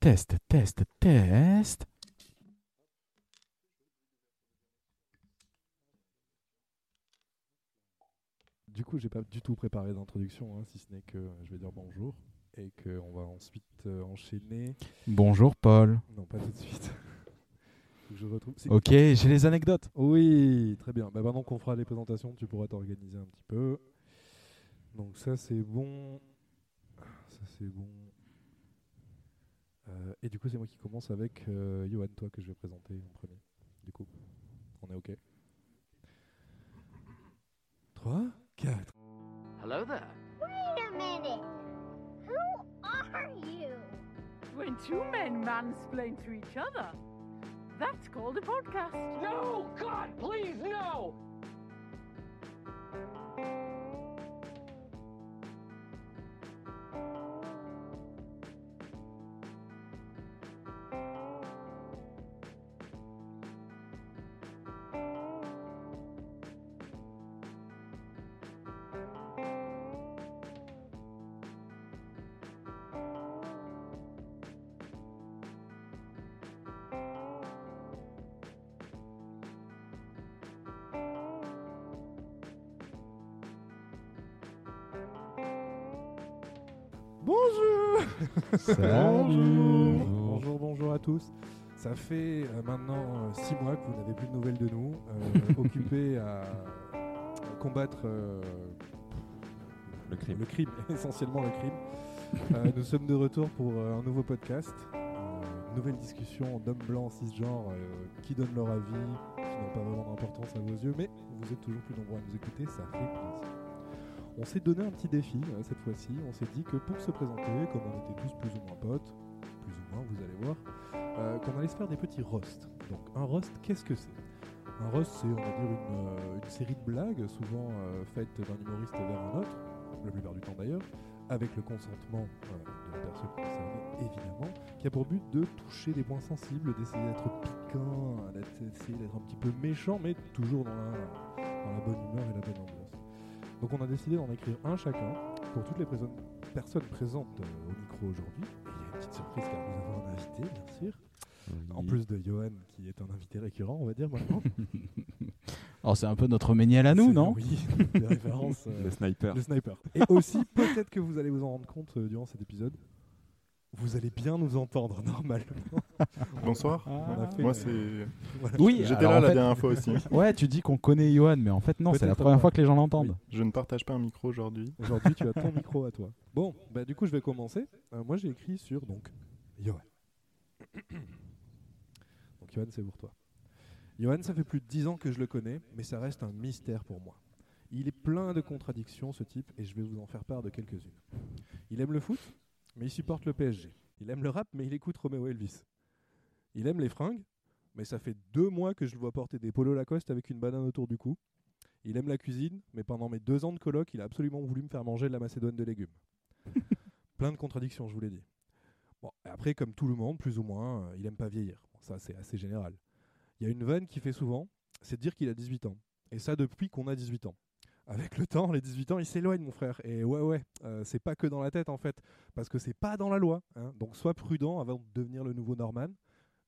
test, test, test. Du coup, j'ai pas du tout préparé d'introduction, hein, si ce n'est que euh, je vais dire bonjour et qu'on va ensuite euh, enchaîner. Bonjour Paul. Non, pas tout de suite. Faut que je retrouve. si. Ok, j'ai les anecdotes. Oui, très bien. Bah, maintenant qu'on fera les présentations, tu pourras t'organiser un petit peu. Donc ça c'est bon. Ça c'est bon. Euh, et du coup c'est moi qui commence avec euh, Johan, toi que je vais présenter en premier. Du coup, on est OK. 3, 4. Hello there. Wait a minute. Who are you? When two men mansplain to each other, that's called a podcast. No, God, please, no! Bonjour Salut. Bonjour, bonjour à tous. Ça fait euh, maintenant 6 mois que vous n'avez plus de nouvelles de nous, euh, occupés à combattre euh, Le crime. le crime, essentiellement le crime. Euh, nous sommes de retour pour euh, un nouveau podcast, euh, une nouvelle discussion d'hommes blancs cisgenres euh, qui donnent leur avis, qui n'ont pas vraiment d'importance à vos yeux, mais vous êtes toujours plus nombreux à nous écouter, ça fait plaisir. On s'est donné un petit défi euh, cette fois-ci, on s'est dit que pour se présenter, comme on était tous plus ou moins potes, plus ou moins, vous allez voir, euh, qu'on allait se faire des petits roasts. Donc un roast, qu'est-ce que c'est un roast, c'est on va dire une, euh, une série de blagues, souvent euh, faites d'un humoriste vers un autre, la plupart du temps d'ailleurs, avec le consentement euh, de la personne concernée, évidemment, qui a pour but de toucher des points sensibles, d'essayer d'être piquant, euh, d'être- d'essayer d'être un petit peu méchant, mais toujours dans la, dans la bonne humeur et la bonne ambiance. Donc on a décidé d'en écrire un chacun pour toutes les présent- personnes présentes euh, au micro aujourd'hui. Et Il y a une petite surprise car nous avons un invité, bien sûr. En plus de Johan, qui est un invité récurrent, on va dire maintenant. Alors Oh, c'est un peu notre méniel à nous, C'est- non Oui, des références. euh, Le sniper. le sniper. Et aussi, peut-être que vous allez vous en rendre compte euh, durant cet épisode. Vous allez bien nous entendre, normalement. Bonsoir. On a fait Moi, une- c'est. Voilà. Oui, J'étais alors, là en la fait- dernière fois aussi. Ouais, tu dis qu'on connaît Johan, mais en fait non, c'est la Peut-être première pas. fois que les gens l'entendent. Je ne partage pas un micro aujourd'hui. Aujourd'hui, tu as ton micro à toi. Bon, bah du coup, je vais commencer. Euh, moi, j'ai écrit sur donc Johan. Donc Johan, c'est pour toi. Johan, ça fait plus de 10 ans que je le connais, mais ça reste un mystère pour moi. Il est plein de contradictions, ce type, et je vais vous en faire part de quelques-unes. Il aime le foot, mais il supporte le PSG. Il aime le rap, mais il écoute Romeo Elvis. Il aime les fringues, mais ça fait deux mois que je le vois porter des polos Lacoste avec une banane autour du cou. Il aime la cuisine, mais pendant mes deux ans de coloc, il a absolument voulu me faire manger de la Macédoine de légumes. Plein de contradictions, je vous l'ai dit. Bon, et après, comme tout le monde, plus ou moins, euh, il aime pas vieillir. Bon, ça, c'est assez général. Il y a une vanne qui fait souvent, c'est de dire qu'il a 18 ans. Et ça depuis qu'on a 18 ans. Avec le temps, les 18 ans, ils s'éloignent, mon frère. Et ouais, ouais, euh, c'est pas que dans la tête, en fait. Parce que c'est pas dans la loi. hein. Donc sois prudent avant de devenir le nouveau Norman.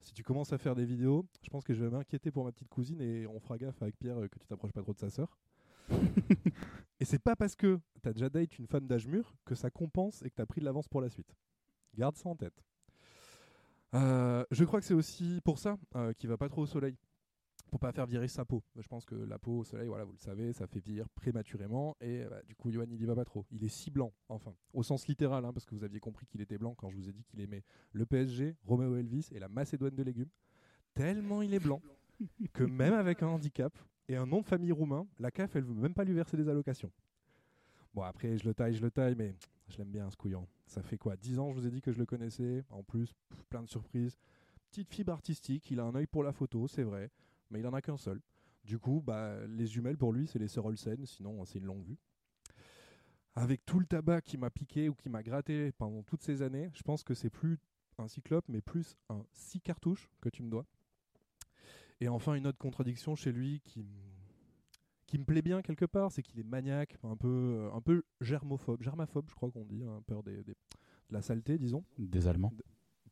Si tu commences à faire des vidéos, je pense que je vais m'inquiéter pour ma petite cousine et on fera gaffe avec Pierre euh, que tu t'approches pas trop de sa sœur. et c'est pas parce que t'as déjà date une femme d'âge mûr que ça compense et que t'as pris de l'avance pour la suite. Garde ça en tête. Euh, je crois que c'est aussi pour ça euh, qu'il va pas trop au soleil. Pour pas faire virer sa peau. Je pense que la peau au soleil, voilà, vous le savez, ça fait vieillir prématurément. Et euh, bah, du coup, Johan, il y va pas trop. Il est si blanc, enfin. Au sens littéral, hein, parce que vous aviez compris qu'il était blanc quand je vous ai dit qu'il aimait le PSG, Romeo Elvis et la Macédoine de légumes. Tellement il est blanc que même avec un handicap et un nom de famille roumain, la CAF, elle veut même pas lui verser des allocations. Bon, après, je le taille, je le taille, mais je l'aime bien, ce couillon. Ça fait quoi 10 ans, je vous ai dit que je le connaissais. En plus, pff, plein de surprises. Petite fibre artistique, il a un œil pour la photo, c'est vrai, mais il en a qu'un seul. Du coup, bah, les jumelles pour lui, c'est les sœurs Olsen, sinon hein, c'est une longue vue. Avec tout le tabac qui m'a piqué ou qui m'a gratté pendant toutes ces années, je pense que c'est plus un cyclope, mais plus un six cartouches que tu me dois. Et enfin, une autre contradiction chez lui qui, m- qui me plaît bien quelque part, c'est qu'il est maniaque, un peu, euh, un peu germophobe, germaphobe, je crois qu'on dit, hein, peur des, des- de la saleté, disons. Des Allemands.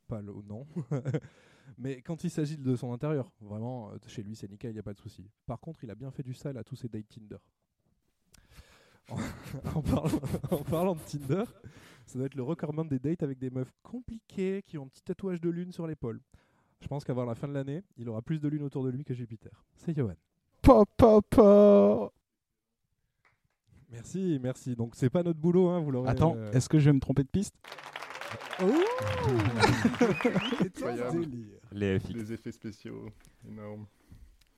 pas le nom, mais quand il s'agit de son intérieur, vraiment, euh, chez lui, c'est nickel, il n'y a pas de souci. Par contre, il a bien fait du sale à tous ses dates Tinder. En, en parlant, en parlant de Tinder, ça doit être le recordman des dates avec des meufs compliquées qui ont un petit tatouage de lune sur l'épaule. Je pense qu'avant la fin de l'année, il aura plus de lune autour de lui que Jupiter. C'est Johan. Papa Merci, merci. Donc c'est pas notre boulot, hein, vous l'aurez. Attends, euh, est-ce que je vais me tromper de piste Incroyable. Les FX. Les effets spéciaux, énormes.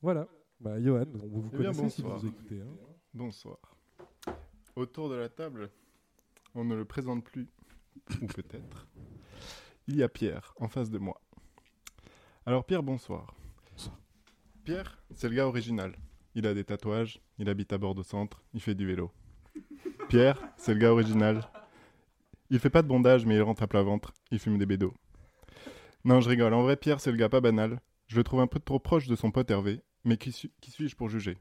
Voilà. Bah, Johan, on vous vous Eh bien, connaissez si vous bonsoir. nous écoutez. hein. Bonsoir. Autour de la table, on ne le présente plus, ou peut-être. Il y a Pierre en face de moi. Alors Pierre, bonsoir. Bonsoir. Pierre, c'est le gars original. Il a des tatouages, il habite à Bordeaux-Centre, il fait du vélo. Pierre, c'est le gars original. Il fait pas de bondage, mais il rentre à plat ventre, il fume des bédos. Non, je rigole. En vrai, Pierre, c'est le gars pas banal. Je le trouve un peu trop proche de son pote Hervé, mais qui, suis- qui suis-je pour juger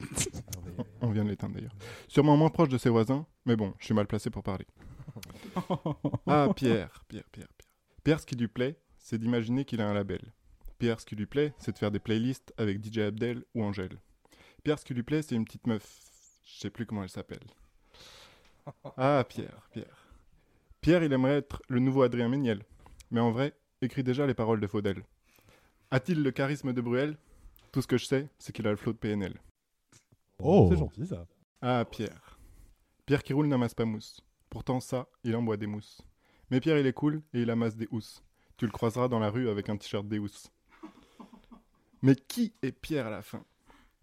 Ah on vient de l'éteindre d'ailleurs. Sûrement moins proche de ses voisins, mais bon, je suis mal placé pour parler. Ah, Pierre, Pierre, Pierre, Pierre. Pierre, ce qui lui plaît, c'est d'imaginer qu'il a un label. Pierre, ce qui lui plaît, c'est de faire des playlists avec DJ Abdel ou Angèle. Pierre, ce qui lui plaît, c'est une petite meuf. Je sais plus comment elle s'appelle. Ah, Pierre, Pierre. Pierre, il aimerait être le nouveau Adrien Méniel. Mais en vrai, écrit déjà les paroles de Faudel. A-t-il le charisme de Bruel Tout ce que je sais, c'est qu'il a le flot de PNL. Oh. C'est gentil ça. Ah, Pierre. Pierre qui roule n'amasse pas mousse. Pourtant, ça, il en boit des mousses. Mais Pierre, il est cool et il amasse des housses. Tu le croiseras dans la rue avec un t-shirt des housses. Mais qui est Pierre à la fin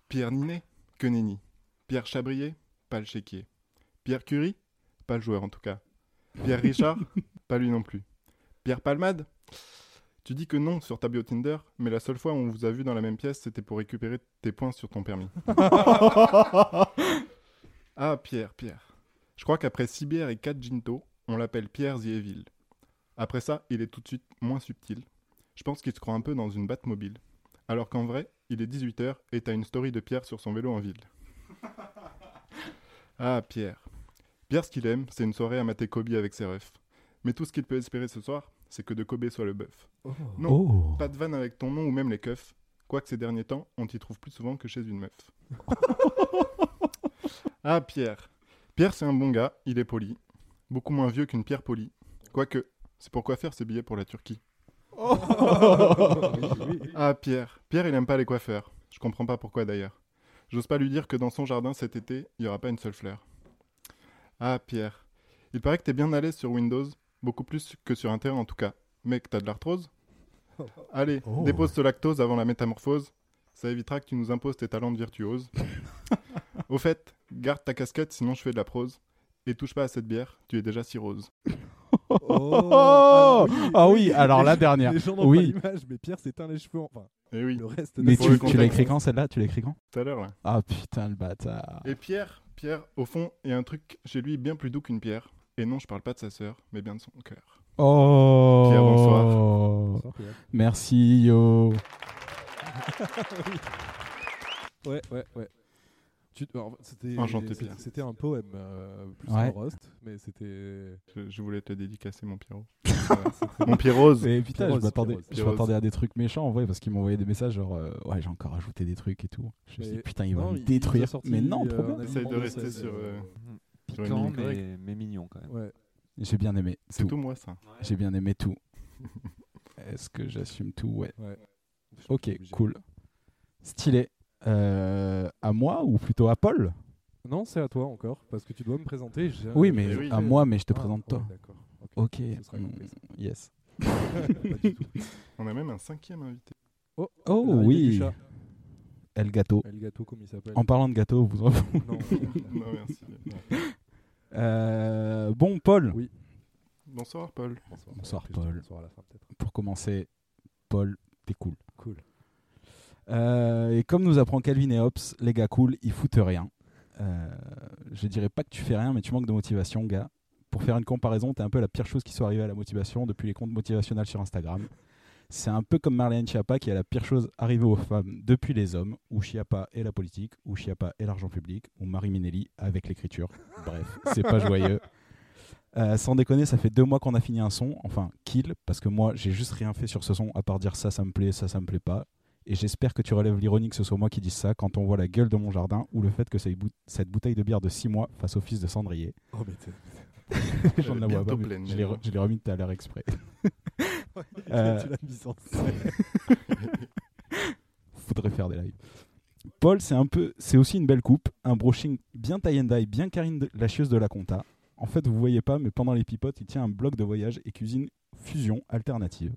Pierre Ninet Que nenni. Pierre Chabrier Pas le chéquier. Pierre Curie Pas le joueur en tout cas. Pierre Richard Pas lui non plus. Pierre Palmade Tu dis que non sur ta bio Tinder, mais la seule fois où on vous a vu dans la même pièce, c'était pour récupérer tes points sur ton permis. Ah, Pierre, Pierre. Je crois qu'après 6 bières et 4 ginto, on l'appelle Pierre The Evil. Après ça, il est tout de suite moins subtil. Je pense qu'il se croit un peu dans une batte mobile. Alors qu'en vrai, il est 18h et t'as une story de Pierre sur son vélo en ville. Ah, Pierre. Pierre, ce qu'il aime, c'est une soirée à mater Kobe avec ses refs. Mais tout ce qu'il peut espérer ce soir, c'est que de Kobe soit le bœuf. Non, Oh Pas de vanne avec ton nom ou même les keufs. Quoique ces derniers temps, on t'y trouve plus souvent que chez une meuf. ah, Pierre. Pierre, c'est un bon gars, il est poli. Beaucoup moins vieux qu'une pierre polie. Quoique, c'est pourquoi faire ses billets pour la Turquie. Ah, Pierre. Pierre, il aime pas les coiffeurs. Je comprends pas pourquoi d'ailleurs. J'ose pas lui dire que dans son jardin cet été, il y aura pas une seule fleur. Ah, Pierre. Il paraît que t'es bien à l'aise sur Windows, beaucoup plus que sur Inter en tout cas. Mec, t'as de l'arthrose Allez, Oh. dépose ce lactose avant la métamorphose. Ça évitera que tu nous imposes tes talents de virtuose. Au fait, garde ta casquette, sinon je fais de la prose. Et touche pas à cette bière, tu es déjà si rose. Oh Ah oui, alors la dernière. Les gens n'ont Oui. pas l'image, mais Pierre s'éteint les cheveux. Enfin, Eh oui, le reste. Mais de- Pour le tu, tu l'as contexte. écrit quand celle-là Tu l'as écrit quand tout à l'heure là. Ah putain le bâtard. Et Pierre, Pierre, au fond, il y a un truc chez lui bien plus doux qu'une pierre. Et non, je parle pas de sa sœur, mais bien de son cœur. Oh Pierre, Bonsoir, Pierre. Merci yo. Ouais, ouais, ouais. Tu- alors, C'était Enchanté, c'était- Pierre. c'était un poème euh, plus Ouais. en roast, mais c'était. Je, je voulais te dédicacer mon Pierrot. Voilà, c'est- mon Pierrose. Et putain, Pierrot, je m'attendais, Pierrot, je Pierrot. m'attendais à des trucs méchants en vrai parce qu'ils m'envoyaient des messages genre euh, ouais j'ai encore ajouté des trucs et tout. Je me suis Mais dit putain ils vont non, me il- il nous détruire. a sorti, mais non, euh, trop bien. un Essaye de aliment rester français, sur, euh, sur une Piquant, ligne correcte. mais, mais mignon quand même. Ouais. J'ai bien aimé C'est tout. tout moi ça. J'ai bien aimé tout. Est-ce que j'assume tout Ouais. Ouais. Ok, Obligé. cool. Stylé. Euh, à moi ou plutôt à Paul Non, c'est à toi encore, parce que tu dois me présenter. j'ai- Oui, mais Eh oui. à moi, mais je te Ah, présente ouais, toi. D'accord. Ok. Ce sera mm, compris, ça. yes. Pas du tout. On a même un cinquième invité. Ah, Oh L'arrivée du oui, chat. El Gâteau. El gâteau, comme il s'appelle. En parlant de gâteau, vous en... Non. non, merci. Euh, bon, Paul. Oui. Bonsoir Paul. Bonsoir, Bonsoir, Puis je dis Paul. Bonsoir à la fin, peut-être. Pour commencer, Paul, t'es cool. Cool. Euh, et comme nous apprend Calvin et Hobbes, les gars cool, ils foutent rien. Euh, je dirais pas que tu fais rien, mais tu manques de motivation, gars. Pour faire une comparaison, t'es un peu la pire chose qui soit arrivée à la motivation depuis les comptes motivationnels sur Instagram. C'est un peu comme Marlène Schiappa qui est la pire chose arrivée aux femmes depuis les hommes, ou Schiappa et la politique, ou Schiappa et l'argent public, ou Marie Minelli avec l'écriture. Bref, c'est pas joyeux. Euh, sans déconner, ça fait deux mois qu'on a fini un son, enfin kill, parce que moi j'ai juste rien fait sur ce son à part dire ça, ça me plaît, ça, ça me plaît pas. Et j'espère que tu relèves l'ironie que ce soit moi qui dise ça quand on voit la gueule de mon jardin ou le fait que cette bou- cette bouteille de bière de 6 mois fasse office de cendrier. Oh, mais t'es- J'en la vois pas, Bientôt mais pleine, je l'ai mais re- non. je l'ai remis tout à l'heure exprès. Euh. tu l'as mis en scène. Faudrait faire des lives. Paul, c'est un peu, c'est aussi une belle coupe, un broching bien tie and dye, bien Karine de- la chieuse de la compta. En fait, vous voyez pas, mais pendant les pipotes, il tient un blog de voyage et cuisine fusion alternative.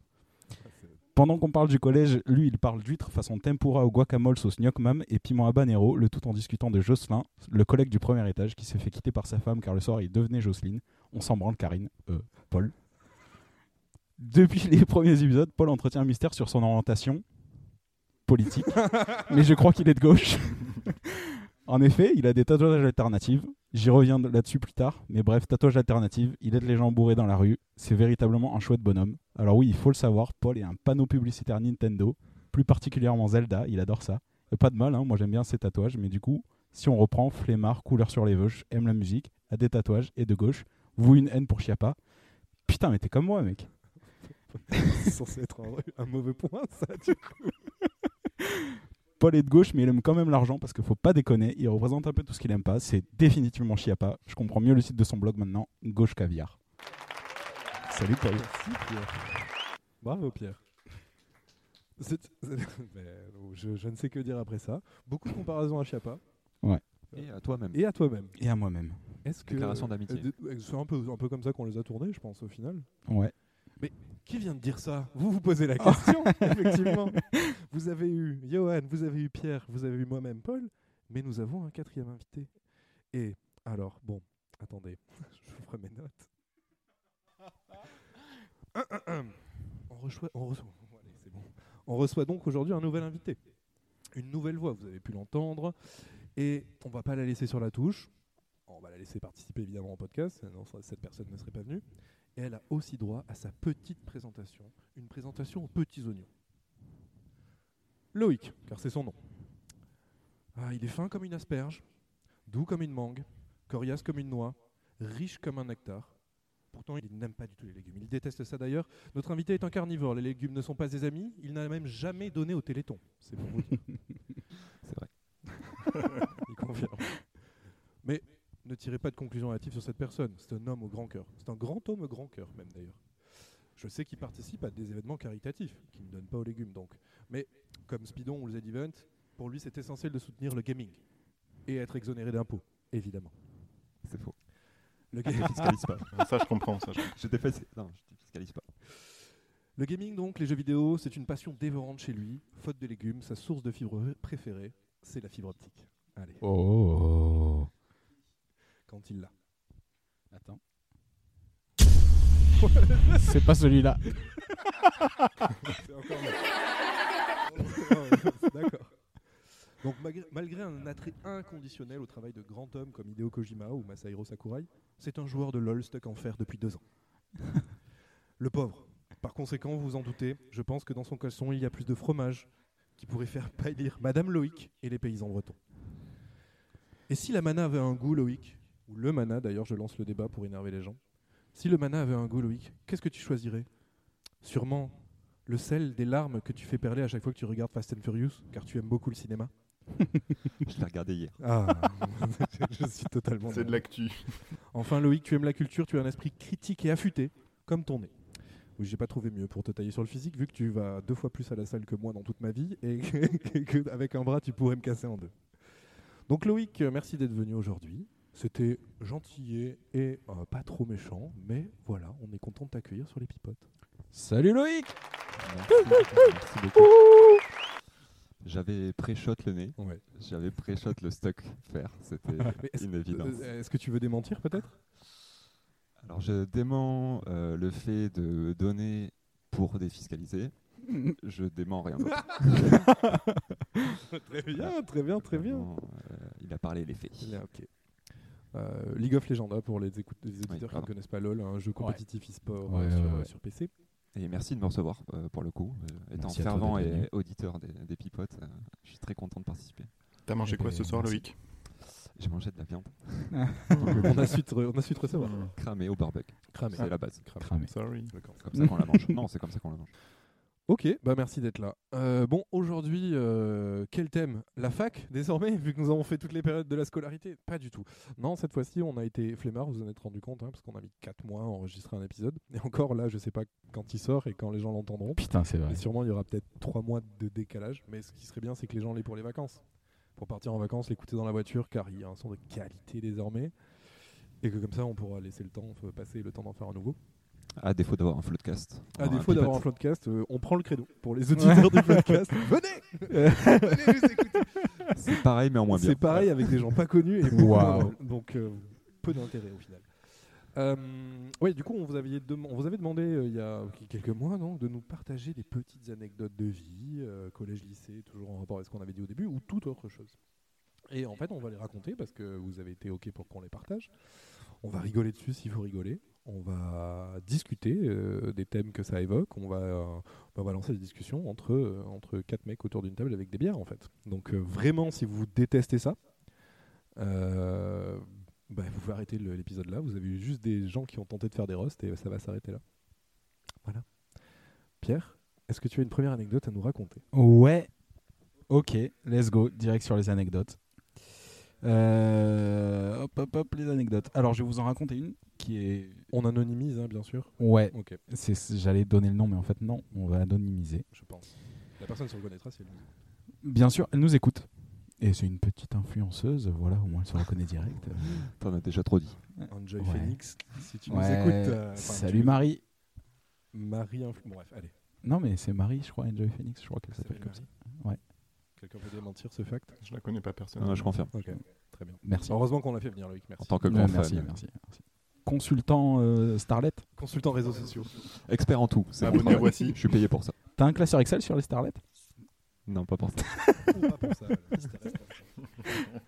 Pendant qu'on parle du collège, lui, il parle d'huîtres façon tempura au guacamole sauce gnocchi mam et piment habanero, le tout en discutant de Jocelyn, le collègue du premier étage qui s'est fait quitter par sa femme car le soir il devenait Jocelyne. On s'en branle, Karine, euh, Paul. Depuis les premiers épisodes, Paul entretient un mystère sur son orientation politique, mais je crois qu'il est de gauche. en effet, il a des tatouages alternatifs. J'y reviens là-dessus plus tard, mais bref, tatouage alternatif, il aide les gens bourrés dans la rue, c'est véritablement un chouette bonhomme. Alors oui, il faut le savoir, Paul est un panneau publicitaire Nintendo, plus particulièrement Zelda, il adore ça. Et pas de mal, hein, moi j'aime bien ses tatouages, mais du coup, si on reprend, flemmard, couleur sur les veuches, aime la musique, a des tatouages, et de gauche, vous une haine pour Chiappa. Putain, mais t'es comme moi, mec. C'est censé être un, un mauvais point, ça. tu- Paul est de gauche, mais il aime quand même l'argent parce qu'il faut pas déconner. Il représente un peu tout ce qu'il aime pas. C'est définitivement Chiappa. Je comprends mieux le site de son blog maintenant, Gauche Caviar. Salut Paul. Merci, Pierre. Bravo, Pierre. C'est- Mais, euh, je, je ne sais que dire après ça. Beaucoup de comparaisons à Chiappa Et à toi-même. et à toi-même. Et à moi-même. Est-ce que Déclaration d'amitié. Euh, de- euh, C'est un peu, un peu comme ça qu'on les a tournés, je pense, au final. Ouais. Qui vient de dire ça Vous vous posez la question, effectivement. Vous avez eu Johan, vous avez eu Pierre, vous avez eu moi-même Paul, mais nous avons un quatrième invité. Et alors, bon, attendez, je vous mes notes. Hum, hum, hum. on, reçoit, on, reçoit, bon, allez, c'est bon. on reçoit donc aujourd'hui un nouvel invité. Une nouvelle voix, vous avez pu l'entendre. Et on va pas la laisser sur la touche. On va la laisser participer évidemment au podcast, sinon cette personne ne serait pas venue. Et elle a aussi droit à sa petite présentation, une présentation aux petits oignons. Loïc, car c'est son nom. Ah, il est fin comme une asperge, doux comme une mangue, coriace comme une noix, riche comme un nectar. Pourtant, il n'aime pas du tout les légumes. Il déteste ça d'ailleurs. Notre invité est un carnivore. Les légumes ne sont pas des amis. Il n'a même jamais donné au Téléthon. C'est pour vous dire. C'est vrai. il confirme. Mais ne tirez pas de conclusion hâtive sur cette personne. C'est un homme au grand cœur. C'est un grand homme au grand cœur, même d'ailleurs. Je sais qu'il participe à des événements caritatifs, qui ne donnent pas aux légumes donc. Mais comme Spidon ou le Z-Event, pour lui c'est essentiel de soutenir le gaming. Et être exonéré d'impôts, évidemment. C'est faux. Le, Je ga- ne fiscalise pas. Ah, Ça, je comprends. Ça, je comprends. Je t'ai fait. Non, je ne fiscalise pas. le gaming donc, les jeux vidéo, c'est une passion dévorante chez lui. Faute de légumes, sa source de fibre préférée, c'est la fibre optique. Allez, Oh. quand il l'a. Attends. c'est pas celui-là. C'est encore mieux. D'accord. Donc malgré, malgré un attrait inconditionnel au travail de grands hommes comme Hideo Kojima ou Masahiro Sakurai, c'est un joueur de LoL stuck en fer depuis deux ans. Le pauvre. Par conséquent, vous vous en doutez, je pense que dans son caleçon, il y a plus de fromage qui pourrait faire pâlir Madame Loïc et les paysans bretons. Et si la mana avait un goût, Loïc, ou le mana d'ailleurs, je lance le débat pour énerver les gens, si le mana avait un goût, Loïc, qu'est-ce que tu choisirais Sûrement le sel des larmes que tu fais perler à chaque fois que tu regardes Fast and Furious, car tu aimes beaucoup le cinéma. Je l'ai regardé hier. Ah, je suis totalement. C'est de l'actu. Enfin, Loïc, tu aimes la culture, tu as un esprit critique et affûté, comme ton nez. Oui, j'ai pas trouvé mieux pour te tailler sur le physique, vu que tu vas deux fois plus à la salle que moi dans toute ma vie, et que- que avec un bras, tu pourrais me casser en deux. Donc, Loïc, euh, merci d'être venu aujourd'hui. C'était gentillet et euh, pas trop méchant, mais voilà, on est content de t'accueillir sur les pipotes. Salut Loïc. Merci, merci beaucoup. J'avais pré-shot le nez. Ouais. J'avais pré-shot le stock faire. C'était Mais est-ce- une évidence. euh, Est-ce que tu veux démentir peut-être Alors je dément euh, le fait de donner pour défiscaliser. Je dément rien d'autre. Très Eh bien, très bien, très bien. Vraiment, euh, il a parlé les faits. Là, ok. Euh, League of Legends hein, pour les, écoute- les auditeurs qui ne pardon. connaissent pas LoL, un jeu compétitif e-sport Ouais, euh, sur, ouais, ouais. sur PC. Et merci de me recevoir euh, pour le coup. Euh, étant Merci à toi fervent d'être venu. et auditeur des, des pipotes, euh, je suis très content de participer. T'as mangé quoi ce soir, merci. Loïc J'ai mangé de la viande on, a su te, on a su te recevoir. Euh, cramée au barbecue. Ah, Cramé. C'est la base. Cramé. Sorry. C'est comme ça qu'on la mange. Non, c'est comme ça qu'on la mange. Ok, bah merci d'être là. Euh, bon, aujourd'hui, euh, quel thème La fac, désormais, vu que nous avons fait toutes les périodes de la scolarité Pas du tout. Non, cette fois-ci, on a été flemmard, vous en êtes rendu compte, hein, parce qu'on a mis 4 mois à enregistrer un épisode. Et encore là, je sais pas quand il sort et quand les gens l'entendront. Putain, c'est vrai. Et sûrement, il y aura peut-être 3 mois de décalage. Mais ce qui serait bien, c'est que les gens l'aient pour les vacances. Pour partir en vacances, l'écouter dans la voiture, car il y a un son de qualité désormais. Et que comme ça, on pourra laisser le temps, euh, passer le temps d'en faire un nouveau. À défaut d'avoir un floodcast. À on aura défaut Ah, un Ah, d'avoir un pipote. podcast, euh, on prend le credo pour les auditeurs du podcast. Venez Venez nous écouter C'est pareil, mais en moins bien. C'est pareil avec des gens pas connus et beaucoup Waouh. d'endroits. Donc euh, peu d'intérêt au final. Euh, ouais, du coup, on vous avait, dem- on vous avait demandé euh, il y a quelques mois non, de nous partager des petites anecdotes de vie, euh, collège, lycée, toujours en rapport avec ce qu'on avait dit au début, ou toute autre chose. Et en fait, on va les raconter parce que vous avez été OK pour qu'on les partage. On va rigoler dessus s'il faut rigoler. On va discuter euh, des thèmes que ça évoque. On va, euh, bah, on va lancer des discussions entre, euh, entre quatre mecs autour d'une table avec des bières, en fait. Donc, euh, vraiment, si vous détestez ça, euh, bah, vous pouvez arrêter le- l'épisode là. Vous avez eu juste des gens qui ont tenté de faire des roasts et ça va s'arrêter là. Voilà. Pierre, est-ce que tu as une première anecdote à nous raconter Ouais. Ok, let's go, direct sur les anecdotes. Euh, Hop, hop, hop, les anecdotes. Alors, je vais vous en raconter une qui est. On anonymise, hein, bien sûr. Ouais, Ok, c'est- c'est- j'allais donner le nom, mais en fait, non, on va anonymiser. je pense. La personne se reconnaîtra si elle nous Bien sûr, elle nous écoute. Et c'est une petite influenceuse, voilà, au moins elle se reconnaît direct. T'en as déjà trop dit. Enjoy Ouais. Phoenix, si tu nous Ouais, écoutes. euh, enfin, Salut tu- Marie. Marie Influ. Bon, bref, allez. Non, mais c'est Marie, je crois, Enjoy Phoenix, je crois qu'elle s'appelle s'appelle comme ça. Ouais. Quelqu'un peut démentir ce fact Je la connais pas Non, personnellement. Ah, je confirme. Ok, très bien. Merci. Heureusement qu'on l'a fait venir, Loïc, En merci. tant que Ouais, grand fan. merci, merci, merci. Consultant euh, Starlet Consultant réseaux sociaux. Expert en tout. C'est Abonné mon travail. à Voici. Je suis payé pour ça. T'as un classeur Excel sur les Starlet Non, pas pour ça. Ou pas pour ça, le mystère reste un secret.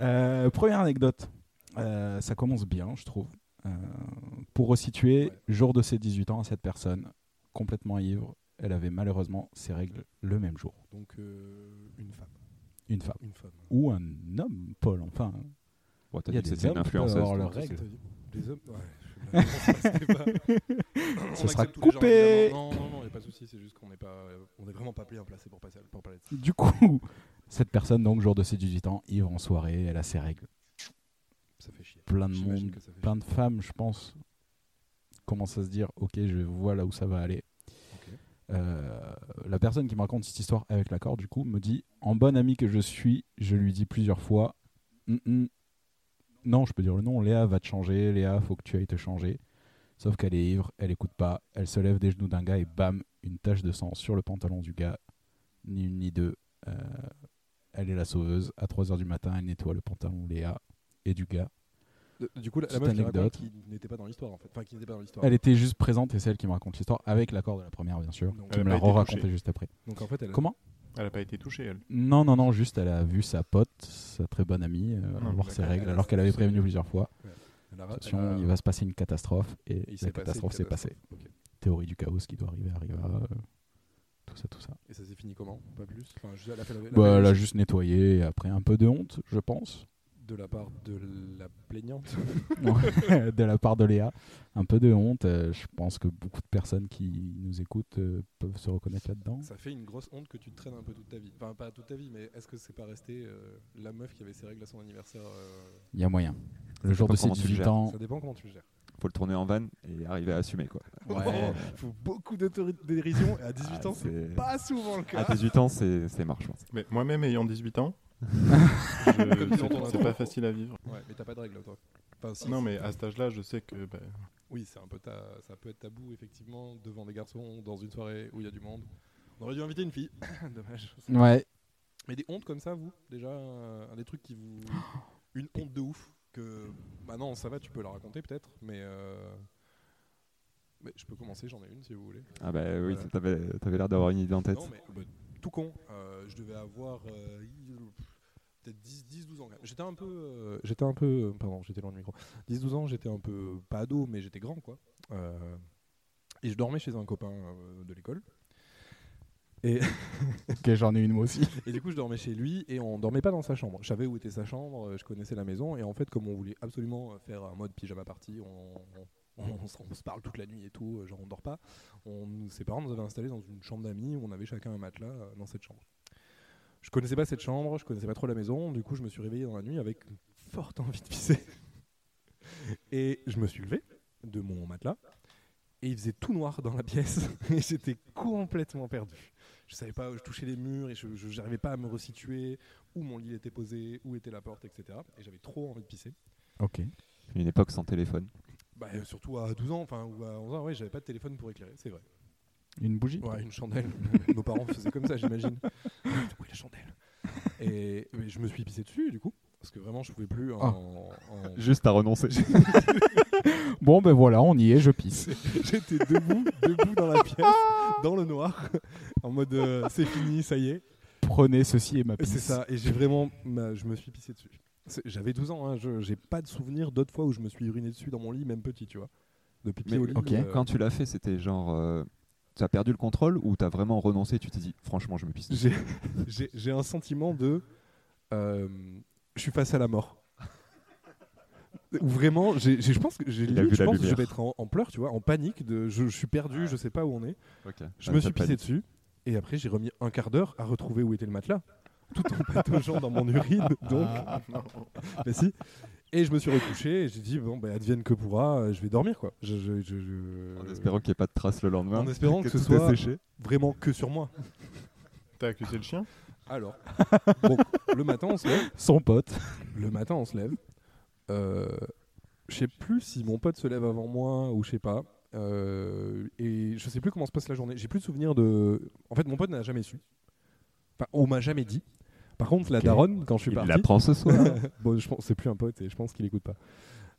Euh, Première anecdote. Euh, ça commence bien, je trouve. Euh, pour resituer, Ouais. jour de ses 18 ans à cette personne, complètement ivre, elle avait malheureusement ses règles le même jour. Donc, euh, une femme. Une femme. Une femme. Ou un homme, Paul, enfin. Bon, t'as Il y a dit que des c'était hommes une qui peuvent avoir influenceuse. leurs donc règles. c'est- euh, Des hommes Ouais, je- la réponse, c'était pas- On Ce sera accepte tous les gens, coupé. évidemment. Non, non, non, il a pas de souci, c'est juste qu'on n'est pas. euh, On est vraiment pas bien placé pour, passer, pour parler de ça. Du coup, cette personne, donc, jour de ses 18 ans, ivre en soirée, elle a ses règles. Ça fait chier. Plein de J'imagine monde, que ça fait plein de femmes, je pense, commencent à se dire Ok, je vois là où ça va aller. Ok. Euh, la personne qui me raconte cette histoire avec la corde, du coup, me dit En bonne amie que je suis, je lui dis plusieurs fois Mm, mm. Non, je peux dire le nom, Léa va te changer, Léa, faut que tu ailles te changer. Sauf qu'elle est ivre, elle écoute pas, elle se lève des genoux d'un gars et bam, une tache de sang sur le pantalon du gars. Ni une ni deux. Euh, elle est la sauveuse. À 3h du matin, elle nettoie le pantalon de Léa et du gars. chier. Euh, Du coup, la, la Petite meuf qui raconte anecdote. qui n'était pas dans l'histoire en fait. Enfin, qui n'était pas dans l'histoire. Elle était juste présente et celle qui me raconte l'histoire avec l'accord de la première, bien sûr. Donc, Qui Elle me a l'a pas été re-raconté touchée. juste après. donc, en fait, elle. Comment Elle a pas été touchée, elle. Non, non, non, juste elle a vu sa pote, sa très bonne amie, euh, avoir ses Ah, d'accord. règles alors qu'elle avait prévenu plusieurs fois. elle a- elle a- Attention, il va se passer une catastrophe et, Et Ah, il s'est la passé une catastrophe s'est passée. catastrophe. Ok. Théorie du chaos, ce qui doit arriver arrivera. euh, tout ça, tout ça. Et ça s'est fini comment Pas plus. Enfin, je- elle a fait la- la- Bah, la- elle a juste nettoyé et après un peu de honte, je pense, de la part de la plaignante. de la part de Léa. Un peu de honte. euh, je pense que beaucoup de personnes qui nous écoutent euh, peuvent se reconnaître là-dedans. Ça fait une grosse honte que tu te traînes un peu toute ta vie. Enfin, pas toute ta vie, mais est-ce que c'est pas resté euh, la meuf qui avait ses règles à son anniversaire euh, Il y a moyen. Le Ça jour dépend de ses comment tu le 18 gères. ans, Ça dépend comment tu le gères. Faut le tourner en vanne et arriver à assumer quoi. Ouais. Il faut beaucoup d'autodérision et à 18 Ah, ans, c'est c'est- pas souvent le cas. À 18 ans, c'est c'est marche. je pense. Mais moi-même, ayant 18 ans, Comme ils en ont Je- un c'est trop. pas facile à vivre. Ouais, mais t'as pas de règles, toi. Enfin, si, Non, si. mais à cet âge-là, je sais que bah, Oui, c'est un peu ta- ça peut être tabou, effectivement, devant des garçons, dans une soirée où il y a du monde. On aurait dû inviter une fille. Dommage. ouais, Mais des hontes comme ça, vous, déjà, euh, un des trucs qui vous. Une honte de ouf. Que. Bah non, ça va, tu peux la raconter peut-être, mais. euh, Mais je peux commencer, j'en ai une si vous voulez. Ah bah oui, Voilà. t'avais t'avais l'air d'avoir une idée en tête. Non, mais bah, tout con. Euh, je devais avoir euh, peut-être 10, 10, 12 ans. quand même. J'étais un peu. euh, j'étais un peu. euh, Pardon, j'étais loin du micro. 10, 12 ans, j'étais un peu. euh, Pas ado, mais j'étais grand, quoi. Euh, et je dormais chez un copain euh, de l'école. Et ok, j'en ai une moi aussi. Et du coup, je dormais chez lui et on dormait pas dans sa chambre. Je savais où était sa chambre, euh, je connaissais la maison. Et en fait, comme on voulait absolument euh, faire un mode pyjama party, on, on- on s- on se parle toute la nuit et tout, euh, genre on dort pas. On, nous- ses parents nous avaient installés dans une chambre d'amis où on avait chacun un matelas euh, dans cette chambre. Je connaissais pas cette chambre, je connaissais pas trop la maison. Du coup, je me suis réveillé dans la nuit avec une forte envie de pisser. Et je me suis levé de mon matelas. Et il faisait tout noir dans la pièce et j'étais complètement perdu. Je savais pas, je touchais les murs et je je- j'arrivais pas à me resituer où mon lit était posé, où était la porte, etc. Et j'avais trop envie de pisser. Ok. Une époque sans téléphone. Bah, euh, surtout à 12 ans, enfin, ou à 11 ans, ouais, j'avais pas de téléphone pour éclairer, c'est vrai. Une bougie Ouais, une chandelle. Nos parents faisaient comme ça, j'imagine. Où est la chandelle Et mais je me suis pissé dessus, du coup, parce que vraiment, je pouvais plus en. Ah. en- Juste à renoncer. Euh. Bon, ben voilà, on y est, je pisse. J'étais debout, debout dans la pièce, dans le noir, en mode euh, c'est fini, ça y est. Prenez ceci et ma pisse. C'est ça, et j'ai vraiment. ma- je me suis pissé dessus. C'est- J'avais 12 ans, hein, je j'ai pas de souvenir d'autres fois où je me suis uriné dessus dans mon lit, même petit, tu vois. Depuis pied Mais au lit. ok. euh, Quand tu l'as fait, c'était genre. euh, T'as perdu le contrôle ou t'as vraiment renoncé Tu t'es dit, franchement, je me pisse. dessus. j'ai- j'ai j'ai un sentiment de. euh, je suis face à la mort. Ou vraiment, j'ai- j'ai- je pense que j'ai Il a lu, vu je la pense que je lumière. vais être en, en pleurs, tu vois, en panique, de je, je suis perdu, je sais pas où on est. Ok. Je Ah, me t'as suis pas pissé dit. dessus et après j'ai remis un quart d'heure à retrouver où était le matelas, tout en pataugeant dans mon urine. Donc, Ah. Ah. Bah si. Et je me suis recouché et j'ai dit bon bah advienne que pourra, euh, je vais dormir quoi. Je, je- je- je- En espérant qu'il n'y ait pas de traces le lendemain. En espérant que ce tout est soit- séché. vraiment que sur moi. T'as accusé le chien Alors, bon, le matin on se lève. Son pote. Le matin on se lève. Euh, je sais plus si mon pote se lève avant moi ou je sais pas. Euh, et je sais plus comment se passe la journée. J'ai plus de souvenir de. En fait, mon pote n'a jamais su. Enfin, on m'a jamais dit. Par contre, la Ok. daronne, quand je suis Il parti, l'apprend ce soir. bon, je pense c'est plus un pote et je pense qu'il écoute pas.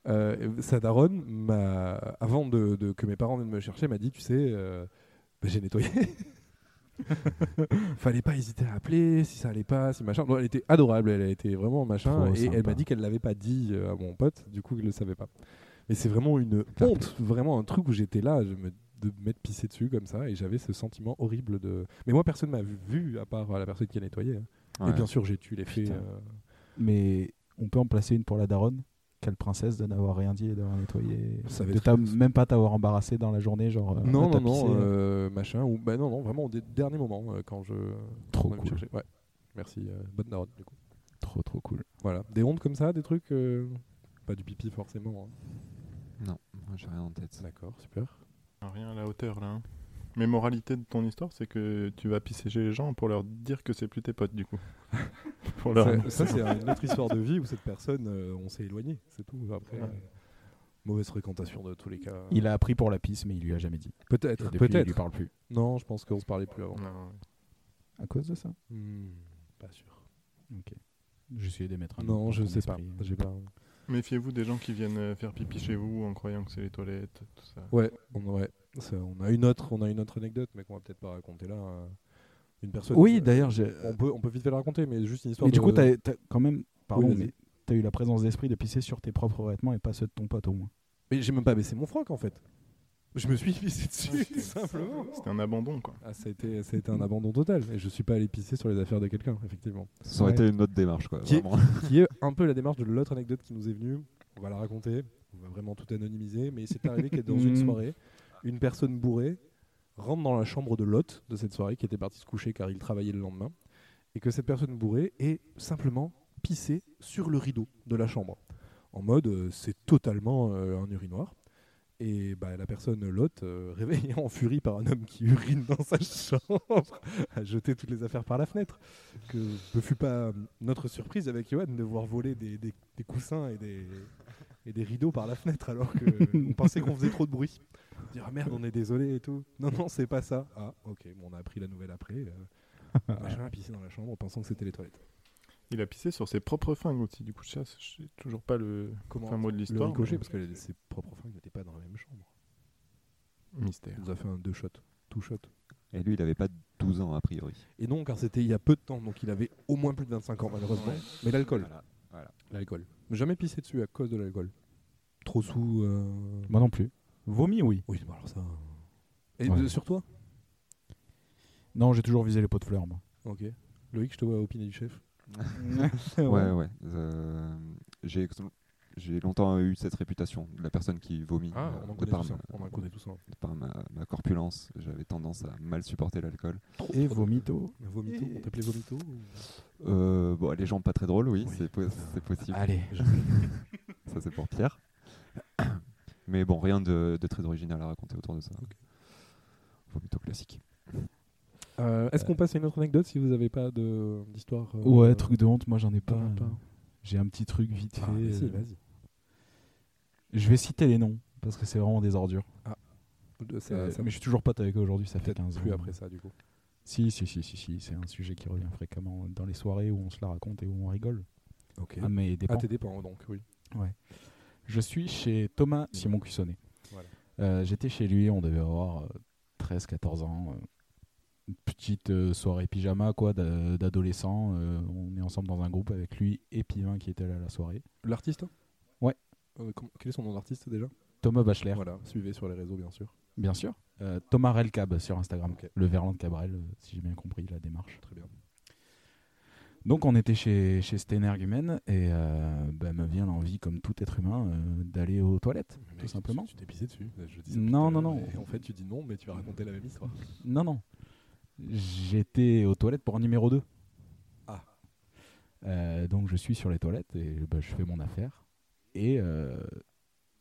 Euh, sa daronne m'a, avant de, de- que mes parents viennent me chercher, m'a dit, tu sais, euh, bah, j'ai nettoyé. Fallait pas hésiter à appeler si ça allait pas, si machin. Bon, elle était adorable, elle a été vraiment machin Trop et elle sympa. m'a dit qu'elle l'avait pas dit euh, à mon pote, du coup il le savait pas. Mais c'est vraiment une Clap. honte, vraiment un truc où j'étais là, je me- de m'être pissé dessus comme ça et j'avais ce sentiment horrible de. Mais moi personne m'a vu à part euh, la personne qui a nettoyé. hein. Et Ouais. bien sûr j'ai tué les faits. Putain. euh, Mais on peut en placer une pour la daronne Quelle princesse de n'avoir rien dit et d'avoir nettoyé Ça va De être- t'as- même pas t'avoir embarrassé dans la journée, genre. euh, Non, ah, t'as non, non, pissé, là. euh, machin. Ou, bah non, non, vraiment au dé- dernier moment, euh, quand je. Trop on a me cool. chercher. Ouais. Merci, euh, bonne daronne, du coup. Trop, trop cool. Voilà. Des hontes comme ça, des trucs. euh, Pas du pipi, forcément. hein. Non, moi, j'ai rien en tête. D'accord, super. Rien à la hauteur là. hein. Mais moralité de ton histoire, c'est que tu vas pisser chez les gens pour leur dire que c'est plus tes potes du coup. pour leur... Ça, ça, c'est une autre histoire de vie où cette personne, euh, on s'est éloigné, c'est tout. Après, Ouais. euh, mauvaise fréquentation de tous les cas. Il a appris pour la pisse, mais il lui a jamais dit. Et Peut-être, depuis, il lui peut-être. parle plus. Non, je pense qu'on se parlait plus avant. Non, À cause de ça Hmm, pas sûr. J'essayais d'émettre un. doute Non, dans je ton sais pas. esprit. J'ai pas. Méfiez-vous des gens qui viennent euh, faire pipi chez vous en croyant que c'est les toilettes, tout ça. Ouais, on, ouais. Ça, on a une autre, on a une autre anecdote, mais qu'on va peut-être pas raconter là. euh, Une personne. Oui, euh, d'ailleurs, j'ai. On peut, on peut vite fait la raconter, mais juste une histoire. Mais du de- coup, t'as t'as quand même. Pardon, vas-y. mais t'as eu la présence d'esprit de pisser sur tes propres vêtements et pas ceux de ton pote au moins. Mais j'ai même pas baissé mon froc en fait. Je me suis pissé dessus, tout simplement. C'était un abandon quoi. Ah, ça a, été, ça a été un abandon total. Et je suis pas allé pisser sur les affaires de quelqu'un, effectivement. Ça aurait Ouais. été une autre démarche, quoi. Qui est- vraiment. Qui est un peu la démarche de l'autre anecdote qui nous est venue. On va la raconter. On va vraiment tout anonymiser. Mais c'est arrivé qu'être dans une Mm. soirée, une personne bourrée rentre dans la chambre de l'hôte de cette soirée qui était parti se coucher car il travaillait le lendemain. Et que cette personne bourrée est simplement pissée sur le rideau de la chambre. En mode, euh, c'est totalement euh, un urinoir. Et bah, la personne, l'hôte, euh, réveillée en furie par un homme qui urine dans sa chambre, a jeté toutes les affaires par la fenêtre. Que ne fut pas euh, notre surprise avec Johan de voir voler des, des- des coussins et des, et des rideaux par la fenêtre alors qu'on pensait qu'on faisait trop de bruit. Dire ah merde, on est désolé et tout. Non, non, c'est pas ça. Ah, ok, bon, on a appris la nouvelle après. euh, machin a pissé dans la chambre en pensant que c'était les toilettes. Il a pissé sur ses propres fringues aussi, du coup je sais- je sais toujours pas le Comment fin mot de le l'histoire. ricocher mais- parce que les- ses propres fringues n'étaient pas dans la même chambre. Mystère. Il nous a fait un deux shot, two shot. Et lui, il avait pas 12 ans, a priori. Et non, car c'était il y a peu de temps, donc il avait au moins plus de 25 ans, malheureusement. Mais l'alcool. Voilà. L'alcool. Jamais pissé dessus à cause de l'alcool. Trop sous. euh, Moi non plus. Vomi, oui. Oui, bon, alors ça. hein. Et Ouais. sur toi Non, j'ai toujours visé les pots de fleurs, moi. Ok. Loïc, je te vois opiner du chef. Ouais, ouais. Euh, j'ai ex- j'ai longtemps eu cette réputation de la personne qui vomit euh, Ah, on en de, connaît par tous ma, un. On en connaît tous hein. un. de par ma- ma corpulence. J'avais tendance à mal supporter l'alcool. Et vomito. Vomito, on t'appelait Vomito ou- Euh, bon, les jambes pas très drôles, oui, Oui. Ah. c'est po- c'est possible. Allez. Ça, c'est pour Pierre. Mais bon, rien de, de très original à raconter autour de ça. Vomito classique. Euh, Est-ce qu'on passe à une autre anecdote si vous n'avez pas de- d'histoire euh, Ouais, truc de honte, moi j'en ai pas- pas. J'ai un petit truc vite fait. Ah, mais si, euh, vas-y. Je vais citer les noms parce que c'est vraiment des ordures. De- Ça, Euh, ça- mais je suis toujours pote avec eux aujourd'hui, ça fait peut-être 15 ans. plus après ça, du coup. Si, si, si, si, si, c'est un sujet qui revient fréquemment dans les soirées où on se la raconte et où on rigole. Ok. Ah, mais des À tes dépens, donc, oui. Je suis chez Thomas Simon Cussonnet. Voilà. Euh, J'étais chez lui, on devait avoir 13-14 ans. euh, une petite euh, soirée pyjama quoi d'a- d'adolescents. euh, on est ensemble dans un groupe avec lui et Pivin qui était là à la soirée. L'artiste Ouais. Euh, com- quel est son nom d'artiste déjà Thomas Bachelard, Voilà, suivez sur les réseaux, bien sûr. bien sûr. Euh, Thomas Relcab sur Instagram. Ok. Le Verlan de Cabrel, euh, si j'ai bien compris la démarche. Très bien. Donc on était chez, chez cet énergumène et euh, bah, me vient l'envie, comme tout être humain, euh, d'aller aux toilettes, tout simplement. Tu t'es pissé dessus. Je dis ça Non, tout à non, l'heure, non. euh, en fait, tu dis non, mais tu vas raconter la même histoire. Non, non. J'étais aux toilettes pour un numéro 2. Ah. Euh, donc je suis sur les toilettes et bah, je fais mon affaire. Et euh,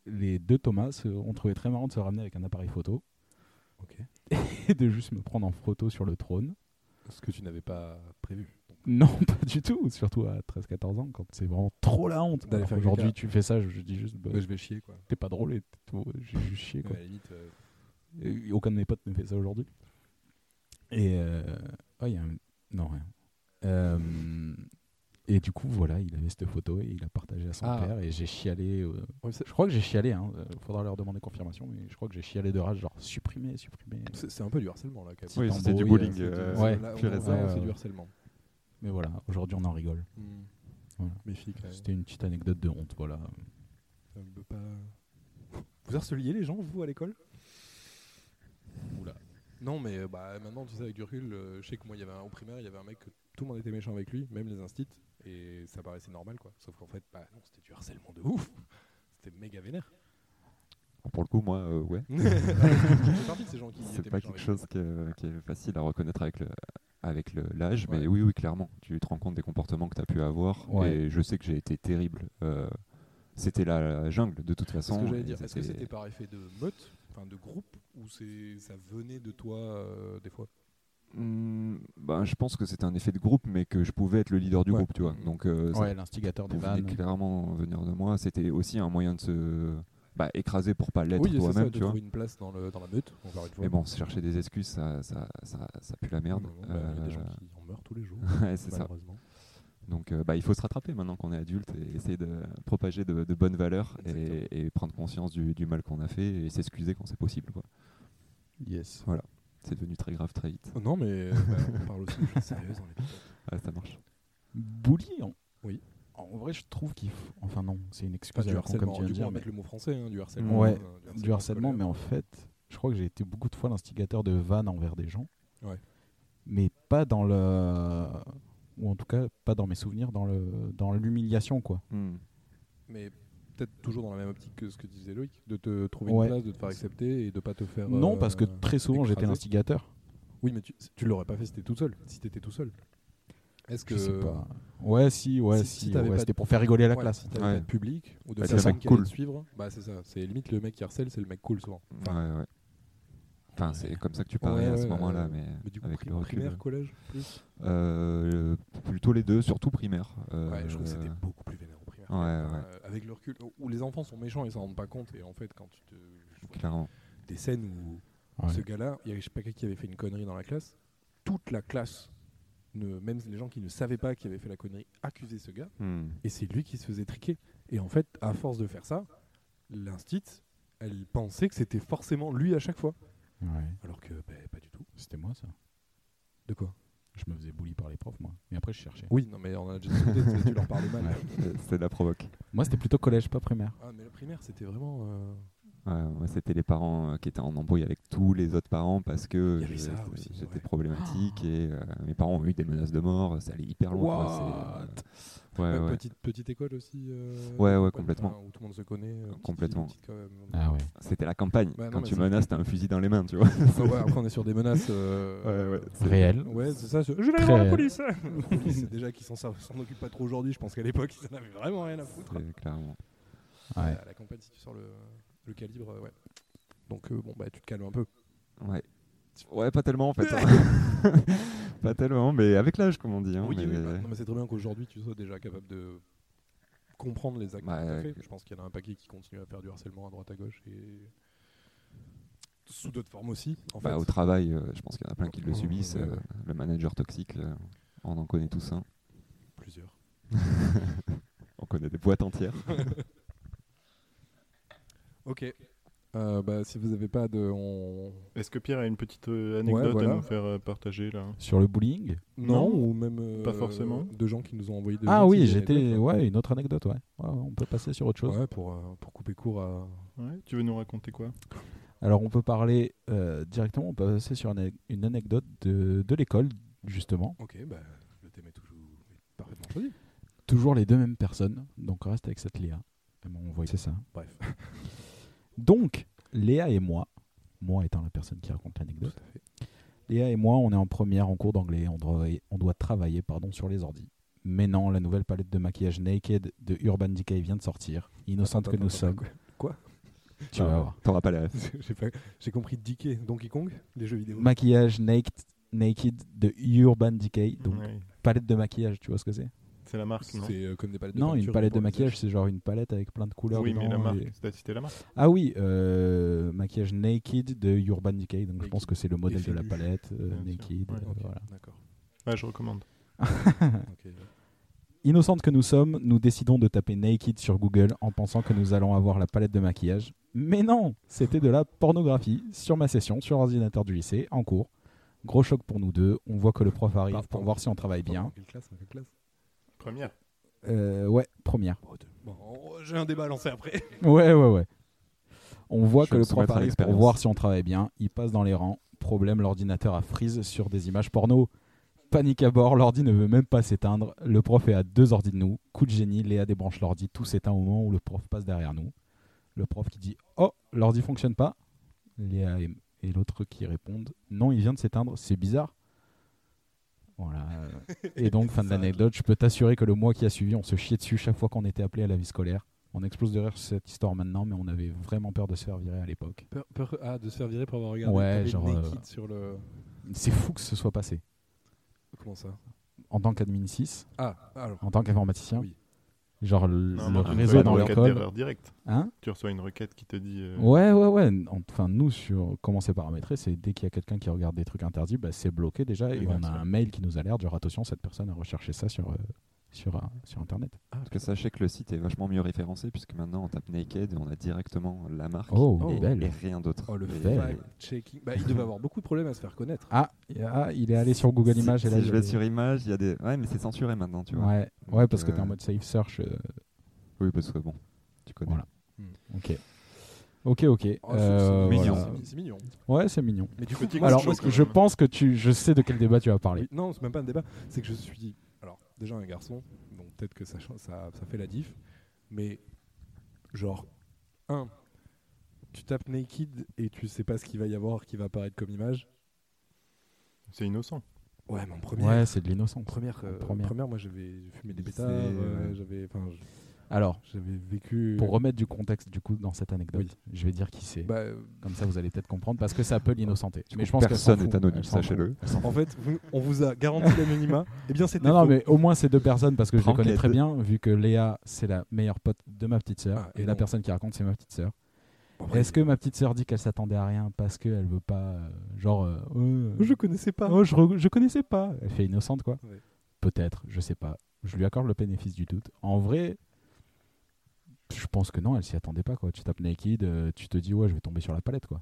les deux Thomas se- ont trouvé très marrant de se ramener avec un appareil photo Ok. et de juste me prendre en photo sur le trône. Ce que tu n'avais pas prévu. Non, pas du tout, surtout à 13-14 ans, quand c'est vraiment trop la honte. D'aller Alors faire Aujourd'hui, caca. tu fais ça, je, je dis juste, bah, Ouais, je vais chier, quoi. t'es pas drôle et t'es tout, j'ai juste chié, Ouais, quoi. à la limite, euh, Et aucun de mes potes ne fait ça aujourd'hui. Et. Euh... ah, il y a un- Non, rien. Euh, Et du coup, voilà, il avait cette photo et il a partagé à son Ah. père et j'ai chialé. euh, ouais, c'est- Je crois que j'ai chialé, hein. euh, faudra leur demander confirmation, mais je crois que j'ai chialé de rage, genre supprimer, supprimer. c'est c'est un peu du harcèlement, là, quand même. Oui, Oui, c'était du tambouille, bowling. euh, euh, Ouais. Là, on- pur et ouais, simple. ouais, c'est Ouais, du ouais. harcèlement. Mais voilà, aujourd'hui on en rigole. Voilà. Mes filles, quand même. C'était une petite anecdote de honte, voilà. Ça me peut pas. Vous harceliez les gens, vous, à l'école Oula. Non, mais euh, bah, maintenant, tu sais, avec du recul, euh, je sais que moi, il y avait un, au primaire, il y avait un mec que tout le monde était méchant avec lui, même les instits, et ça paraissait normal, quoi. Sauf qu'en fait, bah, non, c'était du harcèlement de ouf. C'était méga vénère. Pour le coup, moi, euh, ouais. Je fais partie de ces gens qui C'est étaient pas méchants quelque avec chose que- qui est facile à reconnaître avec le avec le- l'âge, Ouais. mais oui, oui, clairement, tu te rends compte des comportements que tu as pu avoir. Ouais. Et je sais que j'ai été terrible. euh, c'était la jungle de toute lui. C'est ce façon. que j'allais et dire. Est-ce que c'était- c'était par effet de meute, enfin de groupe, ou c'est ça venait de toi euh, des fois Hmm, ben, je pense que c'était un effet de groupe, mais que je pouvais être le leader du Ouais. groupe, tu vois. Mm. Donc euh, ça Ouais, l'instigateur des pouvait vannes. clairement venir de moi. C'était aussi un moyen de se bah, écraser pour pas l'être Oui, c'est ça, de toi-même, tu vois. trouver une place dans, le, dans la meute, encore une fois. Mais bon, se chercher des excuses, ça, ça, ça, ça pue la merde. Non, non, bah, Il y a des gens Euh, qui en meurent tous les jours, ouais, c'est ça. malheureusement. Donc euh, bah, il faut se rattraper maintenant qu'on est adulte et essayer de propager de, de bonnes valeurs Exactement. et, et prendre conscience du, du mal qu'on a fait et s'excuser quand c'est possible. quoi. Yes. C'est devenu très grave très vite. Non, mais bah, on parle aussi de choses sérieuses. on est d'accord. Ah, ça marche. Bully, en... Oui. Ah, En vrai, je trouve qu'il faut. Enfin, non, c'est une excuse Pas à du la con, harcèlement. comme tu Du coup, on viens de dire. va mettre le mot français, hein, du harcèlement. Ouais, euh, du harcèlement, mais scolaire. en fait, je crois que j'ai été beaucoup de fois l'instigateur de vannes envers des gens. Ouais. Mais pas dans le. Ou en tout cas, pas dans mes souvenirs, dans le dans l'humiliation, quoi. Hmm. Mais peut-être toujours dans la même optique que ce que disait Loïc, de te trouver Ouais. une place, de te faire accepter et de pas te faire. non, parce que euh, très souvent, j'étais écraser. l'instigateur. Oui, mais tu, tu l'aurais pas fait si t'étais tout seul. Si t'étais tout seul. Est-ce que Je sais pas. Ouais, si, ouais, si- si. si t'avais ouais, pas c'était de- pour faire rigoler la Ouais, classe. si t'avais Ouais. pas de public ou de Avec le personnes mec qui allaient cool. te suivre, bah c'est ça. C'est limite le mec qui harcèle, c'est le mec cool souvent. Enfin, Ouais, ouais. Enfin, c'est comme ça que tu parlais Ouais, à ce ouais, moment-là, euh, mais, Mais du coup, avec pri- le recul. hein. primaire, collège, plus. Euh, plutôt les deux, surtout primaire. Euh, Ouais, je trouve que c'était beaucoup plus vénère au primaire. ouais, ouais. Euh, avec le recul, où les enfants sont méchants, ils s'en rendent pas compte. Et en fait, quand tu te. je vois clairement. des scènes où Ouais. ce gars-là, il y avait je sais pas qui qui avait fait une connerie dans la classe, toute la classe, ne, même les gens qui ne savaient pas qui avait fait la connerie, accusaient ce gars, Hmm. et c'est lui qui se faisait triquer. Et en fait, à force de faire ça, l'instit, elle pensait que c'était forcément lui à chaque fois. Ouais. Alors que, ben, pas du tout. C'était moi, ça. De quoi Je me faisais bully par les profs, moi. Mais après, je cherchais. Oui, non, mais on en a déjà discuté, tu sais, tu leur parles mal. Ouais. Euh, c'est de la provoque. Moi, c'était plutôt collège, pas primaire. Ah, mais le primaire, c'était vraiment. euh, Ouais, moi, c'était les parents euh, qui étaient en embrouille avec tous les autres parents parce que Il y avait je- ça c'est- aussi, j'étais ouais. problématique et euh, mes parents ont eu des menaces de mort. Ça allait hyper loin. quoi, c'est, euh, ouais, Même ouais. Petite, petite école aussi. euh, Ouais, ouais, enfin, complètement. où tout le monde se connaît. euh, petite Complètement. ville, petite, euh, Ah ouais. C'était la campagne. Bah, non, Quand mais tu c'est- menaces, t'as un fusil dans les mains, tu vois. Ah ouais, après, on est sur des menaces. euh, Ouais, ouais, c'est- Réel. Ouais, c'est ça. Je je vais Très aller voir la réel. police. La police, c'est déjà qu'ils s'en servent- s'en occupent pas trop aujourd'hui. Je pense qu'à l'époque, ils en avaient vraiment rien à foutre. c'est clairement. Ouais. À la campagne, si tu sors le, le calibre, euh, ouais. Donc, euh, bon, bah, tu te calmes un peu. Ouais. Ouais, pas tellement en fait. hein. pas tellement, mais avec l'âge, comme on dit. hein, oui, mais- oui, bah, non, mais c'est très bien qu'aujourd'hui, tu sois déjà capable de comprendre les actes Bah, que t'as euh, fait. Je pense qu'il y en a un paquet qui continue à faire du harcèlement à droite à gauche et sous d'autres formes aussi. En Bah, fait. au travail, euh, je pense qu'il y en a plein qui le Ouais, subissent. ouais, euh, ouais. le manager toxique, euh, on en connaît tous un. plusieurs. On connaît des boîtes entières. Ok. Euh, bah, si vous avez pas de. on- Est-ce que Pierre a une petite euh, anecdote voilà. à nous faire euh, partager là Sur le bullying Non, Non, ou même. euh, pas forcément. De gens qui nous ont envoyé des. Ah oui, gentils j'étais. anecdotes. Ouais, une autre anecdote, ouais. Ouais, On peut passer sur autre chose. Ouais, pour, euh, pour couper court à. Ouais, Tu veux nous raconter quoi Alors, on peut parler euh, directement, on peut passer sur une, une anecdote de, de l'école, justement. Ok, bah, le thème est toujours parfaitement choisi. Toujours les deux mêmes personnes. Donc, on reste avec cette Léa. Elle m'a envoyé, c'est ça. Bref, Donc, Léa et moi, moi étant la personne qui raconte l'anecdote, tout à fait. Léa et moi, on est en première en cours d'anglais. On doit, on doit travailler pardon, sur les ordis. Mais non, la nouvelle palette de maquillage Naked de Urban Decay vient de sortir. Innocente Attends, que attends, nous attends, sommes. quoi Tu vas voir. T'auras pas la ref. J'ai pas- J'ai compris Dickey, Donkey Kong, les jeux vidéo. Maquillage naked, naked de Urban Decay. Donc, Ouais. palette de maquillage, tu vois ce que c'est C'est la marque, non C'est euh, comme des palettes de Non, une peinture palette de pour les maquillage, elfes. c'est genre une palette avec plein de couleurs. Oui, mais dedans la marque. et- T'as cité la marque Ah oui, euh, maquillage naked de Urban Decay. Donc, je Naked. pense que c'est le modèle de la Effilu. palette. euh, Bien sûr, naked. ouais. euh, Ok, voilà. D'accord. Ouais, je recommande. Ok. Innocente que nous sommes, nous décidons de taper Naked sur Google en pensant que nous allons avoir la palette de maquillage. Mais non, c'était de la pornographie sur ma session, sur l'ordinateur du lycée, en cours. Gros choc pour nous deux, on voit que le prof arrive Pardon. pour voir si on travaille Pardon, bien. Quelle classe, quelle classe Première. Euh, ouais, première. Oh, Bon, on- j'ai un débat lancé après. Ouais, ouais, ouais. On voit Je que vais le me prof soumettre à arrive pour l'expérience. voir si on travaille bien, il passe dans les rangs, problème, l'ordinateur a freeze sur des images porno. Panique à bord, l'ordi ne veut même pas s'éteindre, le prof est à deux ordis de nous, coup de génie, Léa débranche l'ordi, tout s'éteint au moment où le prof passe derrière nous. Le prof qui dit « Oh, l'ordi fonctionne pas ?» Léa et, et l'autre qui répondent « Non, il vient de s'éteindre, c'est bizarre. » Voilà. euh, Et donc, fin de Ça arrête là. l'anecdote, je peux t'assurer que le mois qui a suivi, on se chiait dessus chaque fois qu'on était appelé à la vie scolaire. On explose de rire sur cette histoire maintenant, mais on avait vraiment peur de se faire virer à l'époque. Peur, peur- ah, de se faire virer pour avoir regardé Ouais, t'avais genre, euh, Naked sur le. C'est fou que ce soit passé. Comment ça En tant qu'admin 6, Ah, alors. en tant qu'informaticien, Oui. genre le, le Normalement, tu reçois réseau dans une requête l'école. d'erreur directe. Hein Tu reçois une requête qui te dit. euh, ouais, ouais, ouais. Enfin, nous, sur comment c'est paramétré, c'est dès qu'il y a quelqu'un qui regarde des trucs interdits, bah, c'est bloqué déjà. Et Ouais, on c'est a vrai. un mail qui nous alerte genre attention, cette personne a recherché ça sur, euh, sur, euh, sur Internet. Parce que sachez que le site est vachement mieux référencé puisque maintenant on tape Naked et on a directement la marque Oh, et, belle. et rien d'autre. Oh, le Et- euh, Belle. fact-checking. Bah, il devait avoir beaucoup de problèmes à se faire connaître. Ah, y a- il est allé sur Google Si- Images. et si là, il y je a vais des- sur image, il y a des. Ouais, mais c'est censuré maintenant, tu vois. Ouais, ouais, parce que euh, t'es en mode safe search. euh, Oui, parce que bon, tu connais. Voilà. Ok. Ok, ok. Oh, c'est- Euh, c'est mignon. mignon. voilà. C'est- C'est mignon. Ouais, c'est mignon. Mais du coup, Petit moi, Alors, chaud, moi, ce que quand je même. pense que tu, je sais de quel débat tu vas Oui, parler. non, c'est même pas un débat. C'est que je suis. Alors, déjà un garçon, donc peut-être que ça, cha- ça, ça fait la diff. Mais, genre, un, tu tapes naked et tu sais pas ce qu'il va y avoir, qui va apparaître comme image. C'est innocent. Ouais, mais en première. Ouais, c'est de l'innocence. Première, euh, Première. première. moi j'avais fumé des Lycée, pétards, euh, ouais. j'avais, enfin, j- Alors, j'avais vécu. pour remettre du contexte du coup dans cette anecdote, je vais dire qui c'est. Euh. Bah, euh, Comme ça, vous allez peut-être comprendre parce que ça peut l'innocenter. Du Mais coup, je pense qu'elle s'en personne n'est fout. anonyme, Elle s'en fout. sachez-le. en fait, vous- on vous a garanti l'anonymat. Eh bien, c'était Non, non, faux. mais au moins ces deux personnes parce que je les Tranquille. connais très bien vu que Léa c'est la meilleure pote de ma petite sœur Ah, et et la donc- personne qui raconte c'est ma petite sœur. Après, Est-ce que ma petite sœur dit qu'elle s'attendait à rien parce qu'elle veut pas euh, genre euh, euh, je connaissais pas. Oh, je, re- je connaissais pas. Elle euh, fait innocente, quoi. Ouais. Peut-être, je sais pas. Je lui accorde le bénéfice du doute. En vrai, je pense que non, elle s'y attendait pas, quoi. Tu tapes Naked, euh, tu te dis, ouais, je vais tomber sur la palette, quoi.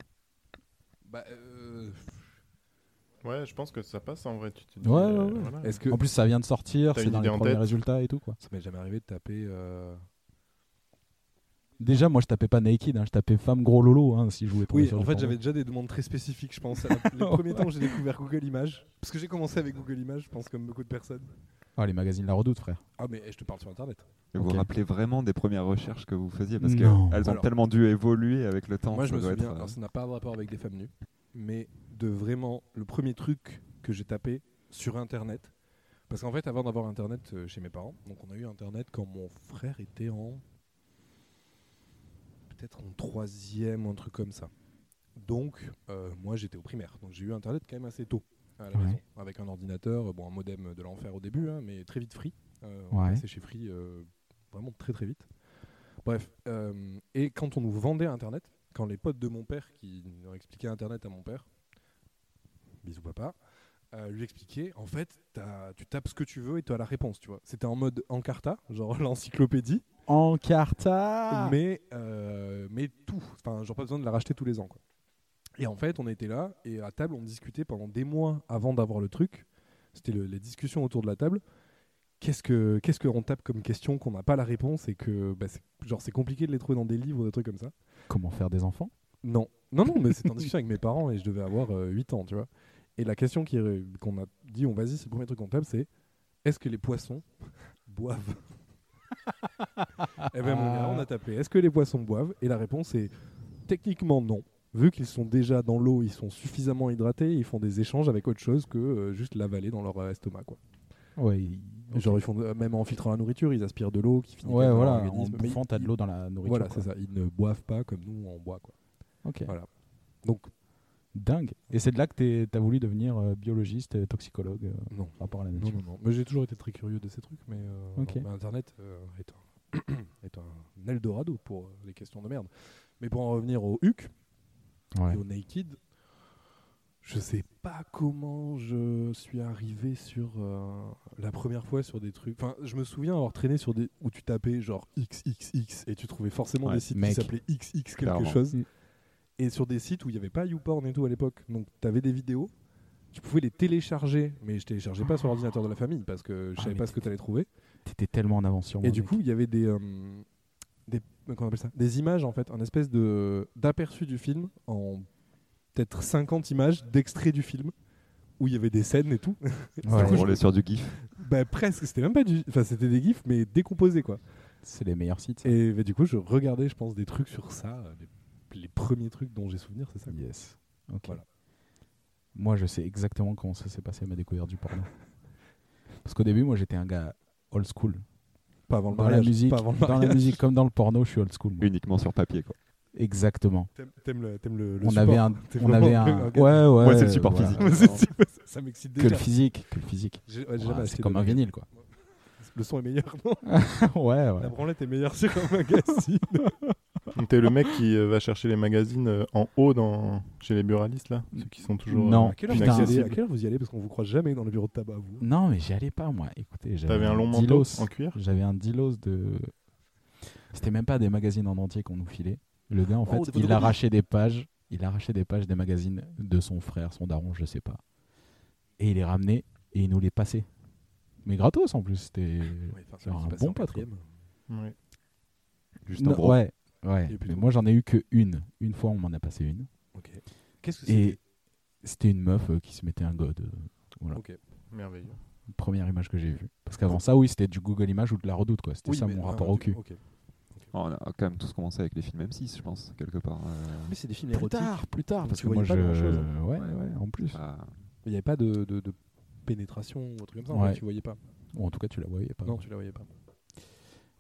Bah, euh, Ouais, je pense que ça passe en vrai. Tu te dis, Ouais, euh, ouais, ouais. voilà. est-ce que En plus, ça vient de sortir, T'as c'est une dans idée les en premiers tête résultats et tout, quoi. Ça m'est jamais arrivé de taper euh, Déjà, moi, je tapais pas naked, hein, je tapais femme gros lolo hein, si je voulais tomber Oui, sur en du fait, porno. j'avais déjà des demandes très spécifiques, je pense. À la- Les premiers temps, j'ai découvert Google Images. Parce que j'ai commencé avec Google Images, je pense, comme beaucoup de personnes. Ah, les magazines la redoutent, frère. Ah, mais je te parle sur Internet. Et vous Ok. vous rappelez vraiment des premières recherches que vous faisiez Parce Non. qu'elles ont Alors- tellement dû évoluer avec le temps. Moi, je ça me doit être, souviens, euh, alors ça n'a pas de rapport avec des femmes nues, mais de vraiment le premier truc que j'ai tapé sur Internet. Parce qu'en fait, avant d'avoir Internet euh, chez mes parents, donc on a eu Internet quand mon frère était en. peut-être en troisième, un truc comme ça. Donc, euh, moi, j'étais au primaire. Donc, j'ai eu Internet quand même assez tôt à la Ouais. maison, avec un ordinateur, euh, bon, un modem de l'enfer au début, hein, mais très vite free. Euh, on Ouais. passait chez free euh, vraiment très très vite. Bref, euh, et quand on nous vendait Internet, quand les potes de mon père qui ont expliqué Internet à mon père, bisous papa, euh, lui expliquaient en fait, t'as- tu tapes ce que tu veux et tu as la réponse, tu vois. C'était en mode Encarta, genre l'encyclopédie, En carta mais, euh, mais tout. Enfin, genre pas besoin de la racheter tous les ans, quoi. Et en fait, on était là et à table, on discutait pendant des mois avant d'avoir le truc. C'était le- les discussions autour de la table. Qu'est-ce que qu'est-ce qu'on tape comme question qu'on n'a pas la réponse et que bah, c'est- genre c'est compliqué de les trouver dans des livres ou des trucs comme ça. Comment faire des enfants Non, non, non, mais c'est en discussion avec mes parents et je devais avoir euh, 8 ans, tu vois. Et la question qui est- qu'on a dit, on vas-y, c'est le premier truc qu'on tape, c'est est-ce que les poissons boivent Eh ben mon gars, on a tapé est-ce que les poissons boivent Et la réponse est techniquement non. Vu qu'ils sont déjà dans l'eau, ils sont suffisamment hydratés, ils font des échanges avec autre chose que euh, juste l'avaler dans leur euh, estomac, quoi. Oui. Genre ils font euh, même en filtrant la nourriture, ils aspirent de l'eau qui finit Ouais, dans leur voilà. En organisme. Mais bouffant, t'as de ils- l'eau dans la nourriture. Voilà, quoi. c'est ça. Ils ne boivent pas comme nous on boit, quoi. Ok. Voilà. Donc Dingue. Et c'est de là que t'es- t'as voulu devenir euh, biologiste, euh, toxicologue, euh, non. par rapport à la Non, nature. non, non. Mais j'ai toujours été très curieux de ces trucs, mais, euh, Ok. non, mais Internet euh, est, un, est un Eldorado pour euh, les questions de merde. Mais pour en revenir au HUC Ouais. et au Naked, je sais pas comment je suis arrivé sur euh, la première fois sur des trucs. Enfin, je me souviens avoir traîné sur des où tu tapais genre XXX et tu trouvais forcément Ouais, des sites mec. qui s'appelaient XX quelque Clairement. chose. Mm. Et sur des sites où il n'y avait pas YouPorn et tout à l'époque. Donc tu avais des vidéos, tu pouvais les télécharger, mais je téléchargeais pas sur l'ordinateur de la famille parce que je Ah, savais mais pas ce que tu allais trouver. T'étais tellement en avance sur moi. Et du mec. coup, il y avait des, euh, des comment on appelle ça Des images en fait, un espèce de d'aperçu du film en peut-être 50 images d'extraits du film où il y avait des scènes et tout. Ouais. on roulait sur du GIF. bah presque, c'était même pas du enfin c'était des gifs mais décomposés quoi. C'est les meilleurs sites. Et bah, du coup, je regardais je pense des trucs sur ça, euh, les, les premiers trucs dont j'ai souvenir, c'est ça. quoi. Yes. Ok. Voilà. Moi, je sais exactement comment ça s'est passé ma découverte du porno. Parce qu'au début, moi, j'étais un gars old school. Pas avant le Dans mariage, la musique, pas avant le dans la mariage. musique comme dans le porno, je suis old school. moi. Uniquement sur papier, quoi. Exactement. T'aimes- T'aimes le, t'aimes le, le on support. avait un, T'es on avait vraiment un, un ouais, gars- ouais. Moi, c'est le support voilà. physique. Mais c'est- c'est- ça m'excite Que déjà. le physique, que le physique. J'ai- ouais, j'ai Ouais, jamais c'est acheté comme de un magazine. vinyle, quoi. Le son est meilleur, non ouais, ouais. La branlette est meilleure sur un magazine. T'es le mec qui euh, va chercher les magazines euh, en haut dans... chez les buralistes, là Ceux qui sont toujours. Non. euh, à, quelle heure vous y Putain. allez, à quelle heure vous y allez Parce qu'on vous croise jamais dans le bureau de tabac, vous. Non, mais j'y allais pas, moi. Écoutez, j'avais T'avais un long manteau dealos. en cuir J'avais un dealos de. C'était même pas des magazines en entier qu'on nous filait. Le gars, en fait, Oh, des il photocopies. arrachait des pages. Il arrachait des pages des magazines de son frère, son daron, je sais pas. Et il les ramenait et il nous les passait. Mais gratos en plus, c'était. c'est un bon pote, quoi. Ouais. Juste Non, en gros. ouais, ouais. Il y a plus Mais de- moi, j'en ai eu que une. Une fois, on m'en a passé une. Ok. Qu'est-ce que Et c'était une meuf euh, qui se mettait un god. euh, voilà. Ok. Merveilleux. Première image que j'ai vue. Parce qu'avant ça, oui, c'était du Google Images ou de la redoute, quoi. C'était Oh. Oui, ça mais- mon ah, rapport ok, au cul. ok. Oh, On a quand même tous commencé avec les films M6, je pense, quelque part. euh, Mais c'est des films Plus érotiques. tard, plus tard, Donc parce tu que moi voyais je. pas grand-chose, hein. Ouais, ouais, en plus. ah, Il n'y avait pas de, de, de pénétration ou un truc comme ça. en Ouais. fait, tu voyais pas. Ou en tout cas, tu la voyais pas. Non, tu la voyais pas.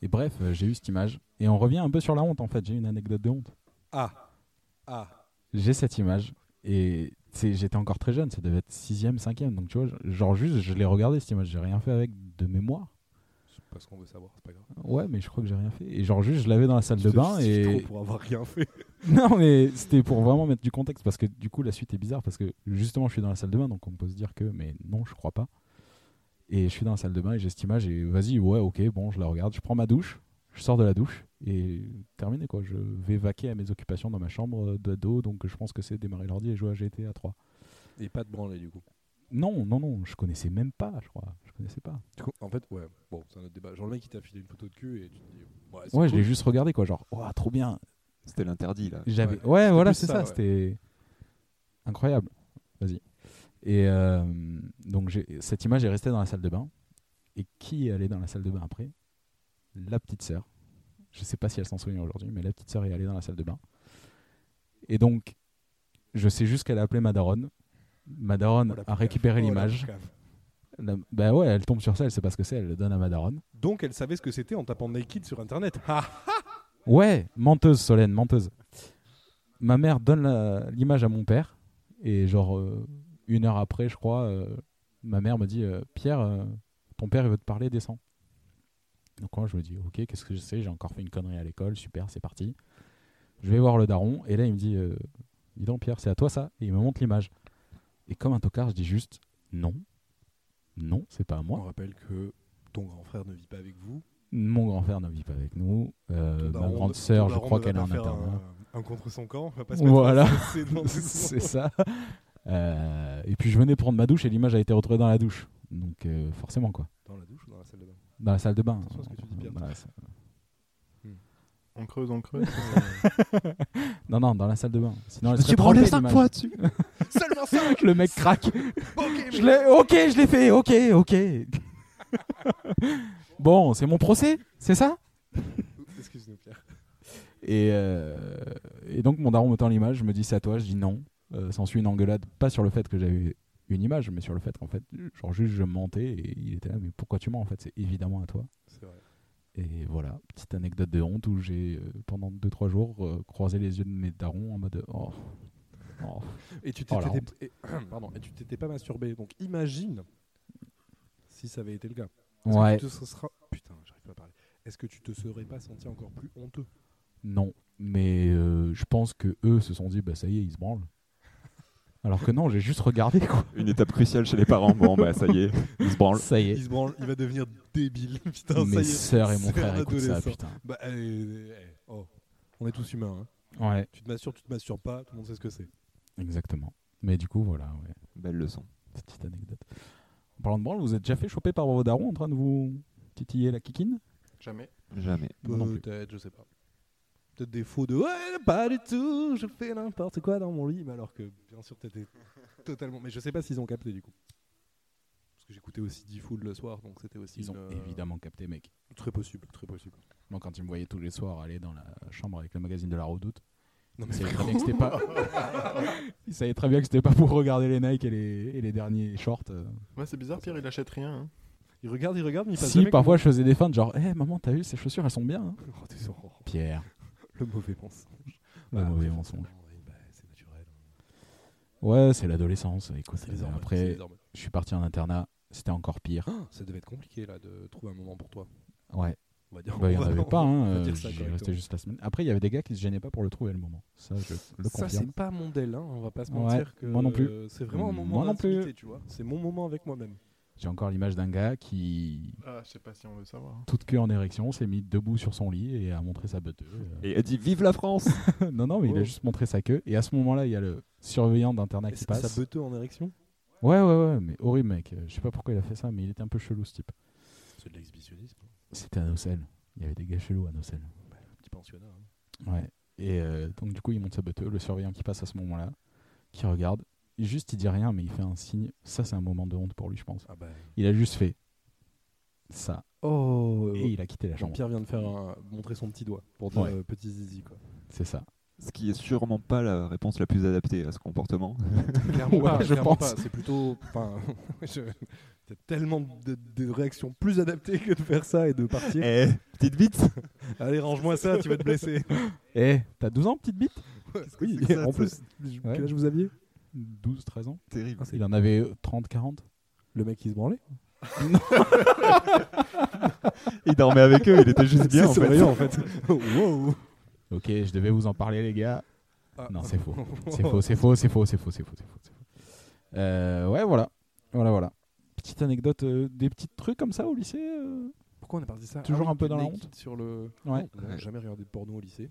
Et bref, euh, j'ai eu cette image. Et on revient un peu sur la honte en fait. J'ai une anecdote de honte. Ah Ah J'ai cette image et c'est- j'étais encore très jeune, ça devait être 6ème, 5ème. Donc tu vois, genre juste, je l'ai regardée cette image, j'ai rien fait avec de mémoire. C'est parce qu'on veut savoir, c'est pas grave. Ouais, mais je crois que j'ai rien fait. Et genre juste, je l'avais dans la salle de bain C'est et. trop pour avoir rien fait. Non, mais c'était pour vraiment mettre du contexte parce que du coup, la suite est bizarre parce que justement, je suis dans la salle de bain donc on peut se dire que, mais non, je crois pas. Et je suis dans la salle de bain et j'ai cette image et vas-y, ouais, ok, bon, je la regarde, je prends ma douche, je sors de la douche et terminé quoi. Je vais vaquer à mes occupations dans ma chambre euh, d'ado donc je pense que c'est démarrer l'ordi et jouer à GTA 3. Et pas de branler, du coup. Non, non, non, je connaissais même pas, je crois. Je connaissais pas. Tu com- En fait, ouais, bon, c'est un autre débat. Genre le mec qui t'a filé une photo de cul et tu te dis, ouais, c'est Ouais, je l'ai cool. juste regardé quoi, genre, oh, trop bien. C'était l'interdit là. J'avais. Ouais, Ouais, c'était voilà, plus c'est ça, ça. ouais. C'était incroyable. Vas-y. Et euh, donc j'ai- cette image est restée dans la salle de bain. Et qui est allée dans la salle de bain après La petite sœur. Je sais pas si elle s'en souvient aujourd'hui, mais la petite sœur est allée dans la salle de bain. Et donc, je sais juste qu'elle a appelé Madaron. Madaron Oh, la a poucave. récupéré Oh, la l'image. poucave. La- Bah ouais, elle tombe sur ça, elle sait pas ce que c'est, elle le donne à Madaron. Donc elle savait ce que c'était en tapant naked sur internet. Ah Ouais, menteuse Solène, menteuse. Ma mère donne la- l'image à mon père et genre euh, une heure après, je crois, euh, ma mère me dit euh, Pierre, euh, ton père il veut te parler, descends. Donc moi je me dis ok, qu'est-ce que je sais, j'ai encore fait une connerie à l'école, super, c'est parti. Je vais voir le daron et là il me dit euh, dis donc Pierre, c'est à toi ça et il me montre l'image. Et comme un tocard, je dis juste non, non, c'est pas à moi. On rappelle que ton grand frère ne vit pas avec vous. Mon grand frère ne vit pas avec nous. Euh, ma Ton daron- grande ton sœur, je daron crois ne va qu'elle est pas en faire euh, internat. Un, un contre son camp, on va pas se mettre Voilà, à se lancer dans tout le c'est monde. ça. Euh, et puis je venais prendre ma douche et l'image a été retrouvée dans la douche. Donc euh, forcément quoi, Dans la douche ou dans la salle de bain dans la salle de bain. hein. Attention à ce que tu dis, Pierre. Dans la sa- On creuse, on creuse. Euh, Non non, dans la salle de bain. Sinon, elle Tu serait branlé trempée, 5 l'image. fois dessus. Seulement ça Le mec craque. Je l'ai- ok, je l'ai fait. Ok, ok. bon, c'est mon procès, c'est ça Excuse-nous Pierre. Et, euh, et donc mon daron me tend l'image, je me dis c'est à toi, je dis non. Euh, S'ensuit une engueulade, pas sur le fait que j'avais une image, mais sur le fait qu'en fait, genre juste je mentais et il était là, mais pourquoi tu mens en fait C'est évidemment à toi. C'est vrai. Et voilà, petite anecdote de honte où j'ai euh, pendant 2-3 jours euh, croisé les yeux de mes darons en mode oh, oh. Et tu Oh, la t'étais et- pardon, et tu t'étais pas masturbé. Donc imagine si ça avait été le cas. Est-ce que ouais, tu te se seras- Putain, j'arrive pas à parler. Est-ce que tu te serais pas senti encore plus honteux non, mais euh, je pense que eux se sont dit bah ça y est, ils se branlent. Alors que non, j'ai juste regardé quoi. Une étape cruciale chez les parents. Bon, bah ça y est, ils se branlent. Ça y est, Il se branle, il va devenir débile. Putain, ça y mes est. sœurs et mon c'est frère un écoutent ça, adolescent. putain. Bah, allez, eh, oh. On est tous humains. hein. Ouais. Tu te m'assures, tu te m'assures pas. Tout le monde sait ce que c'est. Exactement. Mais du coup, voilà, ouais. Belle leçon. Cette petite anecdote. En parlant de branle, vous êtes déjà fait choper par vos darons en train de vous titiller la kikine Jamais. Jamais. Moi non plus. Peut-être, je sais pas. Peut-être des faux de ouais, pas du tout. Je fais n'importe quoi dans mon lit, mais alors que bien sûr t'étais totalement. Mais je sais pas s'ils ont capté du coup. Parce que j'écoutais aussi D-Fool le soir, donc c'était aussi. Ils ont une, euh, évidemment capté, mec. Très possible, très possible. Moi, quand ils me voyaient tous les soirs aller dans la chambre avec le magazine de la Redoute, Non ils savaient très bien que c'était pas. ils savaient très bien que c'était pas pour regarder les Nike et les, et les derniers shorts. euh. Ouais, c'est bizarre, Pierre, il achète rien. hein. Il regarde, il regarde, mais il passe Si, parfois, je faisais des feintes genre, hé maman, t'as vu ces chaussures, elles sont bien. hein Oh, Pierre, le mauvais pensant. Ah, le mauvais mensonge. bah, c'est naturel. Ouais, c'est l'adolescence. Écoute, C'est les euh, hormones. c'est après, les hormones. je suis parti en internat, c'était encore pire. Ah, ça devait être compliqué là de trouver un moment pour toi. Ouais. On va dire. Bah, il n'y on en va- avait pas, on hein, va euh, dire ça j'y correctement. restais juste la semaine. Après, il y avait des gars qui se gênaient pas pour le trouver le moment. Ça, je le ça, confirme. c'est pas mon del, hein, on va pas se Ouais, mentir. que, moi non plus. euh, C'est vraiment un moment Moi non plus. d'intimité, tu vois. C'est mon moment avec moi-même. J'ai encore l'image d'un gars qui, Ah, je sais pas si on veut savoir. toute queue en érection, s'est mis debout sur son lit et a montré sa beuteuse. Euh, Et elle dit Vive la France non, non, mais il Wow. a juste montré sa queue. Et à ce moment-là, il y a le surveillant d'internat Et Bah, qui ça, ça passe. beuteux en érection Ouais, ouais, ouais, mais horrible, mec. Euh, Je sais pas pourquoi il a fait ça, mais il était un peu chelou, ce type. C'est de l'exhibitionnisme. hein. C'était à Nocel. Il y avait des gars chelous à Nocel. Petit pensionnat. hein. Ouais. Et euh, donc, du coup, il monte sa beuteuse. Le surveillant qui passe à ce moment-là, qui regarde. Juste, il dit rien, mais il fait un signe. Ça, c'est un moment de honte pour lui, je pense. Ah bah. Il a juste fait ça Oh et il a quitté la chambre. Pierre vient de faire un- montrer son petit doigt pour dire Ouais. euh, petit zizi quoi. C'est ça. Ce qui est sûrement pas la réponse la plus adaptée à ce comportement. Clairement Ouais, pas, je clairement pense. pas. C'est plutôt. Enfin, je- t'as tellement de, de réactions plus adaptées que de faire ça et de partir. Eh, petite bite Allez, range-moi ça, tu vas te blesser. Eh, t'as 12 ans, petite bite oui, c'est que ça, en ça plus, je- Ouais. quel âge vous aviez 12, 13 ans. Terrible. Il en avait euh, 30, 40. Le mec qui se branlait Il dormait avec eux, il était juste bien en C'est fait. surveillant, en fait. wow Ok, je devais vous en parler, les gars. Ah. Non, c'est faux. C'est faux, c'est faux, c'est faux, c'est faux, c'est faux, c'est faux. c'est faux. Euh, ouais, voilà. Voilà, voilà. Petite anecdote, euh, des petits trucs comme ça au lycée euh Pourquoi on a parti de ça Toujours Ah oui, un peu dans la naked honte Sur le. Ouais. Non, on n'a jamais regardé de porno au lycée.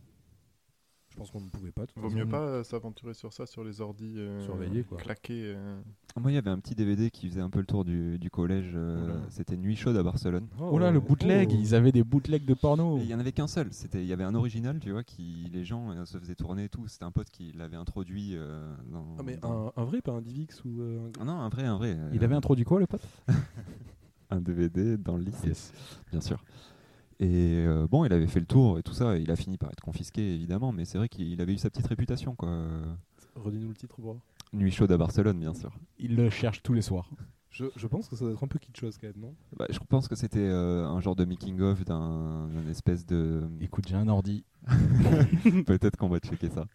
Je Je pense qu'on ne pouvait pas. de toute Vaut façon. mieux pas euh, s'aventurer sur ça, sur les ordis euh, Surveiller, quoi. claqués. euh. Moi, il y avait un petit DVD qui faisait un peu le tour du, du collège. euh, Oula. C'était Nuit chaude à Barcelone. Oh là, le bootleg, Oh. ils avaient des bootlegs de porno. Et Il y en avait qu'un seul. C'était, il y avait un original, tu vois, qui les gens euh, se faisaient tourner et tout. C'était un pote qui l'avait introduit. euh, dans, Ah, mais dans- un, un vrai, pas un DivX ou euh, un- Ah non, un vrai, un vrai. euh, Il avait introduit quoi, le pote un DVD dans le lycée, bien sûr. Et euh, bon, il avait fait le tour et tout ça. et il a fini par être confisqué, évidemment. Mais c'est vrai qu'il avait eu sa petite réputation, quoi. Redis-nous le titre, bro. Nuit chaude à Barcelone, bien sûr. Il le cherche tous les soirs. Je, je pense que ça doit être un peu chose quand même, non Bah, je pense que c'était euh, un genre de making of d'un d'un espèce de. Écoute, j'ai un ordi. Peut-être qu'on va checker ça.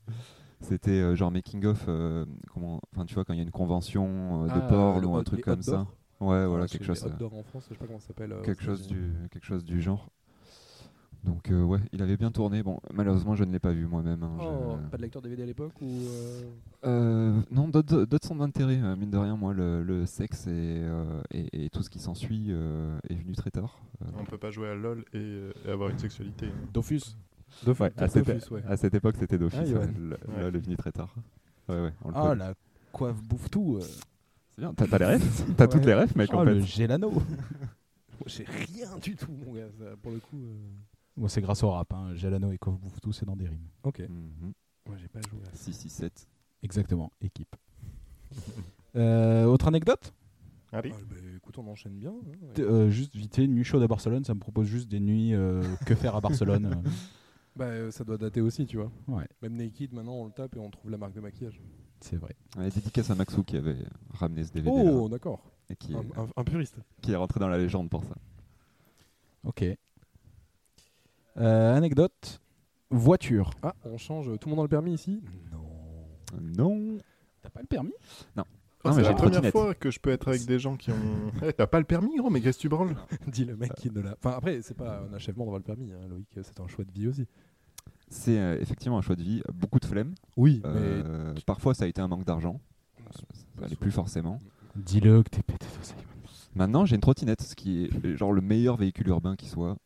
C'était euh, genre making of. euh, comment Enfin, tu vois, quand il y a une convention euh, de Ah, porn le ou un hot- Ah, truc les comme ça. outdoors. Ouais, voilà, Chez quelque chose. Les outdoors en France, je sais pas comment ça s'appelle. euh, quelque aux chose États-Unis. du quelque chose du genre. Donc euh, ouais, il avait bien tourné. Bon, malheureusement, je ne l'ai pas vu moi-même. hein, Oh, je- pas de lecteur DVD à l'époque ou euh, Euh, non, d'autres d'autres sont d'intérêt. euh, mine de rien, moi, le, le sexe et, euh, et, et tout ce qui s'ensuit euh, est venu très tard. euh, On peut pas jouer à LOL et, euh, et avoir une sexualité. hein. Dofus. ouais, à, Dofus, cette, ouais. à cette époque, c'était d'office. Ah, ouais, Johan. le- Ouais. Là, il est venu très tard. Ouais, ouais, on le Ah, connaît. la coiffe bouffe tout. euh. C'est bien. T'as t'as les refs T'as toutes Ouais. les refs, mec, Oh, en le fait. Gelano. J'ai rien du tout, mon gars. ça, pour le coup. euh. Bon, c'est grâce au rap. Hein. Gelano et coiffe bouffe tout, c'est dans des rimes. Ok. Mhm. Moi, j'ai pas joué à ça. 6, 6, 7. Exactement, équipe. Euh, autre anecdote Allez. Ah, bah, écoute, on enchaîne bien. hein, ouais. Euh, Juste vite fait, nuit chaude à Barcelone, ça me propose juste des nuits euh, que faire à Barcelone. Bah, euh, ça doit dater aussi, tu vois. Ouais, Même Naked, maintenant, on le tape et on trouve la marque de maquillage. c'est vrai. Ouais, dédicace à Maxou qui avait ramené ce DVD Oh, bah. d'accord. et qui est, Un, un- un puriste. qui est rentré dans la légende pour ça. Ok. Euh, anecdote voiture. Ah, on change euh, tout le monde dans le permis ici Euh, Non. T'as pas le permis Oh, Non, mais c'est la j'ai une première trottinette. fois que je peux être avec des gens qui ont. Eh, T'as pas le permis, gros, mais qu'est-ce que tu branles Dit le mec qui est de la. Enfin, après, c'est pas un achèvement d'avoir le permis, hein, Loïc, c'est un choix de vie aussi. C'est euh, effectivement un choix de vie, beaucoup de flemme. Oui, Euh, Parfois, ça a été un manque d'argent. mais. Ça allait plus forcément. Dis-le que t'es pété de ça. Maintenant, j'ai une trottinette, ce qui est genre le meilleur véhicule urbain qui soit.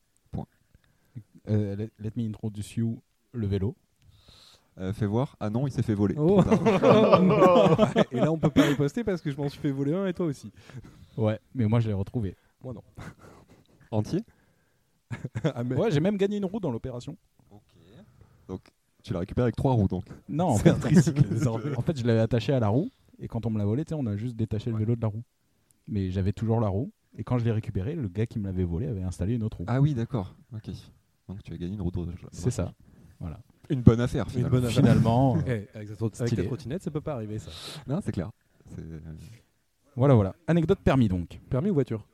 Euh, let, let me introduce you le vélo. Euh, fais voir. Ah non, il s'est fait voler. Oh. Trop tard. et là, on peut pas riposter parce que je m'en suis fait voler un et toi aussi. Ouais, mais moi je l'ai retrouvé. Moi non. Entier ah, mais Ouais, j'ai même gagné une roue dans l'opération. Donc, tu l'as récupéré avec trois roues, donc. Non, en c'est fait, un tricycle désormais. en fait, je l'avais attaché à la roue et quand on me l'a volé, tu sais, on a juste détaché le vélo de la roue. Mais j'avais toujours la roue et quand je l'ai récupéré, le gars qui me l'avait volé avait installé une autre roue. Ah oui, d'accord. Ok. Donc, tu as gagné une roue de recharge. C'est ça. Une bonne affaire, Une finalement. bonne affaire. Finalement, euh, Eh, avec, la Stylé. trottinette, ça peut pas arriver ça. Non, c'est clair. C'est, euh, voilà, voilà. Anecdote permis donc. Permis ou voiture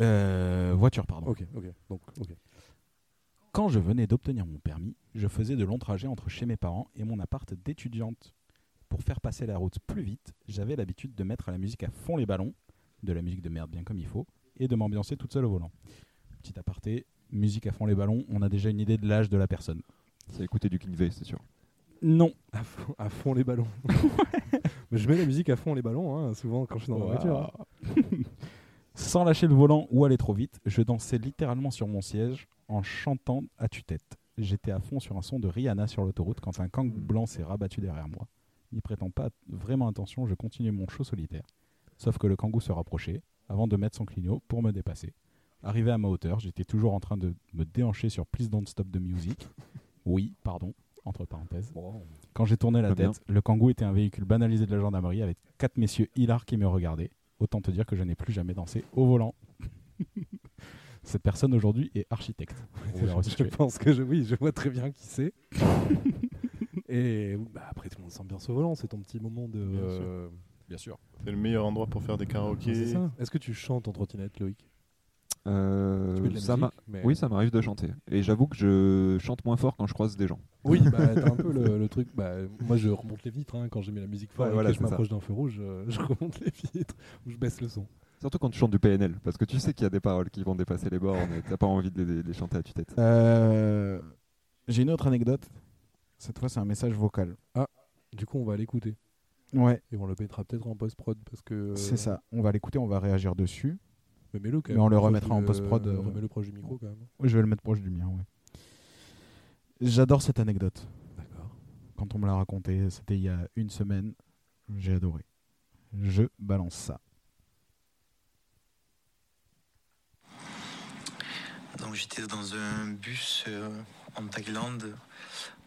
Euh, voiture, pardon. Ok, ok. Donc, ok. Quand je venais d'obtenir mon permis, je faisais de longs trajets entre chez mes parents et mon appart d'étudiante. Pour faire passer la route plus vite, j'avais l'habitude de mettre à la musique à fond les ballons, de la musique de merde bien comme il faut, et de m'ambiancer toute seule au volant. Petit aparté, musique à fond les ballons, on a déjà une idée de l'âge de la personne. C'est écouter du Kinvey, c'est sûr. Non. À fond, à fond les ballons. Mais je mets la musique à fond les ballons, hein, souvent quand je suis dans ma voiture. hein. Sans lâcher le volant ou aller trop vite, je dansais littéralement sur mon siège en chantant à tue-tête. J'étais à fond sur un son de Rihanna sur l'autoroute quand un kang blanc s'est rabattu derrière moi. N'y prétend pas vraiment attention, je continuais mon show solitaire. Sauf que le kangou se rapprochait avant de mettre son clignot pour me dépasser. Arrivé à ma hauteur, j'étais toujours en train de me déhancher sur Please Don't Stop the Music. Oui, pardon, entre parenthèses. Quand j'ai tourné la Très bien. tête, le kangou était un véhicule banalisé de la gendarmerie avec quatre messieurs hilars qui me regardaient. Autant te dire que je n'ai plus jamais dansé au volant. Cette personne aujourd'hui est architecte. Pour vous la je resituer. pense que je, oui, je vois très bien qui c'est. et bah, après, tout le monde s'ambiance au volant, c'est ton petit moment de. Bien euh, Bien sûr. C'est le meilleur endroit pour faire des ouais, c'est karaokés. ça. Est-ce que tu chantes en trottinette, Loïc Euh, Tu mets de la ça m'a- musique, mais- Oui, ça m'arrive de chanter. Et j'avoue que je chante moins fort quand je croise des gens. Oui, bah, t'as un peu le, le truc. Bah, moi, je remonte les vitres hein, quand j'ai mis la musique fort Ouais, et voilà, que je c'est ça. m'approche d'un feu rouge. euh, Je, remonte les vitres ou je baisse le son. Surtout quand tu chantes du PNL, parce que tu sais qu'il y a des paroles qui vont dépasser les bornes et t'as pas envie de les, les chanter à tue-tête. Euh, J'ai une autre anecdote. Cette fois, c'est un message vocal. Du coup, on va l'écouter Ouais, et on le mettra peut-être en post-prod parce que. euh, c'est ça. Euh, On va l'écouter, on va réagir dessus. Mais mets-le quand Mais même. on le proche remettra en du- post-prod, euh, Remets-le proche du micro quand même. Oui, je vais le mettre proche du mien, ouais. J'adore cette anecdote. D'accord. quand on me l'a raconté. C'était il y a une semaine. J'ai adoré. Je balance ça. Donc j'étais dans un bus euh, en Thaïlande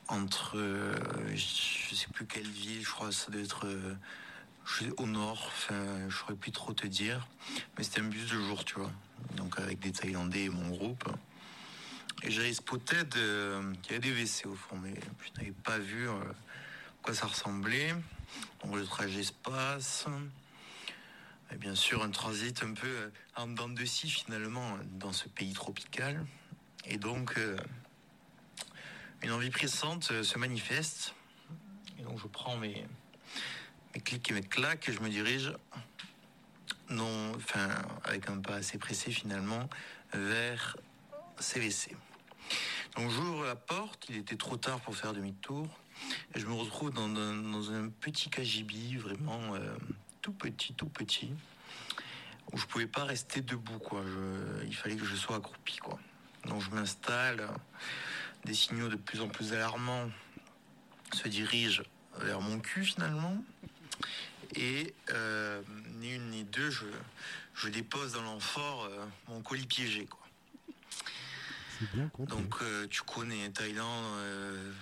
entre euh, je sais plus quelle ville, je crois que ça doit être euh, je sais- au nord, enfin je saurais plus trop te dire, mais c'était un bus de jour, tu vois. Donc avec des Thaïlandais et mon groupe. Et j'avais spoté de- qu'il y avait des WC au fond, mais je n'avais pas vu euh, à quoi ça ressemblait. Donc le trajet se passe. Et bien sûr, un transit un peu euh, en dents de scie finalement dans ce pays tropical. Et donc, euh, une envie pressante euh, se manifeste. Et donc, je prends mes, mes clics et mes claques et je me dirige, non, enfin, avec un pas assez pressé finalement, vers CVC. Donc, j'ouvre la porte, il était trop tard pour faire demi-tour. Et je me retrouve dans, un- dans un petit cagibi, vraiment euh, tout petit, tout petit où je pouvais pas rester debout quoi. Je- il fallait que je sois accroupi quoi. Donc je m'installe, des signaux de plus en plus alarmants se dirigent vers mon cul finalement. Et euh, ni une ni deux, je, je dépose dans l'amphore euh, mon colis piégé quoi. C'est bien compris. Donc euh, tu connais Thaïlande, euh,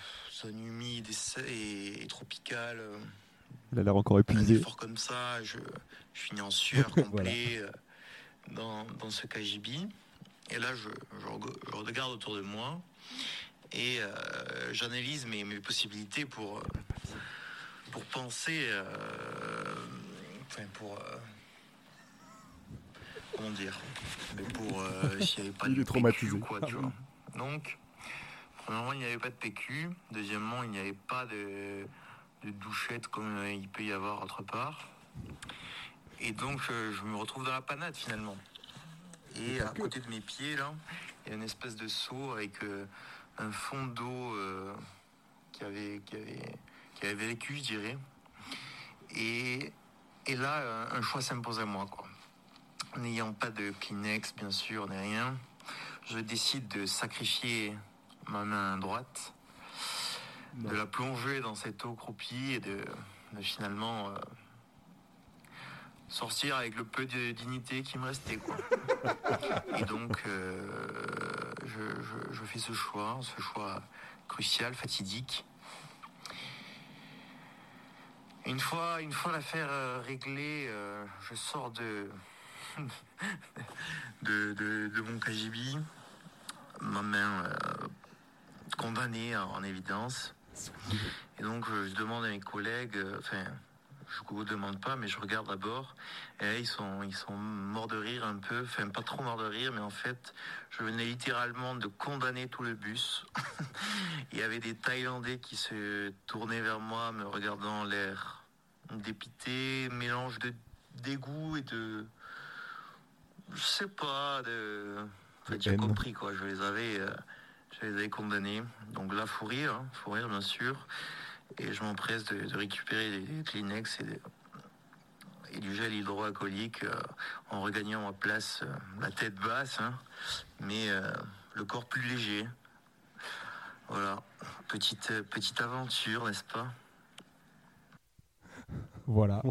zone humide et, sa- et- et tropicale. euh, Il a l'air encore un épuisé. effort Ah, comme ça, je, je finis en sueur complet euh, dans, dans ce KGB. Et là, je, je reg- je regarde autour de moi et euh, j'analyse mes, mes possibilités pour, euh, pour penser, euh, enfin pour... euh, comment dire mais Pour euh, s'il n'y avait pas Il de est traumatisé. PQ ou quoi, tu vois. Donc, premièrement, il n'y avait pas de PQ. Deuxièmement, il n'y avait pas de de douchette comme euh, il peut y avoir autre part. Et donc euh, je me retrouve dans la panade finalement. Et à côté de mes pieds là, il y a une espèce de seau avec euh, un fond d'eau euh, qui, avait, qui, avait, qui avait vécu, je dirais. Et, et là, euh, un choix s'impose à moi. quoi. N'ayant pas de Kleenex, bien sûr, ni rien, je décide de sacrifier ma main droite de la plonger dans cette eau croupie et de, de finalement euh, sortir avec le peu de dignité qui me restait. Quoi. et donc, euh, je, je- je fais ce choix, ce choix crucial, fatidique. Une fois, une fois l'affaire euh, réglée, euh, je sors de, de, de- de mon KGB, ma main euh, condamnée hein, en en évidence. Et donc, euh, je demande à mes collègues, euh, enfin, je ne demande pas, mais je regarde d'abord. Et là, ils sont, ils sont morts de rire un peu, enfin, pas trop morts de rire, mais en fait, je venais littéralement de condamner tout le bus. Il y avait des Thaïlandais qui se tournaient vers moi, me regardant l'air dépité, mélange de dégoût et de. Je sais pas, de. En fait, De j'ai haine. compris, quoi. Je les avais. euh, je les avais condamnés. Donc là, faut rire, hein, faut rire, bien sûr. Et je m'empresse de, de récupérer les, les Kleenex et, des- et du gel hydroalcoolique euh, en regagnant ma place, euh, la tête basse, hein, mais euh, le corps plus léger. Voilà, petite, euh, petite aventure, n'est-ce pas Voilà.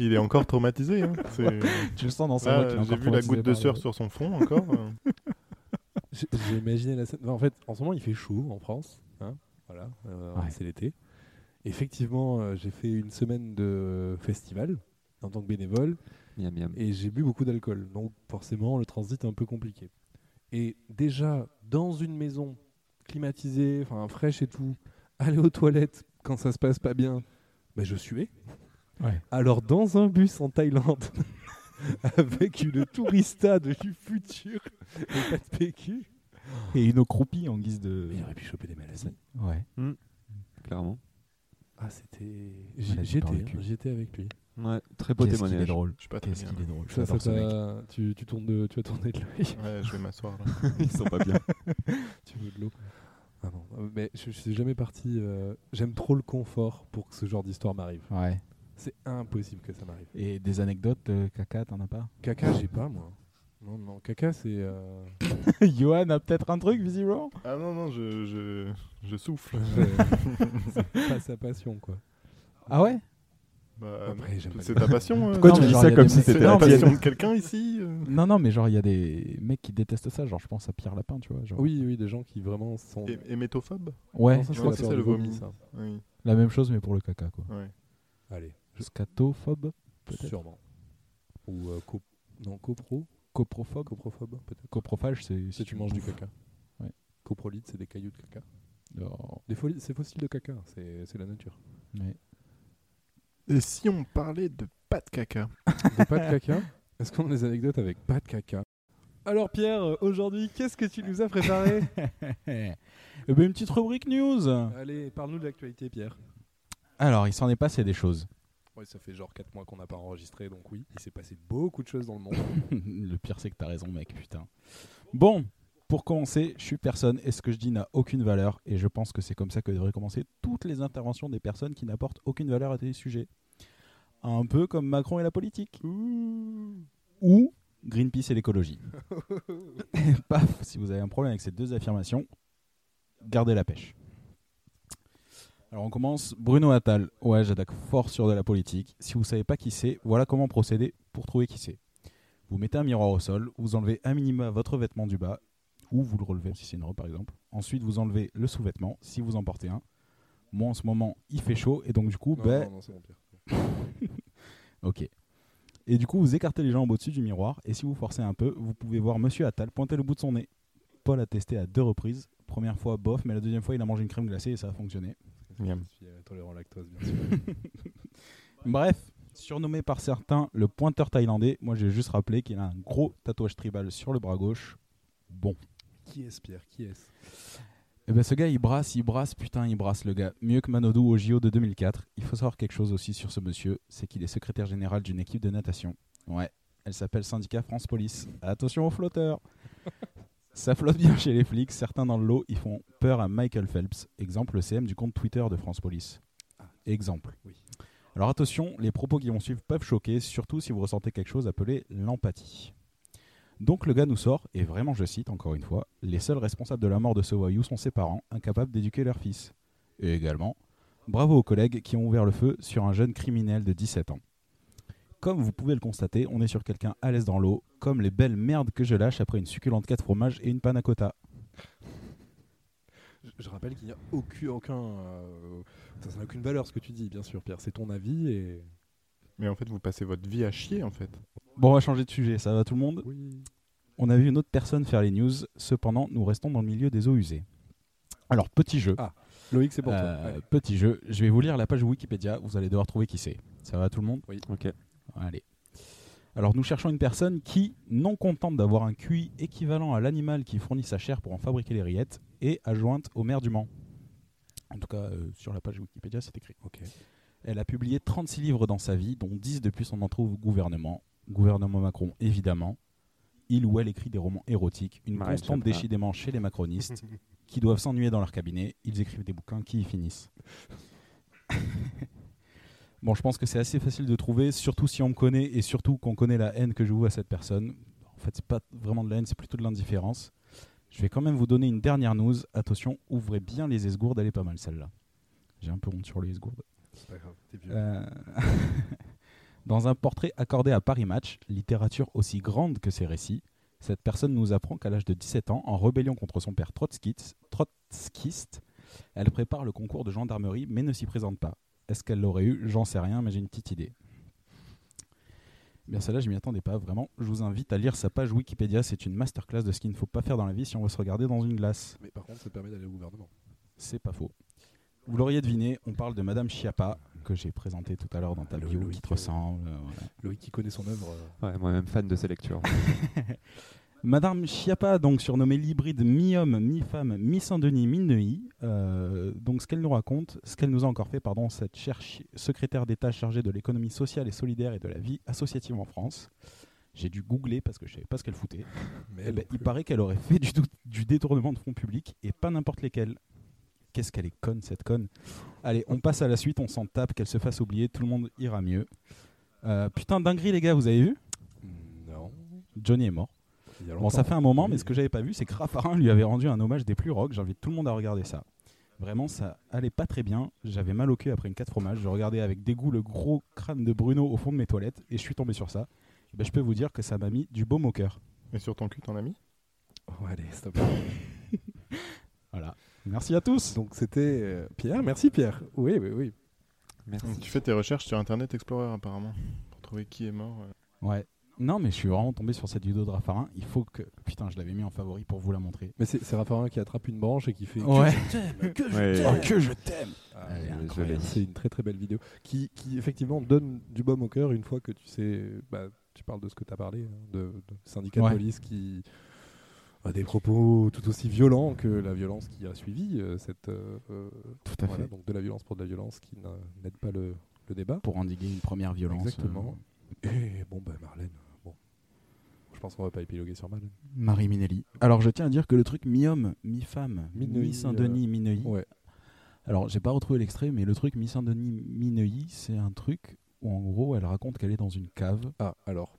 Il est encore traumatisé. Hein. C'est- tu le sens dans sa Ah, voix. qu'il est J'ai encore vu la traumatisé goutte de par le- sueur sur son front encore. euh. J'ai j'ai imaginé la scène. Enfin, en fait, en ce moment, il fait chaud en France. hein, voilà, euh, Ouais. c'est l'été. Effectivement, euh, j'ai fait une semaine de festival en tant que bénévole Miam, miam. et j'ai bu beaucoup d'alcool. Donc, forcément, le transit est un peu compliqué. Et déjà, dans une maison climatisée, enfin fraîche et tout, aller aux toilettes quand ça se passe pas bien, bah, je suais. Ouais. Alors, dans un bus en Thaïlande, avec une tourista de du futur et pas de PQ. Et une eau croupie en guise de. Il aurait pu choper des maladies. Ouais. Clairement. Ah, c'était. Maladie J'y- par le J'étais, cul. hein, j'étais avec lui. Ouais, très beau Qu'est-ce qu'il est témoignage. drôle. Je suis pas très Qu'est-ce bien. qu'il est drôle. Ça, ça J'adore ce mec. t'a- tu, tu, tournes de, tu as tourné de l'œil, Ouais, je vais m'asseoir là. Ils sont pas bien. tu veux de l'eau. Ah non, euh, mais je, je suis jamais parti. euh, J'aime trop le confort pour que ce genre d'histoire m'arrive. Ouais. C'est impossible que ça m'arrive. Et des anecdotes, euh, caca, t'en as pas Caca, j'ai pas, moi. Non, non, caca, c'est. euh, Johan a peut-être un truc, visiblement. Ah non, non, je, je, je souffle. c'est pas sa passion, quoi. Ah ouais Bah, Après, non, j'aime pas c'est les- ta passion. euh, Pourquoi non, tu mais dis genre, ça y a comme des- si c'était C'est la la passion tienne de quelqu'un ici euh Non, non, mais genre, il y a des mecs qui détestent ça. Genre, je pense à Pierre Lapin, tu vois. genre. Oui, oui, des gens qui vraiment sont. Et- Hémétophobe Ouais, Non, ça, je c'est crois la que peur c'est du le vomi. ça. Oui, la même chose, mais pour le caca, quoi. ouais. Allez, Scatophobe Peut-être. sûrement. Ou euh, co- non, copro, Coprophobe coprophobe, peut-être. Coprophage, c'est. Si tu manges du bouffes. caca. Ouais. Coprolite, c'est des cailloux de caca. Oh, Des foli- c'est fossiles de caca, c'est c'est la nature. ouais. Et si on parlait de pas de caca Des pas de caca Est-ce qu'on a des anecdotes avec pas de caca Alors Pierre, euh, aujourd'hui, qu'est-ce que tu nous as préparé Eh ben, une petite rubrique news. Allez, parle-nous de l'actualité, Pierre. Alors, il s'en est passé des choses. Ouais, ça fait genre 4 mois qu'on n'a pas enregistré, donc oui, il s'est passé beaucoup de choses dans le monde. le pire, c'est que t'as raison, mec, putain. Bon, pour commencer, je suis personne et ce que je dis n'a aucune valeur. Et je pense que c'est comme ça que devraient commencer toutes les interventions des personnes qui n'apportent aucune valeur à tes sujets. Un peu comme Macron et la politique. Ou Greenpeace et l'écologie. Paf, si vous avez un problème avec ces deux affirmations, gardez la pêche. Alors on commence. Bruno Attal. Ouais, j'attaque fort sur de la politique. Si vous savez pas qui c'est, voilà comment procéder pour trouver qui c'est. Vous mettez un miroir au sol, vous enlevez un minima votre vêtement du bas, ou vous le relevez si c'est une robe par exemple. Ensuite, vous enlevez le sous-vêtement si vous en portez un. Moi en ce moment, il fait chaud et donc du coup, non, ben, non, non, c'est bon, Pierre. Ok. Et du coup, vous écartez les jambes au-dessus du miroir, et si vous forcez un peu, vous pouvez voir Monsieur Attal pointer le bout de son nez. Paul a testé à deux reprises. Première fois, bof, mais la deuxième fois, il a mangé une crème glacée et ça a fonctionné. Miam. Je suis euh, tolérant au lactose, bien sûr. Bref, surnommé par certains le pointeur thaïlandais, moi j'ai juste rappelé qu'il a un gros tatouage tribal sur le bras gauche. Bon. qui est-ce, Pierre Qui est-ce Et ben ce gars, il brasse, il brasse, putain, il brasse le gars. Mieux que Manodou au JO de 2004. Il faut savoir quelque chose aussi sur ce monsieur, c'est qu'il est secrétaire général d'une équipe de natation. Ouais, elle s'appelle Syndicat France Police. Attention aux flotteurs Ça flotte bien chez les flics, certains dans le lot, ils font peur à Michael Phelps. Exemple, le CM du compte Twitter de France Police. Exemple. oui. Alors attention, les propos qui vont suivre peuvent choquer, surtout si vous ressentez quelque chose appelé l'empathie. Donc le gars nous sort, et vraiment je cite encore une fois, les seuls responsables de la mort de ce voyou sont ses parents, incapables d'éduquer leur fils. Et également, bravo aux collègues qui ont ouvert le feu sur un jeune criminel de 17 ans. Comme vous pouvez le constater, on est sur quelqu'un à l'aise dans l'eau, comme les belles merdes que je lâche après une succulente 4 fromages et une panna cotta. Je- Je rappelle qu'il n'y a aucun. aucun euh, ça ça n'a aucune valeur ce que tu dis, bien sûr, Pierre. C'est ton avis et. Mais en fait, vous passez votre vie à chier, en fait. Bon, on va changer de sujet, ça va tout le monde Oui. On a vu une autre personne faire les news, cependant nous restons dans le milieu des eaux usées. Alors petit jeu, Ah, Loïc, c'est pour Euh, toi. Allez. petit jeu, je vais vous lire la page Wikipédia, vous allez devoir trouver qui c'est. Ça va tout le monde Ok. Allez. Alors nous cherchons une personne qui, non contente d'avoir un QI équivalent à l'animal qui fournit sa chair pour en fabriquer les rillettes, est adjointe au maire du Mans. En tout cas, euh, sur la page Wikipédia, c'est écrit. Ok. Elle a publié 36 livres dans sa vie, dont 10 depuis son entrée au gouvernement. Gouvernement Macron, évidemment. Il ou elle écrit des romans érotiques, une Marine constante Chapin. déchidément chez les macronistes, qui doivent s'ennuyer dans leur cabinet. Ils écrivent des bouquins qui y finissent. bon, je pense que c'est assez facile de trouver, surtout si on me connaît et surtout qu'on connaît la haine que je voue à cette personne. En fait, c'est pas vraiment de la haine, c'est plutôt de l'indifférence. Je vais quand même vous donner une dernière news. Attention, ouvrez bien les esgourdes, elle est pas mal celle-là. J'ai un peu honte sur les esgourdes. C'est pas grave, t'es vieux. Euh, Dans un portrait accordé à Paris Match, littérature aussi grande que ses récits, cette personne nous apprend qu'à l'âge de 17 ans, en rébellion contre son père trotskiste, trotskiste, elle prépare le concours de gendarmerie mais ne s'y présente pas. Est-ce qu'elle l'aurait eu J'en sais rien, mais j'ai une petite idée. Eh Bien celle-là, je m'y attendais pas vraiment. Je vous invite à lire sa page Wikipédia, c'est une masterclass de ce qu'il ne faut pas faire dans la vie si on veut se regarder dans une glace. Mais par contre, ça permet d'aller au gouvernement. C'est pas faux. Vous l'auriez deviné, on parle de Madame Chiappa, que j'ai présentée tout à l'heure dans ta Le bio, Loïc, qui te euh, ressemble. euh, voilà. Loïc qui connaît son œuvre. euh, Ouais, moi-même fan de ses lectures. Madame Chiappa, donc surnommée l'hybride mi-homme, mi-femme, mi-Saint-Denis, mi-Neuilly. euh, donc ce qu'elle nous raconte, ce qu'elle nous a encore fait, pardon, cette chère chi- secrétaire d'État chargée de l'économie sociale et solidaire et de la vie associative en France. J'ai dû googler parce que je savais pas ce qu'elle foutait. mais Eh ben, non il plus. paraît qu'elle aurait fait du, dou- du détournement de fonds publics et pas n'importe lesquels. Qu'est-ce qu'elle est conne, cette conne. Allez, on passe à la suite, on s'en tape, qu'elle se fasse oublier, tout le monde ira mieux. Euh, putain, dinguerie, les gars, vous avez vu Non. Johnny est mort. il y a Bon, ça longtemps. fait un moment, mais ce que j'avais pas vu, c'est que Raffarin lui avait rendu un hommage des plus rock. J'invite tout le monde à regarder ça. Vraiment, ça allait pas très bien. J'avais mal au cul après une 4 fromages. Je regardais avec dégoût le gros crâne de Bruno au fond de mes toilettes et je suis tombé sur ça. Eh ben, je peux vous dire que ça m'a mis du baume au cœur. Et sur ton cul, t'en as mis Oh, allez, stop. Voilà. Merci à tous. Donc c'était euh, Pierre. Merci Pierre. Oui, oui, oui. Merci. Tu fais tes recherches sur Internet Explorer, apparemment, pour trouver qui est mort. euh. Ouais. Non, mais je suis vraiment tombé sur cette vidéo de Raffarin. Il faut que. Putain, je l'avais mis en favori pour vous la montrer. Mais c'est c'est Raffarin qui attrape une branche et qui fait. Ouais, Oh, que je t'aime. Elle est je incroyable. l'ai. Ah, C'est une très très belle vidéo qui, qui effectivement donne du baume au cœur une fois que tu sais. euh, bah, tu parles de ce que tu as parlé, hein, de, de syndicat Ouais. de police qui a des propos tout aussi violents que la violence qui a suivi euh, cette. euh, euh, Tout à voilà, fait. donc de la violence pour de la violence qui n'a- n'aide pas le, le débat. Pour endiguer une première violence. euh, Exactement. Et bon, bah Marlène, bon. Je pense qu'on va pas épiloguer sur Marlène. euh, Marie Minelli. Alors, je tiens à dire que le truc mi-homme, mi-femme, Mineuil, mi-Saint-Denis, mi-Neuilly. euh, Ouais. Alors, j'ai pas retrouvé l'extrait, mais le truc mi Saint-Denis, mi-Neuilly, c'est un truc où en gros, elle raconte qu'elle est dans une cave. Ah, alors.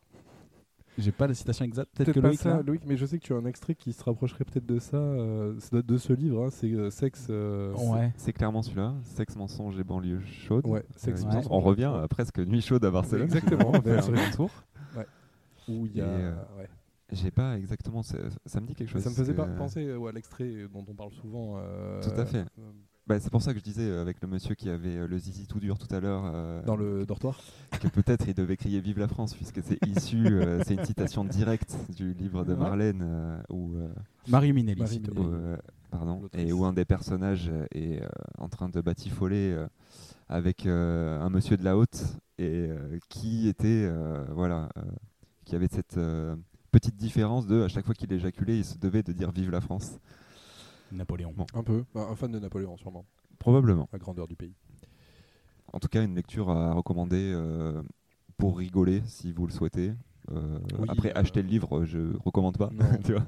J'ai pas la citation exacte, peut-être Peut-être que pas Loïc, ça, là Loïc, mais je sais que tu as un extrait qui se rapprocherait peut-être de ça. euh, ça doit être de ce livre, hein, c'est euh, Sexe. euh, Ouais. C'est clairement celui-là, Sexe, mensonge et banlieue chaude. Ouais, Euh, Sexe. il me mensonge. semble- On revient à presque nuit chaude à Barcelone. Exactement, On fait bien un sûr. retour. Où il y a. Et, euh, ouais. J'ai pas exactement. Ça, ça me dit quelque chose. Ça me faisait c'est- pas penser euh, ouais, à l'extrait dont on parle souvent. euh, Tout à fait. euh, Bah, c'est pour ça que je disais euh, avec le monsieur qui avait euh, le zizi tout dur tout à l'heure euh, Dans le dortoir. que peut-être il devait crier Vive la France puisque c'est issu, euh, c'est une citation directe du livre de Ouais. Marlène euh, où, euh, Marie Minelli. Marie s'il te Minelli. plaît. où, euh, pardon, L'autrice. et où un des personnages euh, est euh, en train de batifoler euh, avec euh, un monsieur de la haute et euh, qui était euh, voilà euh, qui avait cette euh, petite différence de à chaque fois qu'il éjaculait il se devait de dire Vive la France Napoléon. Bon. Un peu. Bah, un fan de Napoléon, sûrement. probablement. La grandeur du pays. En tout cas, une lecture à recommander euh, pour rigoler si vous le souhaitez. Euh, Oui, après, euh, acheter le livre, je recommande pas. Non. tu vois.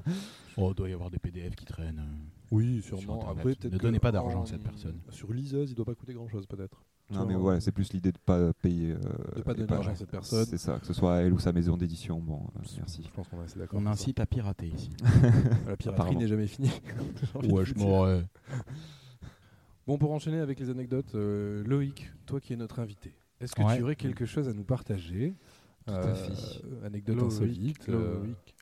Oh, doit y avoir des PDF qui traînent. euh, Oui, Sur sûrement. Internet. Après, peut-être Ne que donnez pas en- d'argent à cette personne. Sur liseuse, il doit pas coûter grand-chose, peut-être. Non, mais vois, voilà, c'est plus l'idée de pas payer. euh, De pas et donner d'argent à cette personne. C'est ça, que ce soit à elle ou sa maison d'édition. Bon, euh, merci. Je pense qu'on est assez d'accord. On sur ça. incite à pirater ici. La piraterie Apparemment. n'est jamais finie. J'ai envie de vous dire. m'aurais. Bon, pour enchaîner avec les anecdotes, euh, Loïc, toi qui es notre invité, est-ce que Ouais. tu aurais quelque chose à nous partager Euh, Tout à fait. Anecdote Loïc, insolite. euh, Loïc.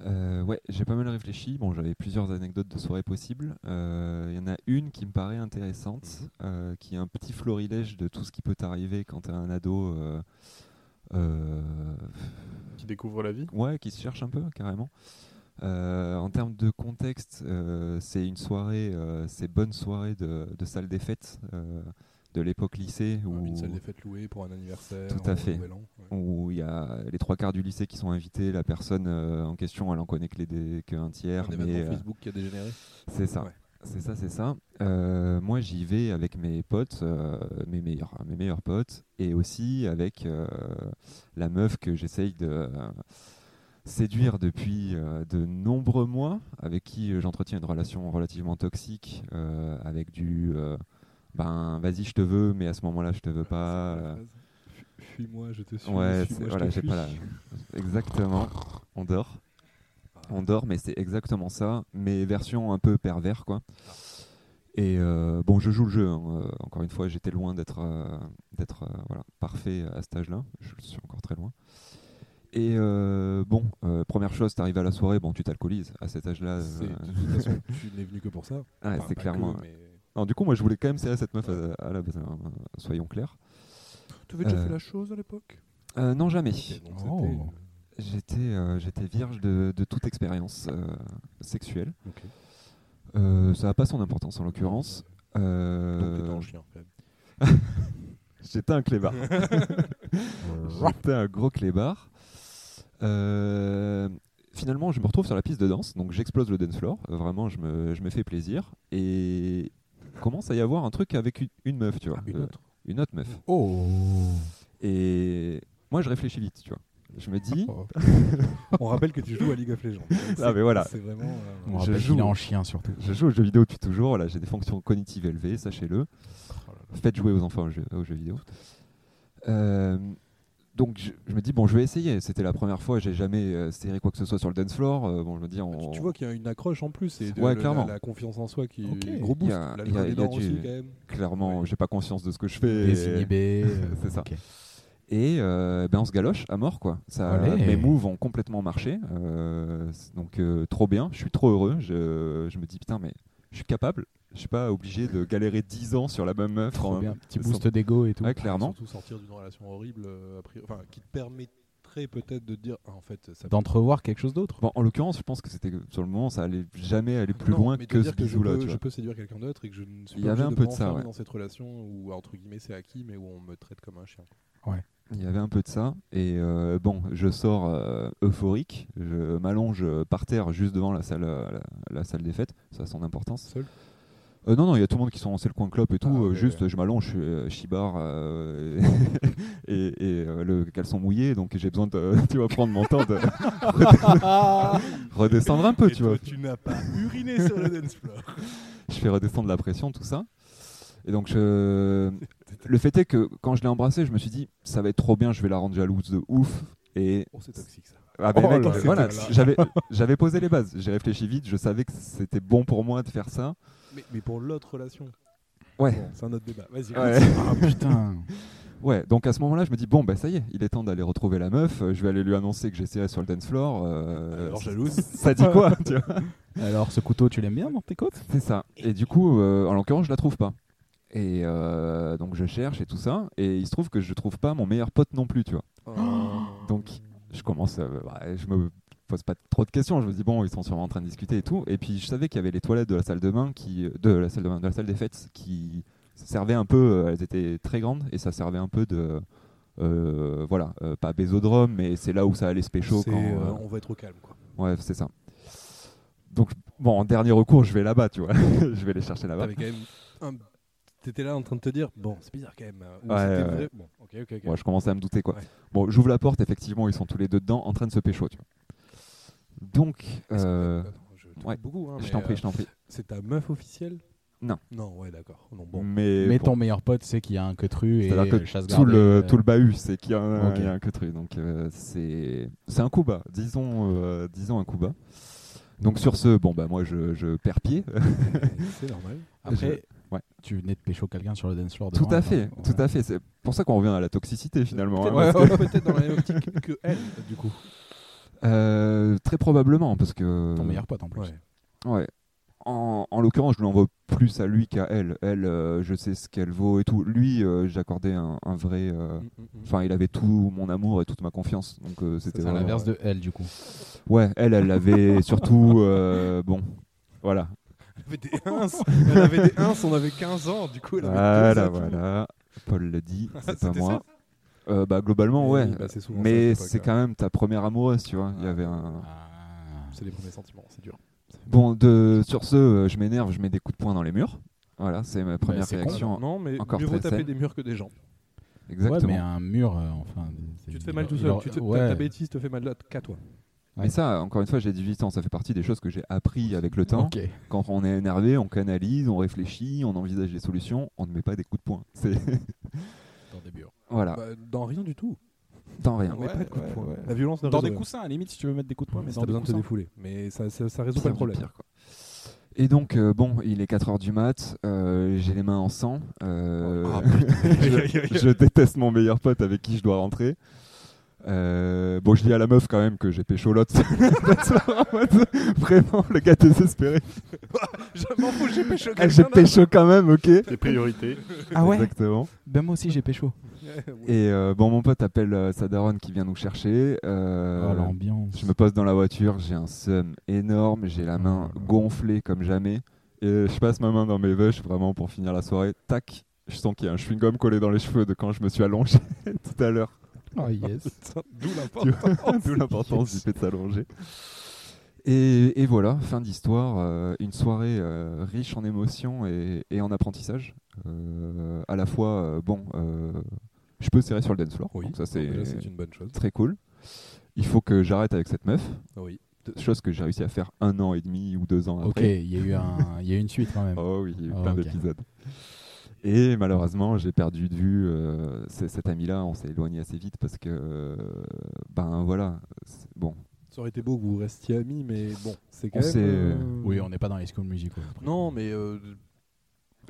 Euh, ouais, j'ai pas mal réfléchi. Bon, j'avais plusieurs anecdotes de soirées possibles. Euh, Il y en a une qui me paraît intéressante, Mhm. euh, qui est un petit florilège de tout ce qui peut t'arriver quand t'es un ado. euh, euh, Qui découvre la vie Ouais, qui se cherche un peu, carrément. Euh, en termes de contexte, euh, c'est une soirée, euh, c'est bonne soirée de, de salle des fêtes euh, de l'époque lycée où Ah, Une salle des fêtes louée pour un anniversaire. Tout ou à un fait. nouvel an, ouais. où il y a les trois quarts du lycée qui sont invités, la personne euh, en question, elle en connaît que les dé- qu'un tiers, Un mais événement euh, Facebook qui a dégénéré. c'est ça. Ouais. C'est ça, c'est ça. Euh, moi, j'y vais avec mes potes, euh, mes, meilleurs, mes meilleurs potes, et aussi avec euh, la meuf que j'essaye de euh, séduire depuis euh, de nombreux mois, avec qui euh, j'entretiens une relation relativement toxique, euh, avec du euh, ben vas-y, je te veux, mais à ce moment-là, je te veux pas. C'est la euh, phrase. Fu- Fuis-moi, je te suis. Ouais, c'est- suis-moi, je voilà, te j'ai fuis. pas la. Exactement. On dort. On dort, mais c'est exactement ça, mais version un peu pervers, quoi. Et euh, bon, je joue le jeu. hein. Euh, Encore une fois, j'étais loin d'être euh, d'être euh, voilà, parfait à cet âge-là. Je le suis encore très loin. Et euh, bon, euh, première chose, t'arrives à la soirée, bon, tu t'alcoolises à cet âge-là. euh, C'est- De toute façon, tu n'es venu que pour ça. ouais, Enfin, Ah, c'est pas clairement. que, mais- Non, du coup, moi, je voulais quand même serrer cette meuf à, à la base, hein, soyons clairs. Tu avais déjà Euh, fait la chose à l'époque Euh, non, jamais. Ok, donc Oh. c'était- J'étais euh, j'étais vierge de, de toute expérience euh, sexuelle. Ok. Euh, ça n'a pas son importance en l'occurrence. Euh, donc t'étais un chien. quand même. J'étais un clébard. J'étais un gros clébard. Euh, finalement, je me retrouve sur la piste de danse, donc j'explose le dance floor. Euh, Vraiment, je me, je me fais plaisir. Et commence à y avoir un truc avec une, une meuf, tu vois. Ah, Une Euh, autre. Mm. une autre meuf. Oh. Et moi, je réfléchis vite, tu vois. Je me dis, Oh. On rappelle que tu joues à League of Legends. Donc c'est- Ah, mais voilà. C'est vraiment. euh, On Je rappelle qu'il joue. est en chien surtout. je joue aux jeux vidéo depuis toujours. Là, j'ai des fonctions cognitives élevées, Oh sachez-le. Faites jouer aux enfants aux jeux, aux jeux vidéo. Euh, donc je, je me dis bon je vais essayer c'était la première fois j'ai jamais euh, serré quoi que ce soit sur le dance floor Euh, bon je me dis Bah, Tu- on... Tu vois qu'il y a une accroche en plus et de- Ouais, le- clairement. La, la confiance en soi qui Ok. est gros Il boost. y a- la il y levée des a- il y a dents du- aussi quand même. clairement Ouais. j'ai pas conscience de ce que je fais et- Désinhibé. euh, C'est ça. ok. Et euh, ben on se galoche à mort quoi. Ça, Allez. mes moves ont complètement marché, Euh, c- donc euh, trop bien. Je suis trop heureux. Je, je me dis putain mais je suis capable. Je suis pas obligé de galérer 10 ans sur la même meuf. Trop en- bien. Petit ça- boost d'ego et tout. Ouais, clairement. Surtout sortir d'une relation horrible, euh, a priori- enfin, qui te permettrait peut-être de te dire, ah, en fait, ça D'entrevoir quelque chose d'autre. Bon, en l'occurrence, je pense que c'était sur le moment, ça allait jamais aller plus Non, loin mais de que dire ce je bisou là. peux, je peux séduire quelqu'un d'autre et que je ne suis Il y pas avait obligé un de peu de ça, m'enfermer ouais. dans cette relation où entre guillemets c'est acquis mais où on me traite comme un chien. Il y avait un peu de ça. Et euh, bon, je sors euh, euphorique. Je m'allonge euh, par terre juste devant la salle, euh, la, la salle des fêtes. Ça a son importance. Seul Euh, non, non, il y a tout le monde qui sont c'est le coin clope et tout. Ah, euh, ouais, juste, je m'allonge, je suis euh, chibard euh, et, et, euh, le caleçon mouillé, donc j'ai besoin de, tu vois, prendre mon temps de redescendre un peu, tu vois. tu n'as pas uriné sur le dance floor. Je fais redescendre la pression, tout ça. Et donc, je... le fait est que quand je l'ai embrassée, je me suis dit, ça va être trop bien, je vais la rendre jalouse de ouf. Et Oh c'est toxique ça. Ah ben Oh mec, là c'est- là voilà, là. j'avais j'avais posé les bases, j'ai réfléchi vite, je savais que c'était bon pour moi de faire ça. Mais, mais pour l'autre relation. Ouais. Bon, c'est un autre débat. Vas-y. Ouais. Ah putain. Ouais, donc à ce moment-là, je me dis bon bah ça y est, il est temps d'aller retrouver la meuf, euh, je vais aller lui annoncer que j'essaierai sur le dance floor. euh, Alors, jalouse. Ça dit quoi, tu vois Alors, ce couteau, tu l'aimes bien dans tes côtes C'est ça. Et du coup, euh, en l'occurrence, je la trouve pas. Et euh, donc je cherche et tout ça, et il se trouve que je trouve pas mon meilleur pote non plus, tu vois. Oh. Donc je commence, euh, bah, je me pose pas trop de questions. Je me dis bon, ils sont sûrement en train de discuter et tout. Et puis je savais qu'il y avait les toilettes de la salle de bain qui, euh, de la salle de bain, de la salle des fêtes qui servaient un peu. euh, Elles étaient très grandes et ça servait un peu de, euh, voilà, euh, pas bésodrome, mais c'est là où ça allait se pécho. C'est, Quand, euh, euh, on va être au calme quoi. Ouais, c'est ça. Donc bon, en dernier recours, je vais là-bas, tu vois. je vais les chercher là-bas. T'avais quand même. un- T'étais là en train de te dire bon c'est bizarre quand même. euh, ou Ouais, c'était ouais. vrai- Bon ok ok ok. Ouais, je commençais à me douter quoi. Ouais. Bon, j'ouvre la porte, effectivement, ils sont tous les deux dedans en train de se pécho, tu vois. Donc, Est-ce que- euh, Attends, je te coupe ouais. beaucoup. hein, je mais, t'en prie, euh, je t'en prie. C'est ta meuf officielle Non. Non ouais d'accord. Non bon. Mais bon. ton meilleur pote sait qu'il y a un queutru et C'est-à-dire que chasse tout gardée, le, euh, tout le bahut, c'est qu'il y a un, Ok. il y a un que truc. Donc euh, c'est c'est un coup bas, disons, euh, disons un coup bas. Donc sur ce, bon bah moi je, je perds pied. c'est normal. euh, Après, ouais. tu venais de pécho quelqu'un sur le dance floor. tout à fait, tout à fait. C'est pour ça qu'on revient à la toxicité finalement. Peut-être hein, parce parce que peut-être dans la même optique que elle, du coup. que- Euh, très probablement parce que Ton meilleur pote en plus. Ouais. En, en l'occurrence, je lui en veux plus à lui qu'à elle. Elle, euh, je sais ce qu'elle vaut et tout. Lui, euh, j'accordais un, un vrai. euh, Mm, Enfin, il avait tout mon amour et toute ma confiance. Donc euh, c'était C'est vraiment- l'inverse de elle du coup. Ouais, elle, elle avait surtout. euh, bon, voilà. Elle avait des 1, elle avait des 1, on avait 15 ans, du coup elle avait deux Voilà, atouts. voilà. Paul l'a dit, c'est pas C'était moi. Euh, bah, globalement, Eh ouais. oui, bah, c'est souvent ça, Mais à cette c'est époque, quand même ta première amoureuse, tu vois. Il y avait un. Ah. C'est les premiers sentiments, c'est dur. Bon, de... sur ce, euh, je m'énerve, je mets des coups de poing dans les murs. Voilà, c'est ma première Bah, c'est con. réaction. non, mais encore mieux vaut très taper saine. des murs que des gens. Ouais, Exactement. mais un mur, euh, enfin. c'est- Tu te fais mal tout il seul, aura- tu te- ta- ouais. ta bêtise te fait mal qu'à toi. Mais ça, encore une fois, j'ai 18 ans, ça fait partie des choses que j'ai appris avec le temps. Ok. Quand on est énervé, on canalise, on réfléchit, on envisage des solutions, on ne met pas des coups de poing. C'est Dans des murs. voilà, Bah, dans rien du tout. tant rien. On met ouais, pas de coups de ouais, poing. ouais. La violence ne Dans résout des rien. coussins, à la limite, si tu veux mettre des coups de poing, mais Si dans t'as des besoin de te coussins. défouler. Mais ça, ça, ça résout pas Pire le du problème. pire, quoi. Et donc, euh, bon, il est 4h du mat, euh, j'ai les mains en sang, euh, je, je déteste mon meilleur pote avec qui je dois rentrer. Euh, bon, je dis à la meuf quand même que j'ai pécho l'autre. Vraiment, le gars désespéré. Ah, Je m'en fous, j'ai pécho Elle, j'ai pécho quand même, ok. Les priorités. Ah ouais Exactement. Ben moi aussi j'ai pécho. Et euh, bon, mon pote appelle euh, sa daronne qui vient nous chercher. euh, Ah, l'ambiance. je me pose dans la voiture, j'ai un seum énorme, j'ai la main Oh là là. gonflée comme jamais. Et je passe ma main dans mes veuches vraiment pour finir la soirée. Tac, je sens qu'il y a un chewing-gum collé dans les cheveux de quand je me suis allongé tout à l'heure. Ah yes. D'où Tu l'importance. vois, D'où l'importance du fait de s'allonger. Et, et voilà, fin d'histoire. euh, une soirée euh, riche en émotions et, et en apprentissage. Euh, à la fois, euh, bon, euh, je peux serrer sur le dance floor. Oui, donc ça c'est déjà, c'est une bonne chose. très cool. Il faut que j'arrête avec cette meuf, Oui. chose que j'ai réussi à faire un an et demi ou deux ans Ok, après. il y a eu un, il y a eu une suite quand même. Oh oui, il y a eu Oh, plein ok. d'épisodes. Et malheureusement, j'ai perdu de vue euh, c- cet ami-là. On s'est éloigné assez vite parce que, euh, ben voilà, c'est- bon, Ça aurait été beau que vous restiez amis, mais bon, c'est quand On même. euh, s'est- Oui, on n'est pas dans les school musical. Non, mais euh,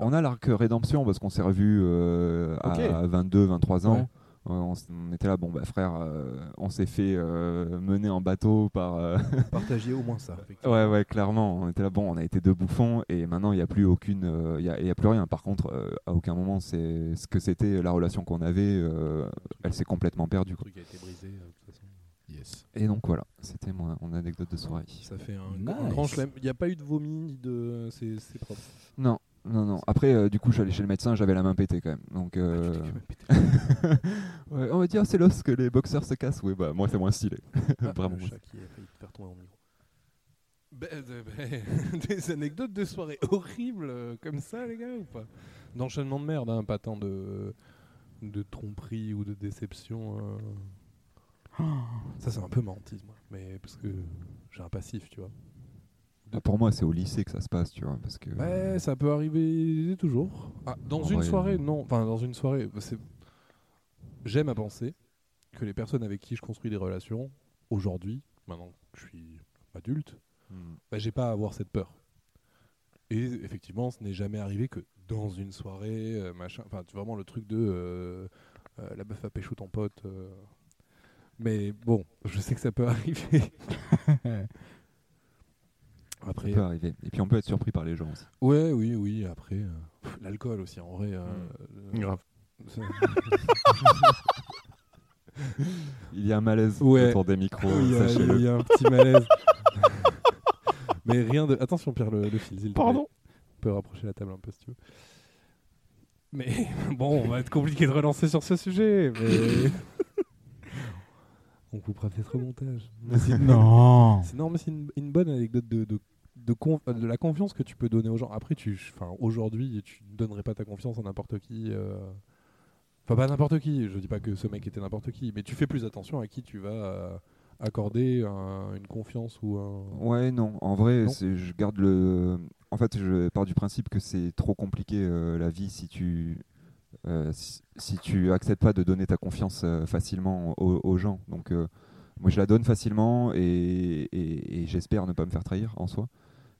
On a l'arc rédemption parce qu'on s'est revu euh, Ok. à 22, 23 ans. Ouais. Euh, on, s- on était là, bon bah frère, euh, on s'est fait euh, mener en bateau par. euh, partagez au moins ça. effectivement. ouais, ouais, clairement. On était là, bon, on a été deux bouffons et maintenant il n'y a plus aucune, euh, il y a- il y a, plus rien. Par contre, euh, à aucun moment c'est ce que c'était la relation qu'on avait, euh, elle s'est complètement perdue. quoi. truc a été brisé, euh, de toute façon. Yes. Et donc voilà, c'était mon, mon anecdote de soirée. Ça fait un, Nice. un grand chelem. Il n'y a pas eu de vomi, ni de. C'est c'est propre. Non, non, non. Après, euh, du coup, je suis allé chez le médecin, j'avais la main pétée quand même. Donc, Ah, euh, t'es quand même ouais, on va dire, c'est l'os que les boxeurs se cassent. Oui, bah moi c'est moins stylé. Ah, Vraiment. Le chat qui a failli te faire tomber en micro. Ben, de- ben, des anecdotes de soirée horribles euh, comme ça, les gars, ou pas D'enchaînement de merde, hein, pas tant de, de tromperie ou de déception. euh. Ah. Ça, c'est un peu ma hantise, moi. Mais parce que j'ai un passif, tu vois. Ah, pour moi, c'est au lycée que ça se passe, tu vois, parce que Ouais, ça peut arriver toujours. Ah, dans En une vrai, soirée, euh, non. Enfin, dans une soirée, bah, c'est. J'aime à penser que les personnes avec qui je construis des relations, aujourd'hui, maintenant que je suis adulte, Hmm. bah, j'ai pas à avoir cette peur. Et effectivement, ce n'est jamais arrivé que dans une soirée, euh, machin. Enfin, tu vraiment le truc de euh, euh, la meuf a pécho ton pote. euh. Mais bon, je sais que ça peut arriver. ça Après, peut arriver. Et puis on peut être surpris par les gens aussi. ouais, oui, oui. Après, euh, pff, l'alcool aussi, en vrai. euh, euh, Grave. ça- Il y a un malaise Ouais. autour des micros. il, y a, Ah sachez-le. il y a un petit malaise. Mais rien de. Attention, Pierre, le, le fil. s'il te plaît. Pardon On peut rapprocher la table un peu si tu veux. Mais bon, on va être compliqué de relancer sur ce sujet. Mais... on coupera peut-être au montage. Mais c'est- Non. C'est non, mais c'est une, une bonne anecdote de, de, de, conf- euh, de la confiance que tu peux donner aux gens. Après, tu, enfin, aujourd'hui, tu ne donnerais pas ta confiance à n'importe qui. euh, Enfin, pas n'importe qui. Je dis pas que ce mec était n'importe qui, mais tu fais plus attention à qui tu vas euh, accorder un- une confiance ou un. Ouais, non. En vrai, Non. c'est- je garde le. En fait, je pars du principe que c'est trop compliqué euh, la vie si tu euh, si, si tu acceptes pas de donner ta confiance euh, facilement aux, aux gens. Donc, euh, moi, je la donne facilement et, et- et j'espère ne pas me faire trahir en soi.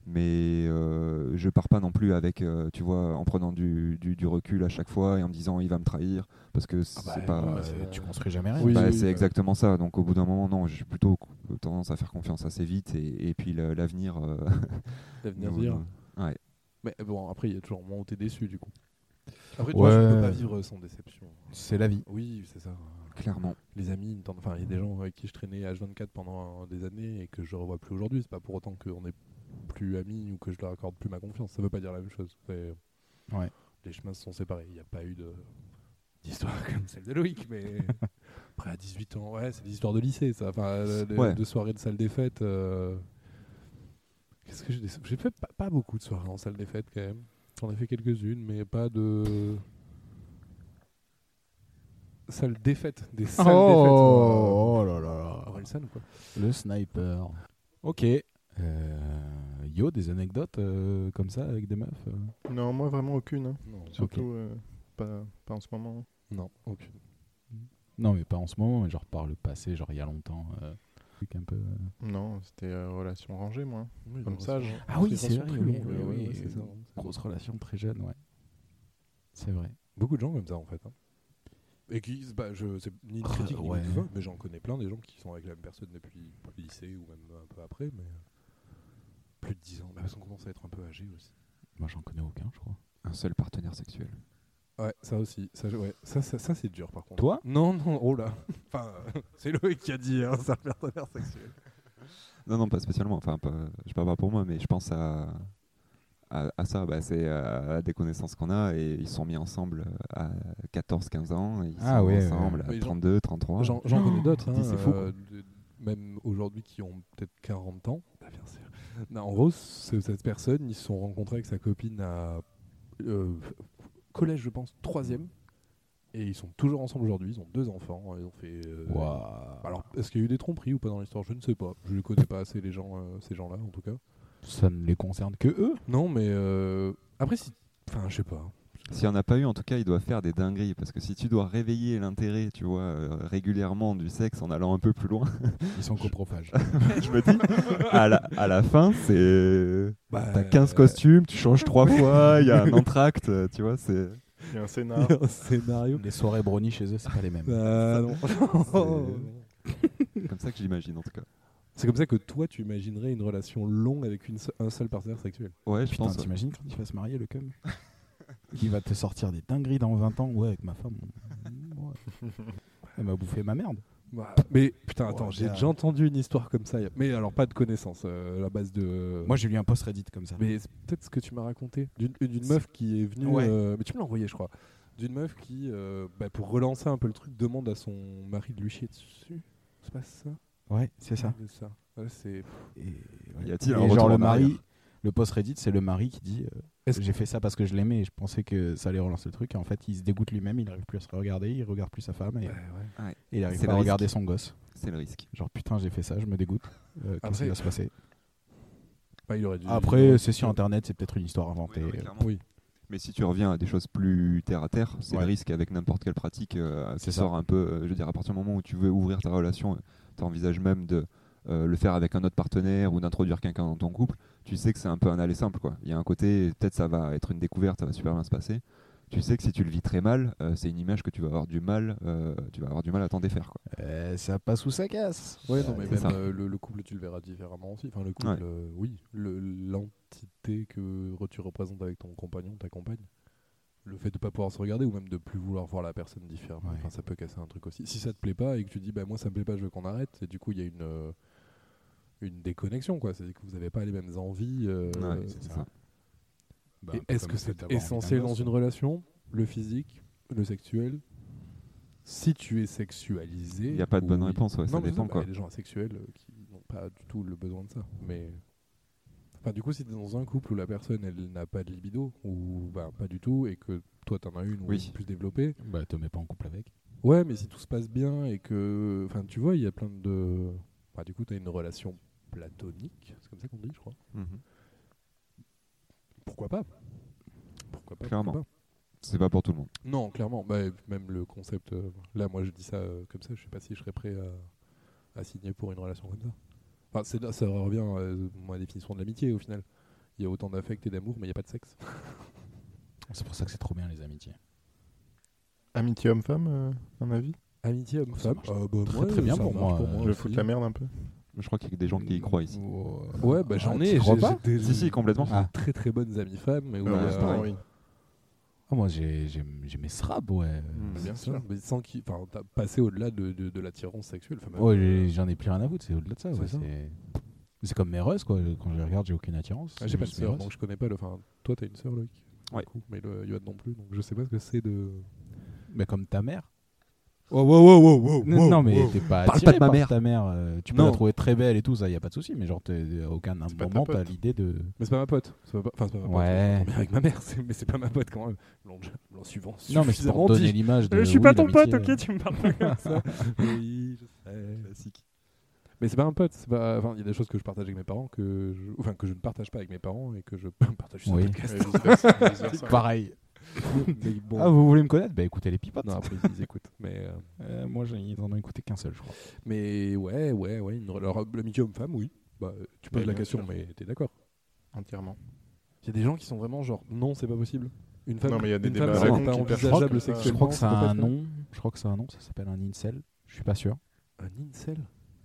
Mais euh, je pars pas non plus avec, euh, tu vois, en prenant du, du- du recul à chaque fois et en me disant il va me trahir parce que c'est bah, pas. non, mais c'est- tu construis jamais rien. Oui. Bah, c'est bah. exactement ça. Donc au bout d'un moment, non, j'ai plutôt cou- tendance à faire confiance assez vite et, et puis le- l'avenir. euh, D'avenir nous- dire. nous- Mais bon, après, il y a toujours un moment où t'es déçu, du coup. Après, toi, toi, je je Ouais. peux peux pas pas vivre sans déception. C'est la vie. Oui, c'est ça. Clairement. Les amis, une tendance- enfin, il y a des gens avec qui je traînais H24 pendant des années et que je revois plus aujourd'hui. C'est pas pour autant qu'on est plus amis ou que je leur accorde plus ma confiance. Ça veut pas dire la même chose. C'est- Ouais. Les chemins se sont séparés. Il n'y a pas eu de- d'histoire comme celle de Loïc, mais après à 18 ans, ouais, c'est des histoires de lycée, ça. Enfin, euh, de, Ouais. de soirées de salle des fêtes. euh, Qu'est-ce que j'ai des- J'ai fait pas, pas beaucoup de soirées en salle des fêtes quand même. J'en ai fait quelques-unes, mais pas de. Salle des fêtes. Des salles Ah Oh, oh là des fêtes. là. Orelsan ou quoi Le sniper. Ok. Euh, yo, des anecdotes euh, comme ça avec des meufs euh. Non, moi vraiment aucune. hein. Non. Surtout euh, pas, pas en ce moment. Non, aucune. Non, mais pas en ce moment, mais genre par le passé, genre il y a longtemps. euh, truc un peu. euh. Non, c'était euh, relation rangée, moi. Comme ça, je- Ah oui, c'est relations vrai, plus oui, longues, oui, euh, ouais, oui, ouais, c'est oui. ça. Grosse relation très jeune, ouais. C'est vrai. Beaucoup de gens comme ça en fait. hein. Et qui, c'est pas- je, c'est ni une Ah, critique, ni ouais. une mais j'en connais plein des gens qui sont avec la même personne depuis le lycée ou même un peu après, mais plus de 10 ans. Bah, parce qu'on commence à être un peu âgé aussi. Moi, j'en connais aucun, je crois. Un seul partenaire sexuel. Ouais, ça aussi. Ça, ouais. ça, ça, ça, c'est dur par contre. Toi Non, non, oh là. Enfin, euh, c'est Loïc qui a dit, hein, c'est un partenaire sexuel. Non, non, pas spécialement. Enfin, pas- je parle pas pour moi, mais je pense à à, à ça. Bah, c'est à, à des connaissances qu'on a et ils sont mis ensemble euh, à 14-15 ans. Et ils Ah sont ouais, ensemble ouais. à Mais 32, 33. J'en j'en connais d'autres. tu te dis, hein, c'est fou, quoi. de- même aujourd'hui qui ont peut-être 40 ans. Bah, bien sûr. Non, en gros, ce- cette personne, ils se sont rencontrés avec sa copine à euh, collège, je pense, troisième. Et ils sont toujours ensemble aujourd'hui. Ils ont deux enfants. Ils ont fait. euh, Waouh. Alors, est-ce qu'il y a eu des tromperies ou pas dans l'histoire Je ne sais pas. Je ne connais pas assez les gens, euh, ces gens-là, en tout cas. Ça ne les concerne que eux Non, mais euh, après, si. Enfin, je sais pas. S'il n'y en a pas eu, en tout cas, il doit faire des dingueries. Parce que si tu dois réveiller l'intérêt, tu vois, euh, régulièrement du sexe en allant un peu plus loin, Ils sont coprophages. je me dis, à la, à la fin, c'est. Bah, T'as 15 costumes, tu changes trois fois, il y a un entracte, euh, tu vois, c'est. Il y a un scénar. Ah. un scénario. Les soirées brownie chez eux, c'est pas les mêmes. Ah, non. C'est comme ça que j'imagine, en tout cas. C'est comme ça que toi, tu imaginerais une relation longue avec une se- un seul partenaire sexuel. Ouais, je Putain, pense. ouais. t'imagines quand il va se marier, le cum Il va te sortir des dingueries dans 20 ans. Ouais, avec ma femme. ouais. Elle m'a bouffé ma merde. Mais putain, attends, Bah, Ouais, j'ai bien. déjà entendu une histoire comme ça. y a- Mais alors, pas de connaissance, euh, à la base de. Moi, j'ai lu un post Reddit comme ça. Mais c'est peut-être ce que tu m'as raconté. D'une- euh, D'une C'est- meuf qui est venue. Ouais. euh, mais tu me l'as envoyé, je crois. D'une meuf qui, euh, bah, pour relancer un peu le truc, demande à son mari de lui chier dessus. C'est pas ça Ouais, c'est ça. C'est ça. Ouais, c'est- Et, ouais. Y a-t-il Et un genre retour le en arrière mari, le post Reddit, c'est le mari qui dit euh, Est-ce- j'ai fait ça parce que je l'aimais et je pensais que ça allait relancer le truc. Et en fait, il se dégoûte lui-même, il arrive plus à se regarder, il regarde plus sa femme et, Ouais, ouais. et il arrive C'est pas à le regarder risque. son gosse. C'est le risque. Genre putain, j'ai fait ça, je me dégoûte. Euh, Qu'est-ce Après- qui va se passer Bah, il aurait dû- Après, c'est sur internet, c'est peut-être une histoire inventée. euh, Oui, non, mais clairement. oui. Mais si tu reviens à des choses plus terre à terre, c'est Ouais. le risque avec n'importe quelle pratique euh, C'est qui ça. sort un peu. euh, je veux dire, à partir du moment où tu veux ouvrir ta relation, tu envisages même de euh, le faire avec un autre partenaire ou d'introduire quelqu'un dans ton couple. Tu sais que c'est un peu un aller simple. quoi. Il y a un côté, peut-être ça va être une découverte, ça va super bien se passer. Tu sais que si tu le vis très mal, euh, c'est une image que tu vas avoir du mal, euh, tu vas avoir du mal à t'en défaire. Quoi. Euh, ça passe ou ça casse Ouais, non, mais c'est même ça. euh, le, le couple, tu le verras différemment aussi. Enfin, le couple, Ouais. euh, oui. Le- L'entité que re- tu représentes avec ton compagnon, ta compagne. Le fait de pas pouvoir se regarder ou même de plus vouloir voir la personne différemment. Ouais. Enfin, ça peut casser un truc aussi. Si ça te plaît pas et que tu dis, bah moi ça me plaît pas, je veux qu'on arrête. Et du coup, il y a une, euh, une déconnexion, quoi. C'est-à-dire que vous n'avez pas les mêmes envies. euh, Ouais, c'est ça. Bah, et un peu Est-ce comme que le fait c'est d'avoir envie d'un essentiel dans gosse. une relation Le physique, le sexuel si tu es sexualisé, Il n'y a pas de bonne oui. réponse, ouais, ça Non, mais dépend. bah, quoi. Il y a des gens asexuels euh, qui n'ont pas du tout le besoin de ça. Mais enfin, du coup, si tu es dans un couple où la personne elle n'a pas de libido ou bah, pas du tout et que toi t'en as une ou Oui. plus développée, Bah, te mets pas en couple avec. ouais, mais si tout se passe bien et que, enfin, tu vois, il y a plein de, bah, du coup, t'as une relation platonique, c'est comme ça qu'on dit, je crois. Mhm. Pourquoi pas Pourquoi pas Clairement. pourquoi C'est pas pour tout le monde. pas Non, clairement. Bah, même le concept. euh, là, moi, je dis ça euh, comme ça. Je sais pas si je serais prêt à, à signer pour une relation comme ça. Enfin, c'est là, ça revient euh, à la définition de l'amitié au final. Il y a autant d'affect et d'amour, mais il n'y a pas de sexe. C'est pour ça que c'est trop bien les amitiés. Amitié homme-femme, euh, un avis Amitié Ça homme-femme. marche Ah, bah, très, ouais, très bien ça pour moi. marche Je Moi vais aussi. foutre la merde un peu. Je crois qu'il y a des gens qui y croient ici. Ouais, bah, j'en Ah, ai. tu crois j'ai- pas j'ai des- Si, si, complètement. Ah. Très très bonnes amies femmes. Et où, Ouais, euh, c'est pareil. Bah, oui. Ah, moi, j'ai j'ai- j'ai mes srabs, ouais. Mhm. c'est Bien ça, sûr. Mais sans qu'il. Enfin, t'as passé au-delà de, de, de l'attirance sexuelle. Enfin, même, Ouais, euh, j'ai- j'en ai plus rien à foutre, c'est au-delà de ça. C'est ouais, ça. c'est- C'est comme mes russes, quoi. Quand je les regarde, j'ai aucune attirance. Ah, J'ai pas de Juste mes sœur, russes. donc je connais pas le. Enfin, toi, t'as une sœur, Loïc. du Ouais. coup, mais le Yoann non plus, donc je sais pas ce que c'est de. Mais comme ta mère. Oh, wow, wow, wow, wow, Non, wow, non, mais wow. t'es pas Parle attiré pas de ma par mère. ta mère. euh, Tu peux Non. la trouver très belle et tout, ça, y a pas de souci. Mais genre, t'es- à aucun C'est pas ta moment, t'as pote. l'idée de. Mais c'est pas ma pote. C'est pas- Enfin, c'est pas ma pote. Ouais. je m'entends bien avec ma mère, c'est- mais c'est pas ma pote quand même. L'en l'en suivant. Non, mais c'est suffisamment pour donner dit. l'image de. Je suis oui, pas ton pote, l'amitié, ok, tu me parles pas comme ça. oui, je sais. Classique. Mais c'est pas un pote. c'est Pas... Enfin, il y a des choses que je partage avec mes parents, que je... enfin que je ne partage pas avec mes parents et que je partage sur Oui. le podcast. Et vice-versa, vice-versa. euh, Pareil. Mais bon. Ah, vous voulez me connaître Bah écoutez les pipotes. Non, après ils écoutent. Mais, euh, Euh, moi, j'en- ils en ont écouté qu'un seul, je crois. mais ouais, ouais, ouais. Une... Alors, l'amitié homme-femme, oui. Bah, tu poses Mais la bien question, sûr. mais t'es d'accord. Entièrement. Il y a des gens qui sont vraiment genre non, c'est pas possible. Une femme, Non, mais il y a des une femme, débats c'est vraiment pas qui perchent envisageable comme ça. Je crois sexuellement. que Euh, ça ça peut a pas un être nom. Je crois que ça a un nom. Ça s'appelle un incel. Je suis pas sûr. Un incel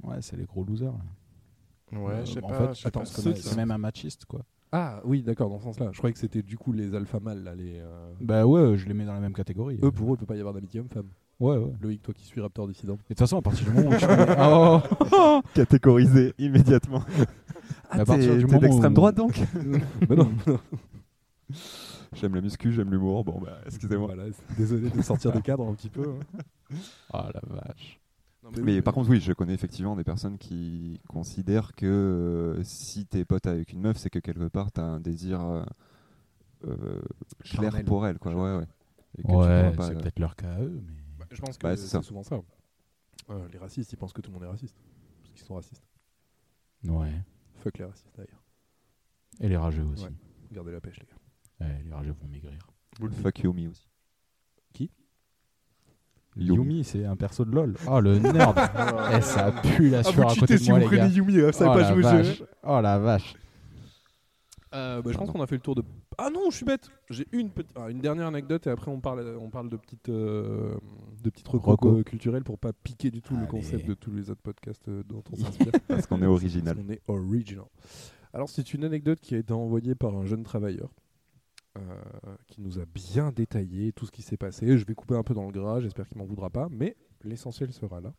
Ouais, c'est les gros losers. là. Ouais, je sais Euh, en pas. fait, je sais attends, pas. c'est C'est Ceux qui- c'est même un machiste, quoi. Ah oui, d'accord, dans ce sens-là. Je croyais que c'était du coup les alpha mâles, là, les. euh, Bah ouais, je les mets dans la même catégorie. Eux, pour eux, il peut pas y avoir d'amitié homme-femme. Ouais, ouais. Loïc, toi qui suis Raptor dissident. Mais de toute façon, à partir du moment où tu connais- Oh Catégorisé immédiatement. Ah, Mais à partir du moment où- bah donc non, J'aime la muscu, j'aime l'humour. Bon, bah, excusez-moi. voilà, c'est- désolé de sortir des cadres un petit peu. hein. Ah la vache. Mais par contre, oui, je connais effectivement des personnes qui considèrent que euh, si t'es pote avec une meuf, c'est que quelque part t'as un désir euh, euh, clair Charnel. pour elle, quoi. Ouais, ouais. Et que tu pourras Ouais, pas, c'est euh, peut-être leur cas à eux, mais. Bah, je pense que Bah, c'est c'est ça. souvent ça. Euh, les racistes, ils pensent que tout le monde est raciste. Parce qu'ils sont racistes. Ouais. Fuck les racistes, d'ailleurs. Et les rageux aussi. Ouais. Gardez la pêche, les gars. Ouais, les rageux vont maigrir. Fuck Yomi aussi. Qui Yomi. Yumi, c'est un perso de LoL. Oh le nerd Ah, Eh, ça pue la Ah, sueur à côté vous cheatez de si moi, vous les gars. connaissez Yumi, vous savez Oh pas la, jouer au jeu. vache. oh la vache. Euh, bah, je pense Pardon. qu'on a fait le tour de. Ah non, je suis bête. J'ai une petite, ah, une dernière anecdote et après on parle, on parle de petites, euh, de petites recos Reco. euh, culturelles pour pas piquer du tout Allez. le concept de tous les autres podcasts euh, dont on s'inspire. Parce qu'on est original. On est original. Alors c'est une anecdote qui a été envoyée par un jeune travailleur euh, qui nous a bien détaillé tout ce qui s'est passé. Je vais couper un peu dans le gras. J'espère qu'il m'en voudra pas, mais l'essentiel sera là.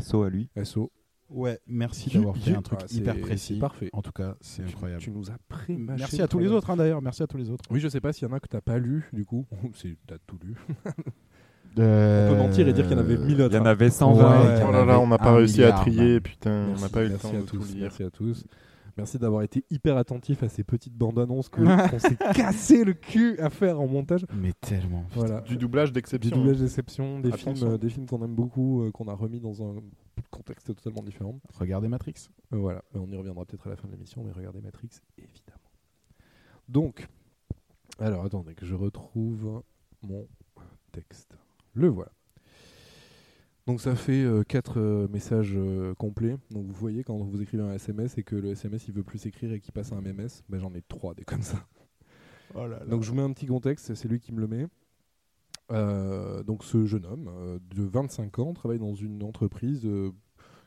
SO à lui. SO. Ouais, merci Tu- d'avoir fait tu- un truc Ah, c'est- hyper C'est précis. parfait. En tout cas, c'est incroyable. Tu nous as pré Merci à tous les autres hein, d'ailleurs, merci à tous les autres. Oui, je sais pas s'il y en a que t'as pas lu, du coup. C'est- T'as tout lu. Euh, On peut mentir et dire qu'il y en avait mille Il autres. hein. y en avait Oh 120. ouais, Oh là là, on n'a pas un réussi à milliard, bah. trier, man. putain, on n'a pas eu le temps à de tout tous. lire. Merci à tous. Merci d'avoir été hyper attentif à ces petites bandes annonces que- qu'on s'est cassé le cul à faire en montage. Mais tellement. putain. Voilà. Du doublage Du d'exception. doublage d'exception, des films, Attention. euh, des films qu'on aime beaucoup, euh, qu'on a remis dans un contexte totalement différent. Regardez Matrix. Euh, voilà, Mais on y reviendra peut-être à la fin de l'émission, mais regardez Matrix, évidemment. Donc, alors attendez que je retrouve mon texte. Le voilà. Donc ça fait 4 messages euh, complets. Donc vous voyez quand vous écrivez un SMS et que le SMS il veut plus s'écrire et qu'il passe à un MMS, ben j'en ai 3 des comme ça. Donc je vous mets un petit contexte, c'est lui qui me le met. Euh, donc ce jeune homme euh, de 25 ans travaille dans une entreprise euh,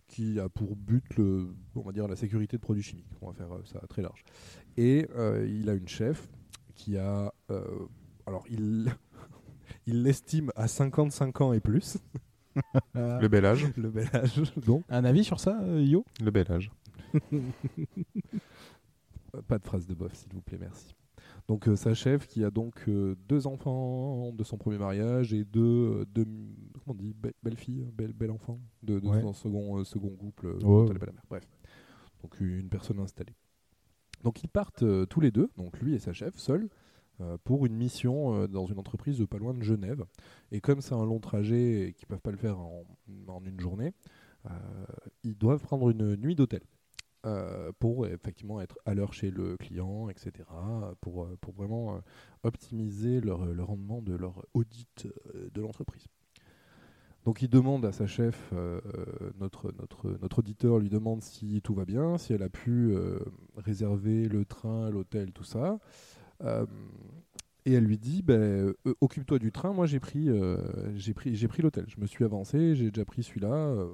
qui a pour but le, on va dire la sécurité de produits chimiques. On va faire euh, ça très large. Et euh, il a une chef qui a, euh, alors il il l'estime à 55 ans et plus, Euh, Le bel âge. le bel âge donc. Un avis sur ça, euh, Yo Le bel âge. Euh, Pas de phrase de bof s'il vous plaît, merci. Donc euh, sa chef qui a donc euh, deux enfants de son premier mariage et deux, euh, deux- comment on dit be- belle fille, belle bel enfant de, de Ouais. son second euh, second couple euh, Ouais. dont elle est pas la mère. Bref, donc une personne installée. Donc ils partent euh, tous les deux, donc lui et sa chef seuls, euh, pour une mission euh, dans une entreprise de pas loin de Genève. Et comme c'est un long trajet et qu'ils peuvent pas le faire en, en une journée, euh, ils doivent prendre une nuit d'hôtel euh, pour effectivement être à l'heure chez le client, etc. Pour, euh, pour vraiment euh, optimiser leur, euh, le rendement de leur audit euh, de l'entreprise. Donc il demande à sa chef, euh, euh, notre, notre, notre auditeur lui demande si tout va bien, si elle a pu euh, réserver le train, l'hôtel, tout ça. Euh, et elle lui dit, ben, euh, occupe-toi du train, moi j'ai pris, euh, j'ai pris, j'ai pris l'hôtel. Je me suis avancé, j'ai déjà pris celui-là, euh,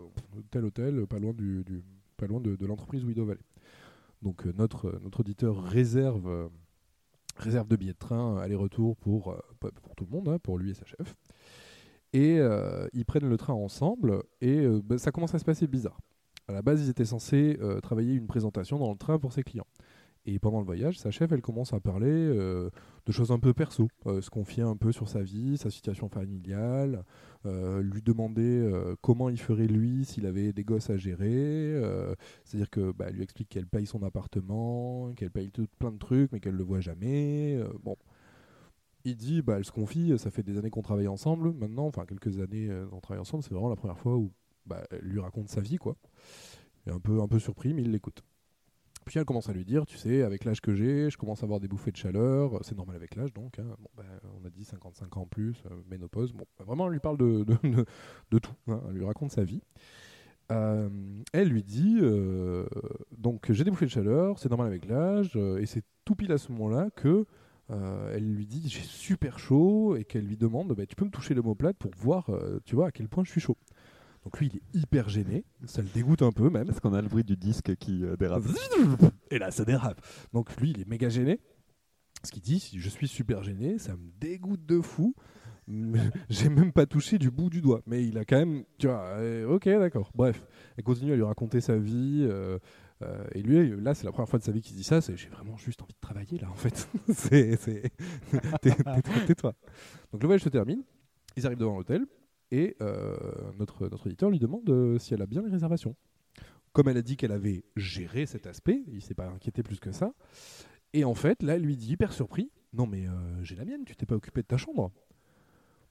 tel hôtel, pas loin, du, du- pas loin de, de l'entreprise Widow Valley. Donc euh, notre, euh, notre auditeur réserve, euh, réserve de billets de train euh, aller-retour pour, euh, pas- pour tout le monde, hein, pour lui et sa chef. Et euh, ils prennent le train ensemble et euh, ben, ça commence à se passer bizarre. À la base, ils étaient censés euh, travailler une présentation dans le train pour ses clients. Et pendant le voyage, sa chef, elle commence à parler euh, de choses un peu perso, euh, se confier un peu sur sa vie, sa situation familiale, euh, lui demander euh, comment il ferait lui s'il avait des gosses à gérer. euh, C'est-à-dire que bah, elle lui explique qu'elle paye son appartement, qu'elle paye tout, plein de trucs, mais qu'elle le voit jamais. euh, bon, il dit, bah, elle se confie. Ça fait des années qu'on travaille ensemble. Maintenant, enfin quelques années euh, on travaille ensemble. C'est vraiment la première fois où bah, elle lui raconte sa vie, quoi. Il est un peu, un peu surpris, mais il l'écoute. Puis elle commence à lui dire, tu sais, avec l'âge que j'ai, je commence à avoir des bouffées de chaleur, euh, c'est normal avec l'âge donc, hein. Bon, bah, on a dit 55 ans en plus, euh, ménopause, bon, bah, vraiment elle lui parle de, de- de- de tout, hein. elle lui raconte sa vie. Euh, elle lui dit, euh, donc j'ai des bouffées de chaleur, c'est normal avec l'âge, euh, et c'est tout pile à ce moment-là que euh, elle lui dit j'ai super chaud, et qu'elle lui demande, bah, tu peux me toucher l'homoplate pour voir, euh, tu vois, à quel point je suis chaud. Donc lui, il est hyper gêné, ça le dégoûte un peu même. Parce qu'on a le bruit du disque qui euh, dérape. Et là, ça dérape. Donc lui, il est méga gêné. Ce qu'il dit, je suis super gêné, ça me dégoûte de fou. Mais J'ai même pas touché du bout du doigt. Mais il a quand même, tu vois, euh, ok, d'accord. Bref, elle continue à lui raconter sa vie. euh, euh, et lui, là, c'est la première fois de sa vie qu'il se dit ça. c'est, J'ai vraiment juste envie de travailler, là, en fait. C'est- c'est- tais- tais- Tais-toi. Donc le voyage se termine. Ils arrivent devant l'hôtel. Et euh, notre, notre éditeur lui demande euh, si elle a bien les réservations comme elle a dit qu'elle avait géré cet aspect, il s'est pas inquiété plus que ça. Et en fait, là, elle lui dit, hyper surpris, non mais euh, j'ai la mienne, tu t'es pas occupé de ta chambre.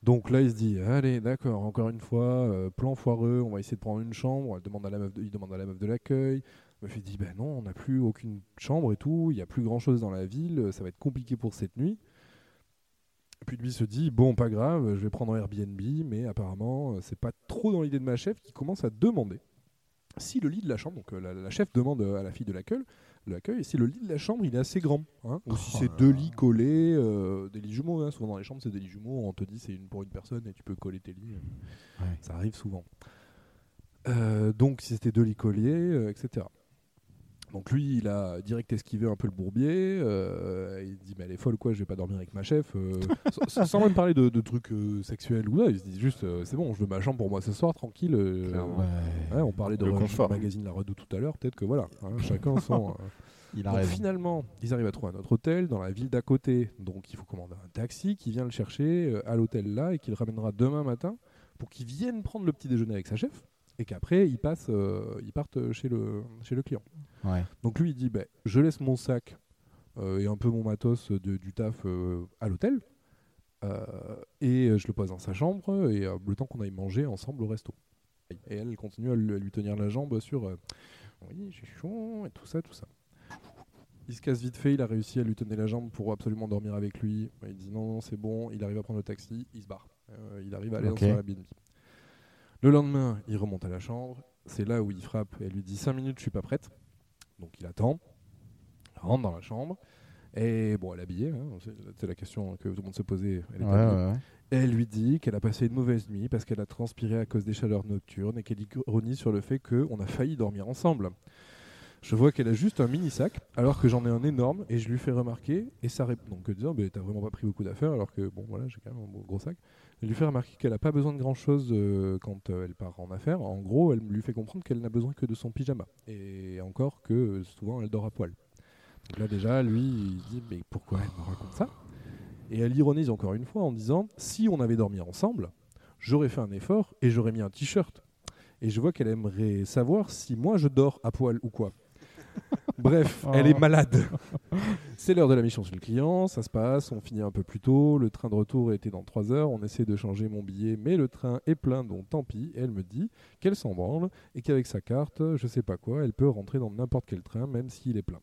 Donc là, il se dit, allez, d'accord, encore une fois, euh, plan foireux, on va essayer de prendre une chambre. Elle demande à la meuf de- il demande à la meuf de l'accueil. La meuf, il dit, ben non, on n'a plus aucune chambre et tout, il n'y a plus grand-chose dans la ville, ça va être compliqué pour cette nuit. Puis lui se dit bon, pas grave, je vais prendre un Airbnb, mais apparemment, euh, c'est pas trop dans l'idée de ma chef qui commence à demander si le lit de la chambre, donc euh, la, la chef demande à la fille de l'accueil, de l'accueil, si le lit de la chambre il est assez grand, hein, ou si Oh c'est là deux là. lits collés, euh, des lits jumeaux. hein, souvent dans les chambres, c'est des lits jumeaux. On te dit c'est une pour une personne et tu peux coller tes lits. euh, Ouais. Ça arrive souvent. Euh, donc si c'était deux lits collés, euh, etc. Donc lui, il a direct esquivé un peu le bourbier. euh, il dit mais elle est folle quoi, je vais pas dormir avec ma chef. euh, sans, sans même parler de, de trucs euh, sexuels ou là, il se dit juste euh, c'est bon, je veux ma chambre pour moi ce soir tranquille. euh, Clairement. Ouais, on parlait de Le Re- confort. magazine La Redoute tout à l'heure, peut-être que voilà, hein, chacun son. euh. Il a Donc raison. finalement, ils arrivent à trouver un autre hôtel dans la ville d'à côté, donc il faut commander un taxi qui vient le chercher euh, à l'hôtel là et qu'il ramènera demain matin pour qu'il vienne prendre le petit déjeuner avec sa chef et qu'après ils passent, euh, ils partent chez le chez le client. Ouais. Donc lui il dit, bah, je laisse mon sac euh, et un peu mon matos de- du taf euh, à l'hôtel. euh, et je le pose dans sa chambre et euh, le temps qu'on aille manger ensemble au resto. Et elle elle continue à lui à lui tenir la jambe sur euh, oui j'ai chaud et tout ça tout ça. Il se casse vite fait, il a réussi à lui tenir la jambe pour absolument dormir avec lui. Il dit non, non c'est bon, il arrive à prendre le taxi, il se barre. Euh, il arrive à aller Ok. dans son Airbnb. Le lendemain, il remonte à la chambre, c'est là où il frappe et elle lui dit 5 minutes, je suis pas prête. Donc il attend, il rentre dans la chambre, et bon, elle est habillée, hein, c'est- c'est la question que tout le monde se posait. Elle est Ouais, habillée. ouais, ouais. Et elle lui dit qu'elle a passé une mauvaise nuit parce qu'elle a transpiré à cause des chaleurs nocturnes et qu'elle ironie sur le fait qu'on a failli dormir ensemble. Je vois qu'elle a juste un mini sac alors que j'en ai un énorme et je lui fais remarquer et ça répond donc en disant bah, t'as vraiment pas pris beaucoup d'affaires alors que bon voilà j'ai quand même un beau- gros sac. Elle lui fait remarquer qu'elle a pas besoin de grand chose quand euh, elle part en affaires. En gros elle lui fait comprendre qu'elle n'a besoin que de son pyjama et encore que euh, souvent elle dort à poil. Donc là déjà lui il dit mais pourquoi elle me raconte ça et elle ironise encore une fois en disant si on avait dormi ensemble, j'aurais fait un effort et j'aurais mis un t-shirt. Et je vois qu'elle aimerait savoir si moi je dors à poil ou quoi. Bref, elle est malade. C'est l'heure de la mission chez le client, ça se passe, on finit un peu plus tôt, le train de retour était dans 3 heures, on essaie de changer mon billet, mais le train est plein, donc tant pis. Et elle me dit qu'elle s'en branle et qu'avec sa carte, je sais pas quoi, elle peut rentrer dans n'importe quel train, même s'il est plein.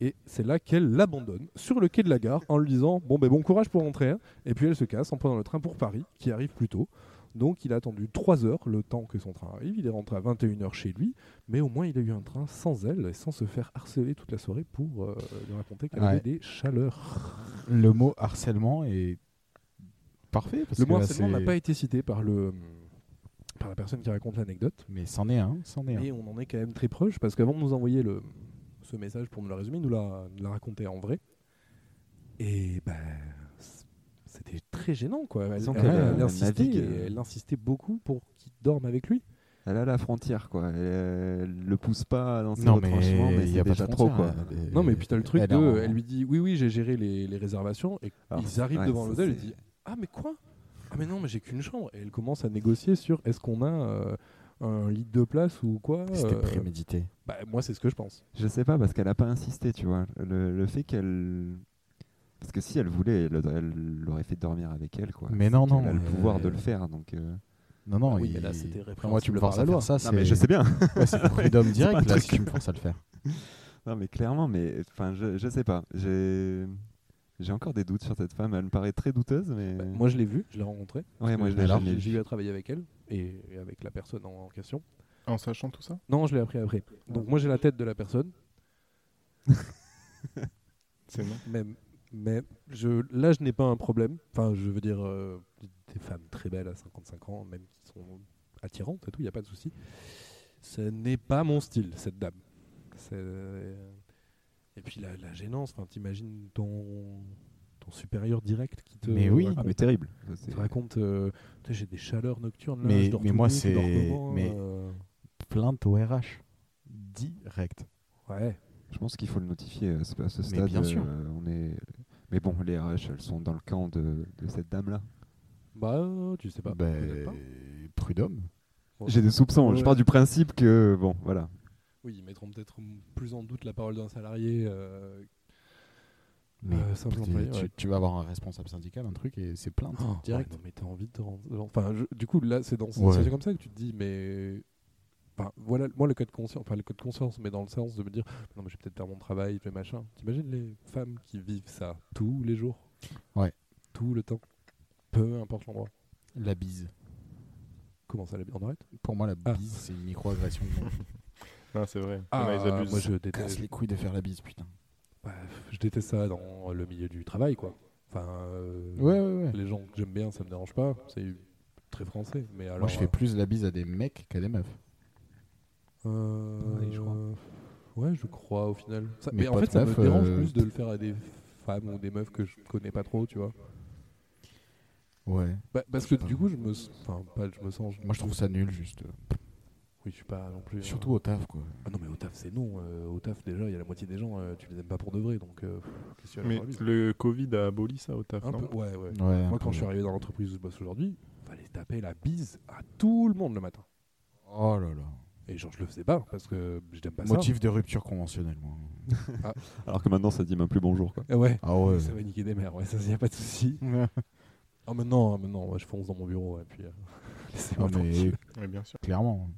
Et c'est là qu'elle l'abandonne sur le quai de la gare en lui disant Bon, ben bon courage pour rentrer. hein. Et puis elle se casse en prenant le train pour Paris, qui arrive plus tôt. Donc il a attendu 3 heures le temps que son train arrive. Il est rentré à 21h chez lui, mais au moins il a eu un train sans elle et sans se faire harceler toute la soirée pour euh, lui raconter qu'elle Ouais. avait des chaleurs. Le mot harcèlement est parfait. Parce le que mot là, harcèlement c'est- n'a pas été cité par, le, par la personne qui raconte l'anecdote. Mais c'en est un, c'en est un. Et on en est quand même très proche parce qu'avant de nous envoyer le, ce message pour nous le résumer, il nous l'a nous l'a raconté en vrai. Et ben, c- c'était très gênant quoi. Elle, Disons elle- qu'elle, elle euh, insistait, navigue, et euh. elle insistait beaucoup pour qu'il dorme avec lui. Elle a la frontière, quoi. Elle le pousse pas dans ses Non, mais retranchements, mais il y c'est a pas déjà de trop, quoi. frontière, elle est- non mais puis t'as le truc elle de, est en- elle lui dit oui oui j'ai géré les, les réservations et Alors, ils arrivent ouais, devant ça, l'hôtel et c'est- disent ah mais quoi ah mais non mais j'ai qu'une chambre et elle commence à négocier sur est-ce qu'on a euh, un lit de place ou quoi C'était euh, prémédité. bah, moi c'est ce que je pense. Je sais pas, parce qu'elle a pas insisté, tu vois. Le, le fait qu'elle. Parce que si elle voulait, elle, elle l'aurait fait dormir avec elle, quoi. Mais non, Elle non. a le euh, pouvoir de le faire, donc. euh, Non, non. Ah oui, il- mais là, c'était Enfin, Moi, tu me répréhensible par forces la à loi. faire ça. Non, mais c'est- je sais bien. Ouais, c'est du freedom pas un direct, là, truc si tu me que- forces à le faire. Non, mais clairement, mais enfin, je, je sais pas. J'ai j'ai encore des doutes sur cette femme. Elle me paraît très douteuse, mais Bah, moi je l'ai vue, je l'ai rencontrée. ouais, moi je l'ai alors, jamais J'ai j'ai vue. eu à travailler avec elle et et avec la personne en en question. En sachant tout ça Non, je l'ai appris après. Donc moi j'ai la tête de la personne, C'est non. mais, mais je, là je n'ai pas un problème. Enfin, je veux dire, euh, des femmes très belles à 55 ans, même qui sont attirantes et tout, il n'y a pas de souci. Ce n'est pas mon style, cette dame. C'est- euh, Et puis la, la gênance, enfin, t'imagines ton, ton supérieur direct qui te Mais oui. Ah, raconte, mais terrible. Ça, c'est- te raconte euh, Putain, j'ai des chaleurs nocturnes. là, Mais- je dors mais tout moi, nu, tu dors c'est- comment, mais- euh, Plainte au RH. Direct. Ouais. Je pense qu'il faut le notifier à ce, à ce stade. bien sûr. euh, on est. Mais bon, les RH, elles sont dans le camp de, de cette dame-là. Bah, tu sais pas. peut-être pas. Ben, prud'homme. J'ai des soupçons. Je Ouais. pars du principe que bon, voilà. Oui, ils mettront peut-être m- plus en doute la parole d'un salarié. euh, Mais Euh, simple tu- employé, tu, ouais. tu vas avoir un responsable syndical, un truc, et c'est plainte direct. ouais, Oh, non, mais t'as envie de te rendre. Enfin, je- du coup, là, c'est dans cette Ouais. situation comme ça que tu te dis, mais. Enfin, voilà, moi, le cas de conscience, enfin, le cas de conscience, mais dans le sens de me dire, non, mais je vais peut-être faire mon travail, je vais machin. T'imagines les femmes qui vivent ça tous les jours Ouais. tout le temps. Peu importe l'endroit. La bise. Comment ça, la bise On arrête Pour moi, la bise, Ah. c'est une micro-agression. Non, c'est vrai. Il y en a, ils abusent. Bah, moi je Casse déteste. les couilles de faire la bise, putain. Bref, je déteste ça dans le milieu du travail, quoi. Enfin, euh, ouais, ouais. les gens que j'aime bien, ça me dérange pas. C'est très français. Mais alors, Moi, je fais plus la bise à des mecs qu'à des meufs. Euh, Pareil, je crois. Ouais, je crois au final. Ça- Mais mais en pas fait, de ça me meuf, dérange euh, plus de le faire à des femmes ou des meufs que je connais pas trop, tu vois. Ouais. Bah, parce que du coup, je me, s- enfin, pas, je me sens. je- Moi, je trouve ça nul, juste. Oui, je suis pas non plus. euh, Surtout au taf, quoi. Ah non, mais au taf, c'est non. euh, au taf, déjà, il y a la moitié des gens, euh, tu les aimes pas pour de vrai, donc. euh, pff, qu'est-ce que tu vas Mais leur dire le Covid a aboli ça au taf, Un non peu, ouais, ouais. Ouais. Moi, quand je suis arrivé dans l'entreprise où je bosse aujourd'hui, fallait taper la bise à tout le monde le matin. Oh là là. Et genre, je le faisais pas parce que je n'aime pas Motif de rupture conventionnelle, moi. Alors que maintenant, ça dit même plus bonjour. Quoi. ça. Ouais. Ah ouais. Ça va niquer des mères, ouais, ça, y a pas de souci. Ah, maintenant, ah, maintenant, ouais, je fonce dans mon bureau, et puis. euh, Non, laissez-moi mais tranquille. Oui, bien sûr. clairement.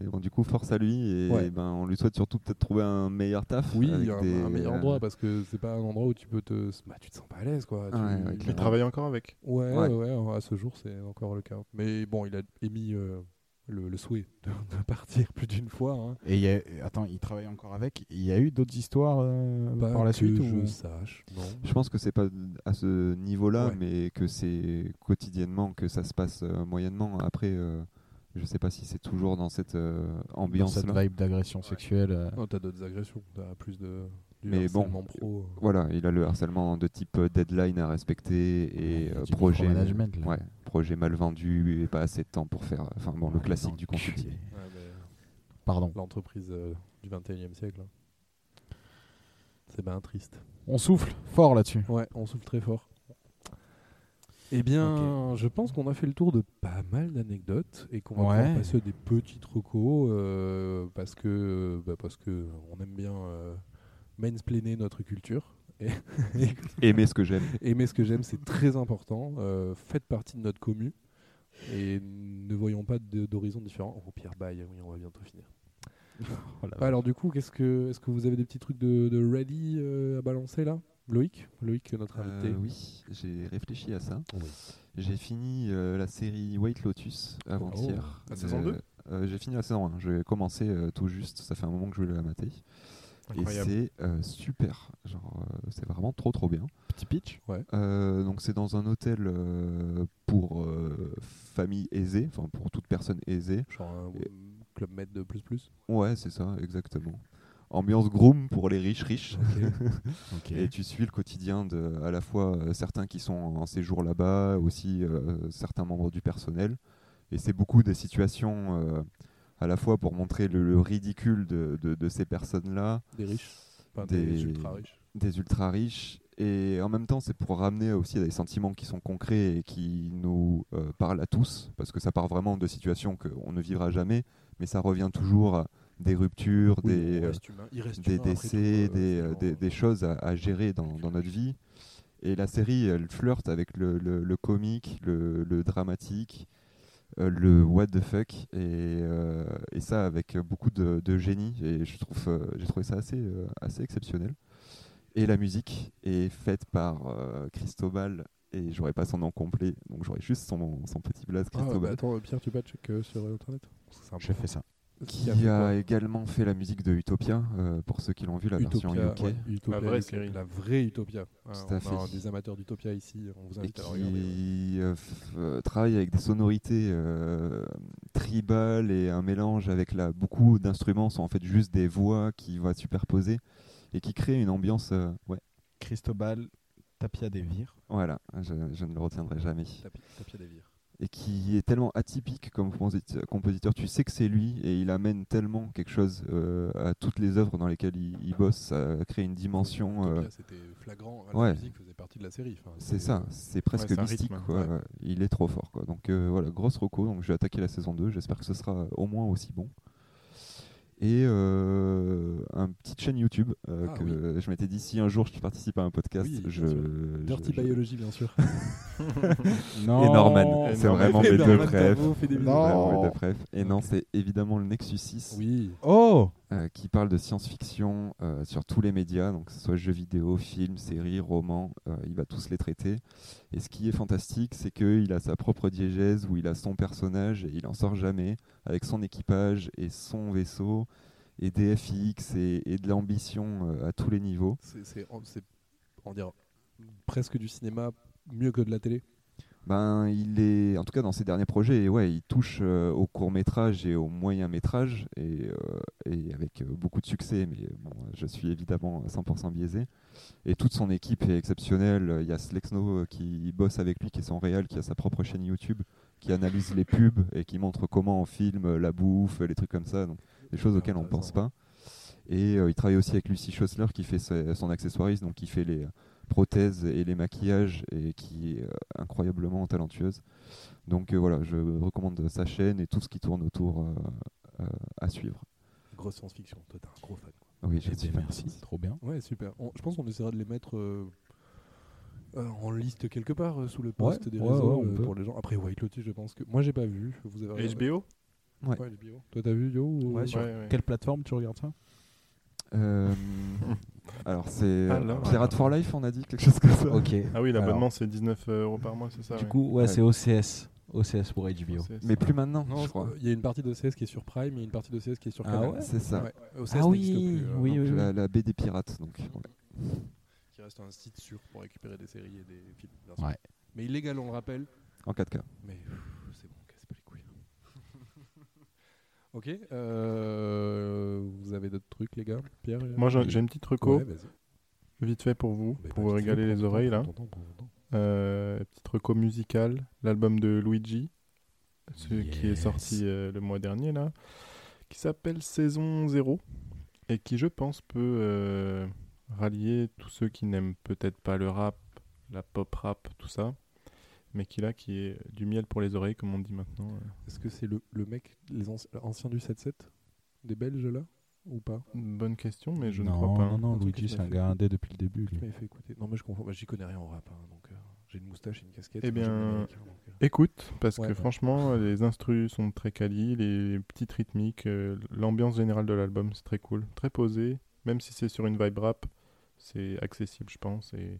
Et bon, du coup, force à lui. Et Ouais. ben, on lui souhaite surtout peut-être trouver un meilleur taf. Oui, il avec y a un, des- un meilleur endroit bah. parce que c'est pas un endroit où tu peux te. Bah, tu te sens pas à l'aise, quoi. tu... Ah ouais, ouais, Il clairement. travaille encore avec. Ouais, Ouais. ouais, ouais, à ce jour, c'est encore le cas. Mais bon, il a émis euh, le, le souhait de, de partir plus d'une fois. hein. Et il y a... attends, il travaille encore avec. Il y a eu d'autres histoires euh, Pas par la Bah, que suite je ou... sache, non. Je pense que c'est pas à ce niveau-là, Ouais. mais que c'est quotidiennement que ça se passe euh, moyennement. Après, euh, je sais pas si c'est toujours dans cette euh, Dans cette ambiance-là. vibe d'agression sexuelle. euh, Ah. Non, t'as d'autres agressions, t'as plus de. Du Mais bon. harcèlement pro. euh. Voilà, il a le harcèlement de type euh, deadline à respecter et du euh, micro projet, management, là. ouais, projet mal vendu et pas assez de temps pour faire. euh, Enfin bon, le Ah, classique du enculé. consulting. Ouais, mais Pardon. L'entreprise euh, du 21 e siècle. hein. C'est bien triste. On souffle fort là-dessus. Ouais, on souffle très fort. Eh bien, je pense qu'on a fait le tour de pas mal d'anecdotes et qu'on va Ouais. pouvoir passer à des petits recos euh, parce que bah, parce que on aime bien euh, mansplainer notre culture. Et, et Aimer ce que j'aime. aimer ce que j'aime, c'est très important. Euh, faites partie de notre commu et ne voyons pas de- d'horizons différents. Au pire, bye. Oui, on va bientôt finir. Oh Bah, Alors du coup, qu'est-ce que est-ce que vous avez des petits trucs de, de ready euh, à balancer là, Loïc, Loïc, notre invité. Euh, oui, j'ai réfléchi à ça. Oui. J'ai fini euh, la série White Lotus Oh, avant-hier. La saison Euh, deux euh, J'ai fini la saison 1. J'ai commencé euh, tout juste. Ça fait un moment que je voulais la mater. Incroyable. Et c'est euh, super. Genre, euh, c'est vraiment trop trop bien. Petit pitch. Ouais. Euh, donc c'est dans un hôtel euh, pour euh, famille aisée, enfin pour toute personne aisée. Genre un Et- club med de plus plus. Ouais, c'est ça, exactement. Ambiance groom pour les riches riches. Ok. Et tu suis le quotidien de à la fois euh, certains qui sont en séjour là-bas, aussi euh, certains membres du personnel. Et c'est beaucoup des situations euh, à la fois pour montrer le, le ridicule de, de- de ces personnes-là, des riches. Enfin, des... Des- ultra riches. des ultra riches, et en même temps c'est pour ramener aussi à des sentiments qui sont concrets et qui nous euh, parlent à tous, parce que ça part vraiment de situations qu'on ne vivra jamais, mais ça revient toujours à des ruptures, des... il euh, reste humain. Il reste des humain, après décès, tout, euh, des, euh, finalement. des, des choses à, à gérer dans, dans notre vie. Et la série, elle flirte avec le, le, le comique, le, le dramatique, euh, le what the fuck, et, euh, et ça avec beaucoup de, de génie. Et je trouve, euh, j'ai trouvé ça assez, euh, assez exceptionnel. Et la musique est faite par euh, Cristobal, et j'aurais pas son nom complet, donc j'aurais juste son, son petit blaze Ah, bah, Cristobal. attends, Pierre, tu peux check euh, sur internet. Parce que c'est J'ai important. fait ça. Qui a fait qui a quoi également fait la musique de Utopia, euh, pour ceux qui l'ont vu, la version UK. ouais, Utopia, La vraie UK, série. La vraie Utopia. Ah, Tout on à a fait. un des amateurs d'Utopia ici. On vous et invite à qui le regarder. Ah, ouais. euh, f- euh, travaille avec des sonorités euh, tribales et un mélange avec la beaucoup d'instruments sont en fait juste des voix qui vont être superposées et qui créent une ambiance euh, ouais Cristobal Tapia des Vires. voilà je, je ne le retiendrai jamais Tapi- Tapia des Vires. et qui est tellement atypique comme composit- compositeur tu sais que c'est lui et il amène tellement quelque chose euh, à toutes les œuvres dans lesquelles il, il bosse ça crée une dimension euh, Utopia, c'était flagrant. hein, La ouais. musique faisait partie de la série. Enfin, C'est ça, c'est presque c'est un mystique. rythme, quoi. ouais. Euh, Il est trop fort. Quoi. Donc euh, voilà, grosse reco. Donc je vais attaquer la saison 2. J'espère que ce sera au moins aussi bon. Et euh, un petit petite chaîne YouTube euh, Ah que oui. euh, je m'étais dit si un jour je participe à un podcast, Oui, bien je, sûr. je- Dirty je- Biology, bien sûr. Non. Et Norman, c'est vraiment mes deux préf. prefs. Fait des bisous. Non. Vraiment, ouais, de pref. Et non, c'est évidemment le Nexus 6 Oui. Oh euh, qui parle de science-fiction euh, sur tous les médias, donc que ce soit jeux vidéo, films, séries, romans, euh, il va tous les traiter. Et ce qui est fantastique, c'est qu'il a sa propre diégèse où il a son personnage et il en sort jamais, avec son équipage et son vaisseau, et des FX et, et de l'ambition euh, à tous les niveaux. C'est- C'est on- c'est- on dirait presque du cinéma mieux que de la télé. Ben, il est, en tout cas dans ses derniers projets, ouais, il touche euh, au court métrage et au moyen métrage, et, euh, et avec euh, beaucoup de succès. Mais euh, bon, je suis évidemment à 100% biaisé. Et toute son équipe est exceptionnelle. Il y a Slexno euh, qui bosse avec lui, qui est son réal, qui a sa propre chaîne YouTube, qui analyse les pubs et qui montre comment on filme euh, la bouffe, les trucs comme ça, donc des choses Ah, auxquelles on ne pense intéressant. pas. Et euh, il travaille aussi avec Lucie Schossler qui fait sa- son accessoiriste, donc qui fait les euh, prothèses et les maquillages et qui est euh, incroyablement talentueuse. Donc euh, voilà, je recommande sa chaîne et tout ce qui tourne autour euh, euh, à suivre. Grosse science-fiction. Toi, t'es un gros fan. quoi. Oui, je Eh suis ben, fan. Merci, trop bien. Ouais, super. On- je pense qu'on essaiera de les mettre euh, euh, en liste quelque part euh, sous le poste Ouais, des ouais, réseaux ouais, on euh, peut. pour les gens. Après White Lotus, je pense que moi j'ai pas vu. Vous avez regardé HBO Ouais. Ouais, HBO. Toi t'as vu Yo ou- euh, Ouais, sur- Ouais, ouais. Quelle plateforme tu regardes ça Euh, alors c'est euh, Alors, Pirate alors. for Life, on a dit quelque chose comme ça. Ok. Ah oui, l'abonnement c'est 19 euros par mois, c'est ça Du ouais. coup, ouais, c'est OCS. OCS pour HBO. C'est- Mais plus maintenant, Non, je crois. Il y a une partie d'OCS qui est sur Prime et une partie d'OCS qui est sur Ah Canal. ouais C'est ça. Ouais. OCS Ah n'existe oui, plus, euh, oui, Donc, oui, La, oui. la baie des pirates, donc. ouais. qui reste un site sûr pour récupérer des séries et des films. bien sûr. Ouais. Mais illégal, on le rappelle. En 4K. Mais pff, c'est bon, casse pas les couilles. hein. ok, euh, vous avez d'autres trucs, les gars Pierre euh, Moi j'ai j'ai une petite reco, Ouais, vas-y. vite fait pour vous, Bah, pour bah, vous vite fait, prends régaler les ton temps, oreilles là. prends ton temps, prends ton temps. Euh, petite reco musicale, l'album de Luigi, ce qui est Yes. sorti euh, le mois dernier là, qui s'appelle Saison 0 et qui je pense peut euh, rallier tous ceux qui n'aiment peut-être pas le rap, la pop rap, tout ça, mais qui là qui est du miel pour les oreilles comme on dit maintenant. euh. Est-ce que c'est le, le mec, les anci- anciens du 7-7 Des Belges là Ou pas Bonne question, mais je non, ne crois pas. non, non, Un truc Luigi, qui c'est m'a un fait- gars indé depuis le début. Tu lui. m'avais fait écouter. Non, mais je confonds. bah, J'y connais rien en rap, hein, donc euh, j'ai une moustache et une casquette. Eh moi, j'aime bien, les Américains, donc, euh. Écoute, parce Ouais, que ouais. franchement, les instrus sont très quali, les petites rythmiques, euh, l'ambiance générale de l'album, c'est très cool, très posé, même si c'est sur une vibe rap, c'est accessible, je pense, et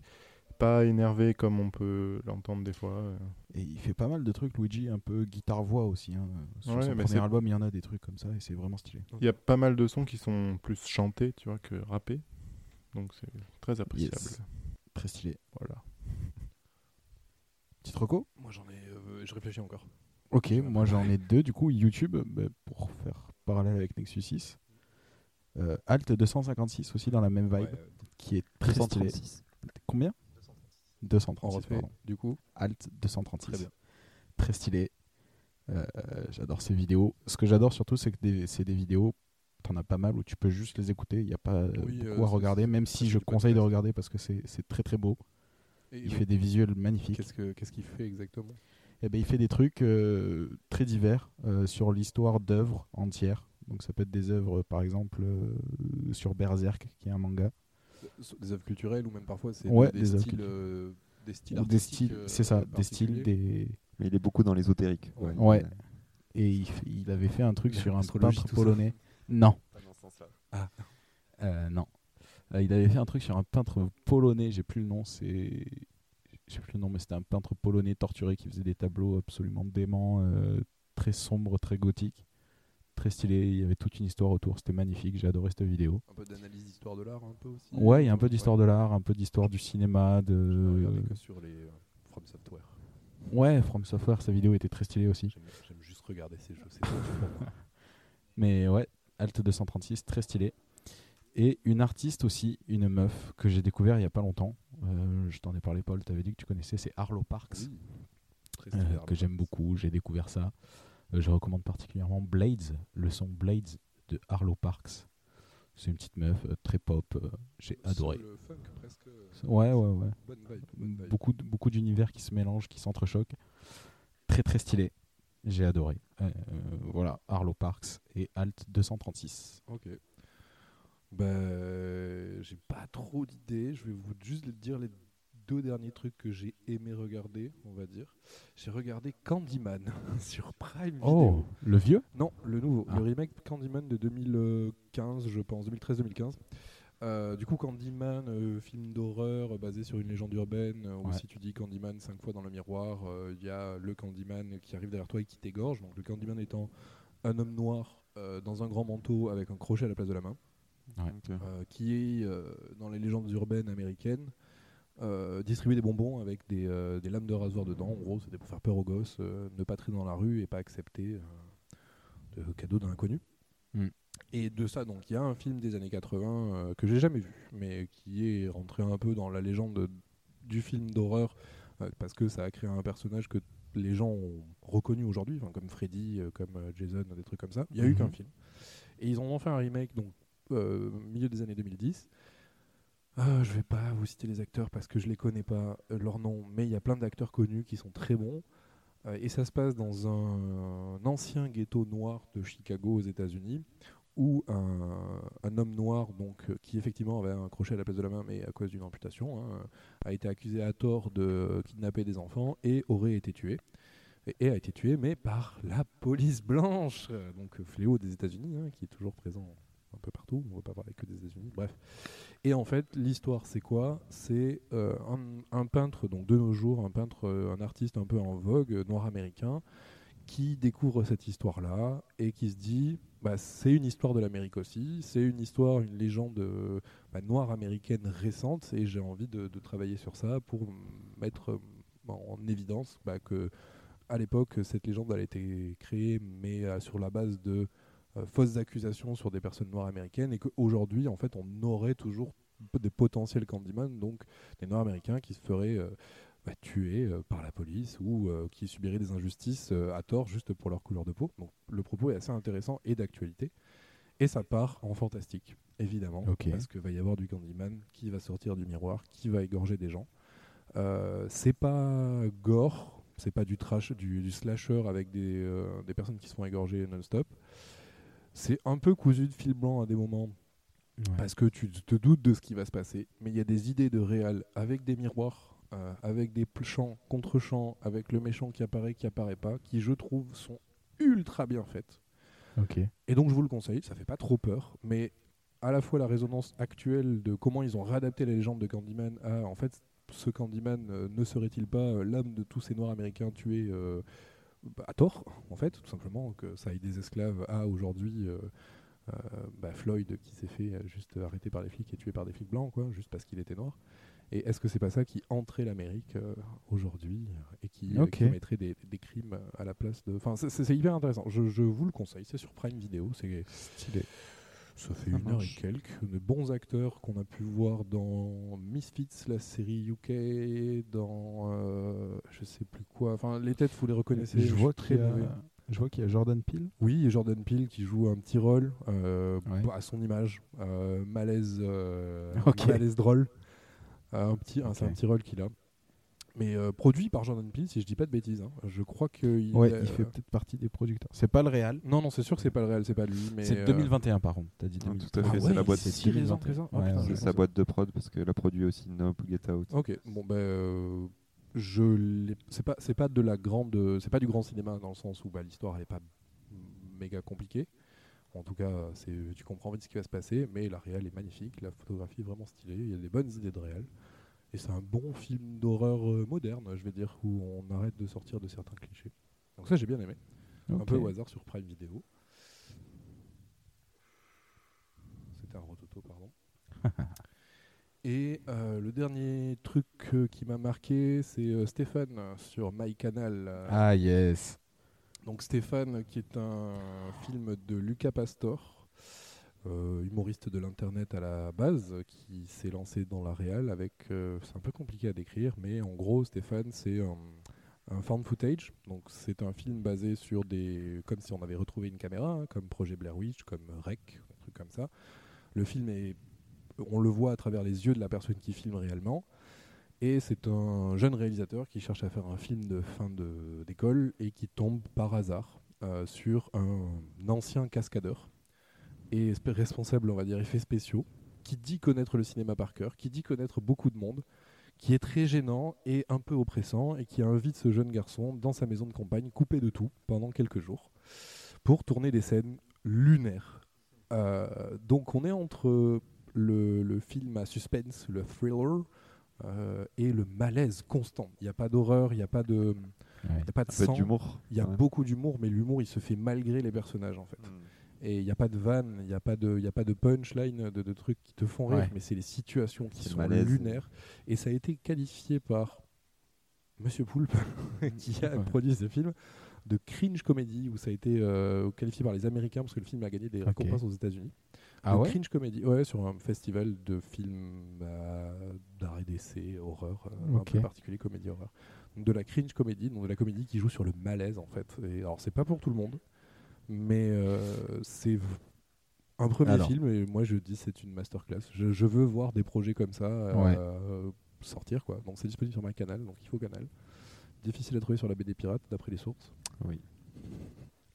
pas énervé comme on peut l'entendre des fois. euh. Et il fait pas mal de trucs, Luigi, un peu guitare-voix aussi. hein. Sur Ouais, son mais premier c'est- album, il y en a des trucs comme ça et c'est vraiment stylé. Il y a pas mal de sons qui sont plus chantés, tu vois, que rappés, donc c'est très appréciable. Yes. Très stylé. Voilà. Petit reco Moi j'en ai. euh, je réfléchis encore. Ok, Je vais moi j'en ai deux du coup. YouTube, bah, pour faire parallèle avec Nexus 6. Euh, Alt 256 aussi dans la même vibe, Ouais, euh, qui est très stylé. 236. Combien en 236. refait, pardon. du coup. Alt 236. Très bien. Très stylé. Euh, j'adore ces vidéos. Ce que j'adore surtout, c'est que des- c'est des vidéos, t'en as pas mal où tu peux juste les écouter. Il n'y a pas euh, Oui, euh, beaucoup à c'est- regarder, c'est même presque si du je conseille de podcast. regarder parce que c'est c'est très très beau. Et- Il fait des visuels magnifiques. Qu'est-ce que- qu'est-ce qu'il fait exactement Eh ben, il fait des trucs euh, très divers euh, sur l'histoire d'œuvres entières. Donc ça peut être des œuvres, par exemple, euh, sur Berserk, qui est un manga. Des œuvres culturelles ou même parfois c'est Ouais, des, des œuvres styles, culturelles. euh, des styles Ou des artistiques, styles, euh, c'est ça, des styles, particuliers. des... Mais il est beaucoup dans l'ésotérique. Ouais. Ouais. Et il, f- il avait fait un truc La sur un astrologie, peintre tout ça. Ah. polonais. Non, Pas dans ce sens-là. Euh, non. Euh, il avait fait un truc sur un peintre polonais, j'ai plus le nom, c'est. J'ai plus le nom, mais c'était un peintre polonais torturé qui faisait des tableaux absolument déments, euh, très sombres, très gothiques, très stylés. Il y avait toute une histoire autour, c'était magnifique, j'ai adoré cette vidéo. un peu d'analyse d'histoire de l'art un peu aussi. Ouais, il y a un peu d'histoire Ouais. de l'art, un peu d'histoire du cinéma, Je n'ai de. regardé que sur les euh, From Software. Ouais, From Software, sa vidéo était très stylée aussi. J'aime j'aime juste regarder ces jeux. c'est tout pour moi. Mais ouais, Alt 236, très stylé. Et une artiste aussi, une meuf que j'ai découvert il y a pas longtemps. Euh, je t'en ai parlé, Paul, t'avais dit que tu connaissais, c'est Arlo Parks. Oui. Très euh, stylé, Arlo que j'aime Parks. beaucoup. J'ai découvert ça. Euh, je recommande particulièrement Blades, le son Blades de Harlow Parks. C'est une petite meuf euh, très pop. euh, J'ai Soul, adoré. euh, funk, presque, euh, Ouais, Mmh. ouais, ouais. Bonne vibe. bonne vibe. Beaucoup, de- beaucoup d'univers qui se mélangent, qui s'entrechoquent. Très, très stylé. J'ai adoré. Euh, voilà, Harlow Parks et Alt 236. Ok. Bah, trop d'idées. Je vais vous juste dire les deux derniers trucs que j'ai aimé regarder, on va dire. J'ai regardé Candyman sur Prime Video. Oh, le vieux Non, le nouveau, Ah. le remake Candyman de 2015, je pense, 2013-2015. Euh, du coup, Candyman, euh, film d'horreur euh, basé sur une légende urbaine, euh, où Ouais. si tu dis Candyman cinq fois dans le miroir, euh, il y a le Candyman qui arrive derrière toi et qui t'égorge. Donc, le Candyman étant un homme noir euh, dans un grand manteau avec un crochet à la place de la main euh, qui est euh, dans les légendes urbaines américaines euh, distribuer des bonbons avec des, euh, des lames de rasoir dedans. En gros, c'était pour faire peur aux gosses, euh, ne pas traîner dans la rue et pas accepter euh, de cadeaux d'un inconnu. Mm. Et de ça, donc, il y a un film des années 80 euh, que j'ai jamais vu, mais qui est rentré un peu dans la légende du film d'horreur euh, parce que ça a créé un personnage que les gens ont reconnu aujourd'hui, enfin, comme Freddy, euh, comme euh, Jason, des trucs comme ça. Il n'y a eu Mhm. qu'un film. Et ils en ont fait un remake, donc euh, milieu des années 2010. Euh, je vais pas vous citer les acteurs parce que je les connais pas euh, leur nom, mais il y a plein d'acteurs connus qui sont très bons. Euh, et ça se passe dans un, ancien ghetto noir de Chicago aux États-Unis, où un, un homme noir, donc euh, qui effectivement avait un crochet à la place de la main, mais à cause d'une amputation, hein, a été accusé à tort de kidnapper des enfants et aurait été tué. Et- Et a été tué, mais par la police blanche, euh, donc euh, fléau des États-Unis, hein, qui est toujours présent un peu partout. On ne va pas parler que des États-Unis. Bref. Et en fait, l'histoire, c'est quoi C'est euh, un, un peintre, donc de nos jours, un peintre, euh, un artiste un peu en vogue, euh, noir américain, qui découvre cette histoire-là et qui se dit, bah, c'est une histoire de l'Amérique aussi, c'est une histoire, une légende euh, bah, noire américaine récente, et j'ai envie de, de travailler sur ça pour mettre euh, en évidence bah, que à l'époque, cette légende elle a été créée, mais euh, sur la base de euh, fausses accusations sur des personnes noires américaines et qu'aujourd'hui, en fait, on aurait toujours p- des potentiels Candyman, donc des Noirs américains qui se feraient euh, bah, tuer euh, par la police ou euh, qui subiraient des injustices euh, à tort juste pour leur couleur de peau. Donc le propos est assez intéressant et d'actualité. Et ça part en fantastique, évidemment, Ok. parce qu'il va y avoir du Candyman qui va sortir du miroir, qui va égorger des gens. Euh, c'est pas gore, c'est pas du trash, du, du slasher avec des, euh, des personnes qui se font égorger non-stop. C'est un peu cousu de fil blanc à des moments parce que tu te doutes de ce qui va se passer. Mais il y a des idées de réel avec des miroirs, euh, avec des pl- champs, contre-champs, avec le méchant qui apparaît, qui apparaît pas, qui je trouve sont ultra bien faites. Ah, Ok. Et donc je vous le conseille, ça fait pas trop peur, mais à la fois la résonance actuelle de comment ils ont réadapté la légende de Candyman à en fait ce Candyman euh, ne serait-il pas euh, l'âme de tous ces noirs américains tués euh, bah, à tort en fait tout simplement que ça aille des esclaves à aujourd'hui euh, euh, bah, Floyd qui s'est fait euh, juste arrêter par les flics et tué par des flics blancs quoi juste parce qu'il était noir et est-ce que c'est pas ça qui entrait l'Amérique euh, aujourd'hui euh, et qui, euh, Ok. qui mettrait des, des crimes euh, à la place de enfin c'est- c'est c'est hyper intéressant je, je vous le conseille c'est sur Prime Video c'est stylé ça fait Ça une heure et marche. quelques. De bons acteurs qu'on a pu voir dans Misfits, la série UK, dans euh, je sais plus quoi. Enfin, les têtes, vous les reconnaissez. Je vois suis très qu'il y a- mauvais. je vois qu'il y a Jordan Peele. Oui, et Jordan Peele qui joue un petit rôle euh, Ouais. à son image, euh, malaise, euh, Ok. malaise drôle. Euh, un petit, un- c'est Ok. un petit rôle qu'il a. Mais euh, produit par Jordan Peele, si je dis pas de bêtises. hein. Je crois que il Ouais, a- euh, il fait peut-être partie des producteurs. C'est pas le réal. Non, non, c'est sûr que c'est pas le réel, c'est pas lui. mais, C'est euh, 2021 par contre, t'as dit Non, 2021. tout à fait, Ah c'est ouais, la boîte. c'est si raison, raison. Oh, Ouais, putain, ouais, je C'est sais sa pas. boîte de prod parce qu'elle a produit aussi Nope, Get Out. Ok, bon ben, euh, je l'ai- c'est pas c'est pas de la grande c'est pas du grand cinéma dans le sens où bah, l'histoire elle est pas méga compliquée. En tout cas, c'est tu comprends vite ce qui va se passer, mais la réal est magnifique, la photographie est vraiment stylée, il y a des bonnes idées de réal et c'est un bon film d'horreur euh, moderne, je vais dire où on arrête de sortir de certains clichés. Donc ça j'ai bien aimé, un peu au hasard sur Prime Video. C'était un rototo, pardon. Et euh, le dernier truc euh, qui m'a marqué, c'est euh, Stéphane euh, sur MyCanal. euh, Ah yes. donc Stéphane, qui est un film de Lucas Pastor, euh, humoriste de l'internet à la base, euh, qui s'est lancé dans la réal avec. euh, c'est un peu compliqué à décrire, mais en gros, Stéphane, c'est un, un found footage. Donc c'est un film basé sur des, comme si on avait retrouvé une caméra, hein, comme Projet Blair Witch, comme Rec, un truc comme ça. Le film est, on le voit à travers les yeux de la personne qui filme réellement. Et c'est un jeune réalisateur qui cherche à faire un film de fin de- d'école et qui tombe par hasard euh, sur un ancien cascadeur et sp- responsable, on va dire, effets spéciaux, qui dit connaître le cinéma par cœur, qui dit connaître beaucoup de monde, qui est très gênant et un peu oppressant, et qui invite ce jeune garçon dans sa maison de campagne, coupé de tout, pendant quelques jours, pour tourner des scènes lunaires. Euh, donc on est entre le, le film à suspense, le thriller, euh, et le malaise constant. Il n'y a pas d'horreur, il n'y a pas de, il y a pas de Un peu sang, d'humour. il y a quand même. Hmm. beaucoup d'humour, mais l'humour il se fait malgré les personnages en fait. Mm. Et il n'y a pas de vanne, il n'y a pas de, il y a pas de punchline, de, de trucs qui te font rire, Ouais. mais c'est les situations qui C'est le sont malaise. lunaires. Et ça a été qualifié par Monsieur Poulpe, qui a Ouais. produit ce film, de cringe comédie, où ça a été euh, qualifié par les Américains, parce que le film a gagné des récompenses aux États-Unis. Ah de ouais Cringe comédie, ouais, sur un festival de films euh, d'art et d'essai, horreur, euh, Ok. un peu particulier, comédie horreur. Donc de la cringe comédie, donc de la comédie qui joue sur le malaise en fait. Et alors c'est pas pour tout le monde, mais euh, c'est v- un premier Alors. film et moi je dis c'est une masterclass. Je, je veux voir des projets comme ça euh, sortir quoi. Donc c'est disponible sur ma canal, donc il faut canal. Difficile à trouver sur la BD Pirate d'après les sources. Oui.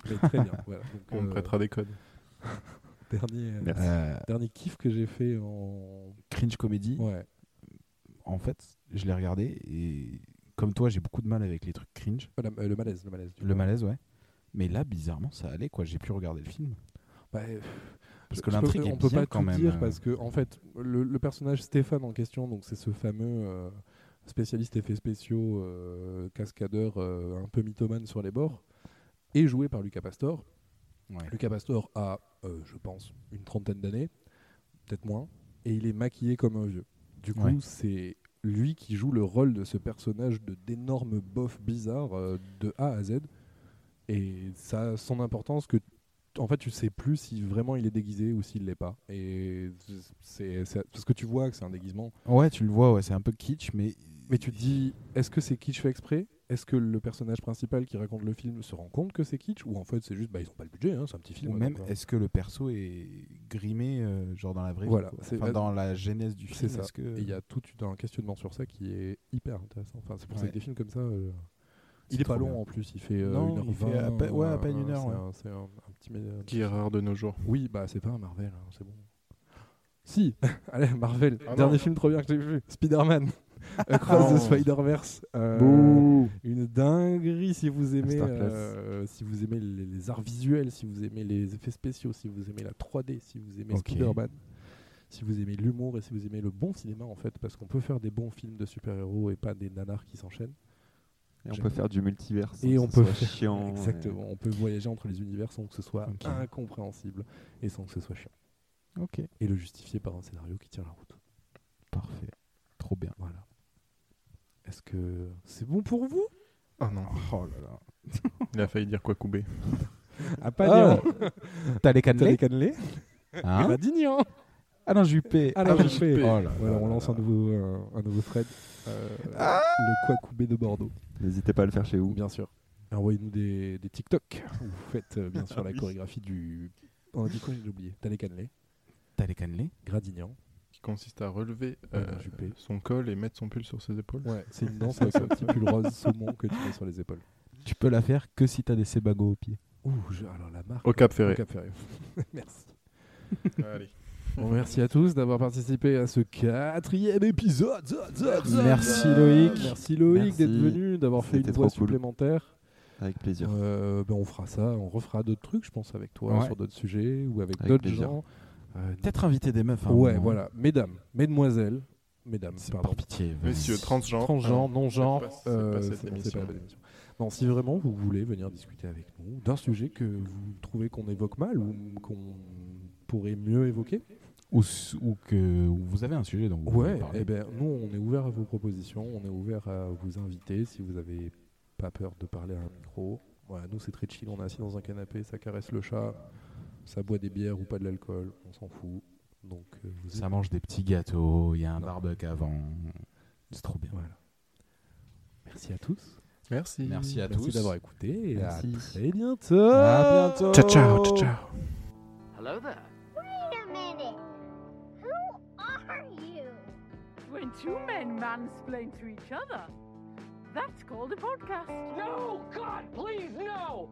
Mais très bien. voilà. Donc, On me euh, prêtera des codes. dernier, Merci. Euh, dernier kiff que j'ai fait en cringe comédie. Ouais. En fait, je l'ai regardé et comme toi, j'ai beaucoup de mal avec les trucs cringe. Oh, la- euh, le malaise, le malaise. du Le coup. malaise, ouais. Mais là, bizarrement, ça allait quoi. J'ai pu regarder le film Bah, euh, parce je que peux- l'intrigue est On peut bien pas quand tout même. dire euh, parce que en fait, le, le personnage Stéphane en question, donc c'est ce fameux euh, spécialiste effets spéciaux, euh, cascadeur, euh, un peu mythomane sur les bords, est joué par Lucas Pastor. ouais. Lucas Pastor a, euh, je pense, une trentaine d'années, peut-être moins, et il est maquillé comme un vieux. Du coup, Ouais. c'est lui qui joue le rôle de ce personnage de d'énorme bof bizarre euh, de A à Z. Et ça a son importance que, en fait, tu sais plus si vraiment il est déguisé ou s'il l'est pas. Et c'est c'est- parce que tu vois que c'est un déguisement. Ouais, tu le vois, ouais, c'est un peu kitsch, mais Mais tu te dis, est-ce que c'est kitsch fait exprès Est-ce que le personnage principal qui raconte le film se rend compte que c'est kitsch Ou en fait, c'est juste, bah, ils ont pas le budget, hein, c'est un petit film. ou donc, même voilà. est-ce que le perso est grimé euh, genre dans la vraie vie, Voilà, quoi. c'est- Enfin, dans la genèse du c'est film ça. est-ce que Et il y a tout un questionnement sur ça qui est hyper intéressant. Enfin, c'est pour ça Ouais. que des films comme ça. euh, C'est il est pas trop long bien. en plus, il fait euh, Non, 1h20. il fait à peine- ouais, à euh, peine une heure, c'est ouais. un- C'est un, un petit. mé- un petit- Qui est rare de nos jours. Oui, bah c'est pas un Marvel, hein, c'est bon. Si, allez, Marvel, Ah non. dernier film trop bien que j'ai vu Spider-Man, Ah, Across non. the Spider-Verse. Euh, Bouh. une dinguerie si vous aimez Masterclass. euh, si vous aimez les, les arts visuels, si vous aimez les effets spéciaux, si vous aimez la 3D, si vous aimez Ok. Spider-Man, si vous aimez l'humour et si vous aimez le bon cinéma en fait parce qu'on peut faire des bons films de super-héros et pas des nanars qui s'enchaînent. Et on peut faire du multivers. sans Et que on ce peut soit faire- chiant. Exactement, on peut voyager entre les univers sans que ce soit Ok. incompréhensible et sans que ce soit chiant ok et le justifier par un scénario qui tient la route. parfait trop bien Voilà. Est-ce que c'est bon pour vous Oh non. oh là là Il a failli dire quoi couper. ah Ah. pas dire t'as les cannelés cannelés hein Ah Bah, dignan Alain Juppé Alain Juppé. oh là Voilà, là on là lance là. un nouveau, euh, un nouveau thread. euh, le Quacoubé de Bordeaux, N'hésitez pas à le faire chez vous. bien sûr. Et Envoyez-nous des, des TikTok où vous faites euh, bien sûr la chorégraphie du. On a dit quoi J'ai oublié. Talé Canelé, t'as les cannelés Gradignan. Qui consiste à relever Alain euh, Juppé. son col et mettre son pull sur ses épaules. Ouais, c'est une danse avec un petit pull rose saumon que tu mets sur les épaules. tu peux la faire que si t'as des sébagos au pied Ouh, je- alors la marque. Au Cap Ferré. Au Cap Ferré. Merci. Allez. Bon, merci à tous d'avoir participé à ce quatrième épisode. Zot, zot, zot, Merci, zot. Loïc. Merci Loïc Merci. d'être venu, d'avoir fait C'était une voix trop cool. supplémentaire. Avec plaisir. Euh, ben, on fera ça, on refera d'autres trucs, je pense, avec toi, Ouais. sur d'autres sujets ou avec, Avec d'autres plaisir. gens. Euh, peut-être inviter des meufs hein, à un ouais, moment. voilà. Mesdames, mesdemoiselles, mesdames, c'est pardon. par pitié vas-y. Messieurs, transgenres. Transgenres, c'est non-genres. euh, pas- c'est pas cette c'est- non, c'est émission. pas la bonne émission. Non, si vraiment vous voulez venir discuter avec nous d'un sujet que vous trouvez qu'on évoque mal ou qu'on pourrait mieux évoquer, ou, s- ou que ou vous avez un sujet dont vous voulez Ouais, parler. eh ben, nous, on est ouvert à vos propositions, on est ouvert à vous inviter si vous avez pas peur de parler à un micro. Voilà, nous, c'est très chill, on est assis dans un canapé, ça caresse le chat, ça boit des bières ou pas de l'alcool, on s'en fout. Donc, euh, vous ça mange des petits gâteaux il y a un Non. barbecue avant c'est trop bien Voilà. Merci à tous. Merci. merci à Merci tous d'avoir écouté et Merci. à très bientôt. à bientôt Ciao, ciao, ciao, ciao. Hello there. Wait a minute. Who are you? When two men mansplain to each other, that's called a podcast. No! God, please, no!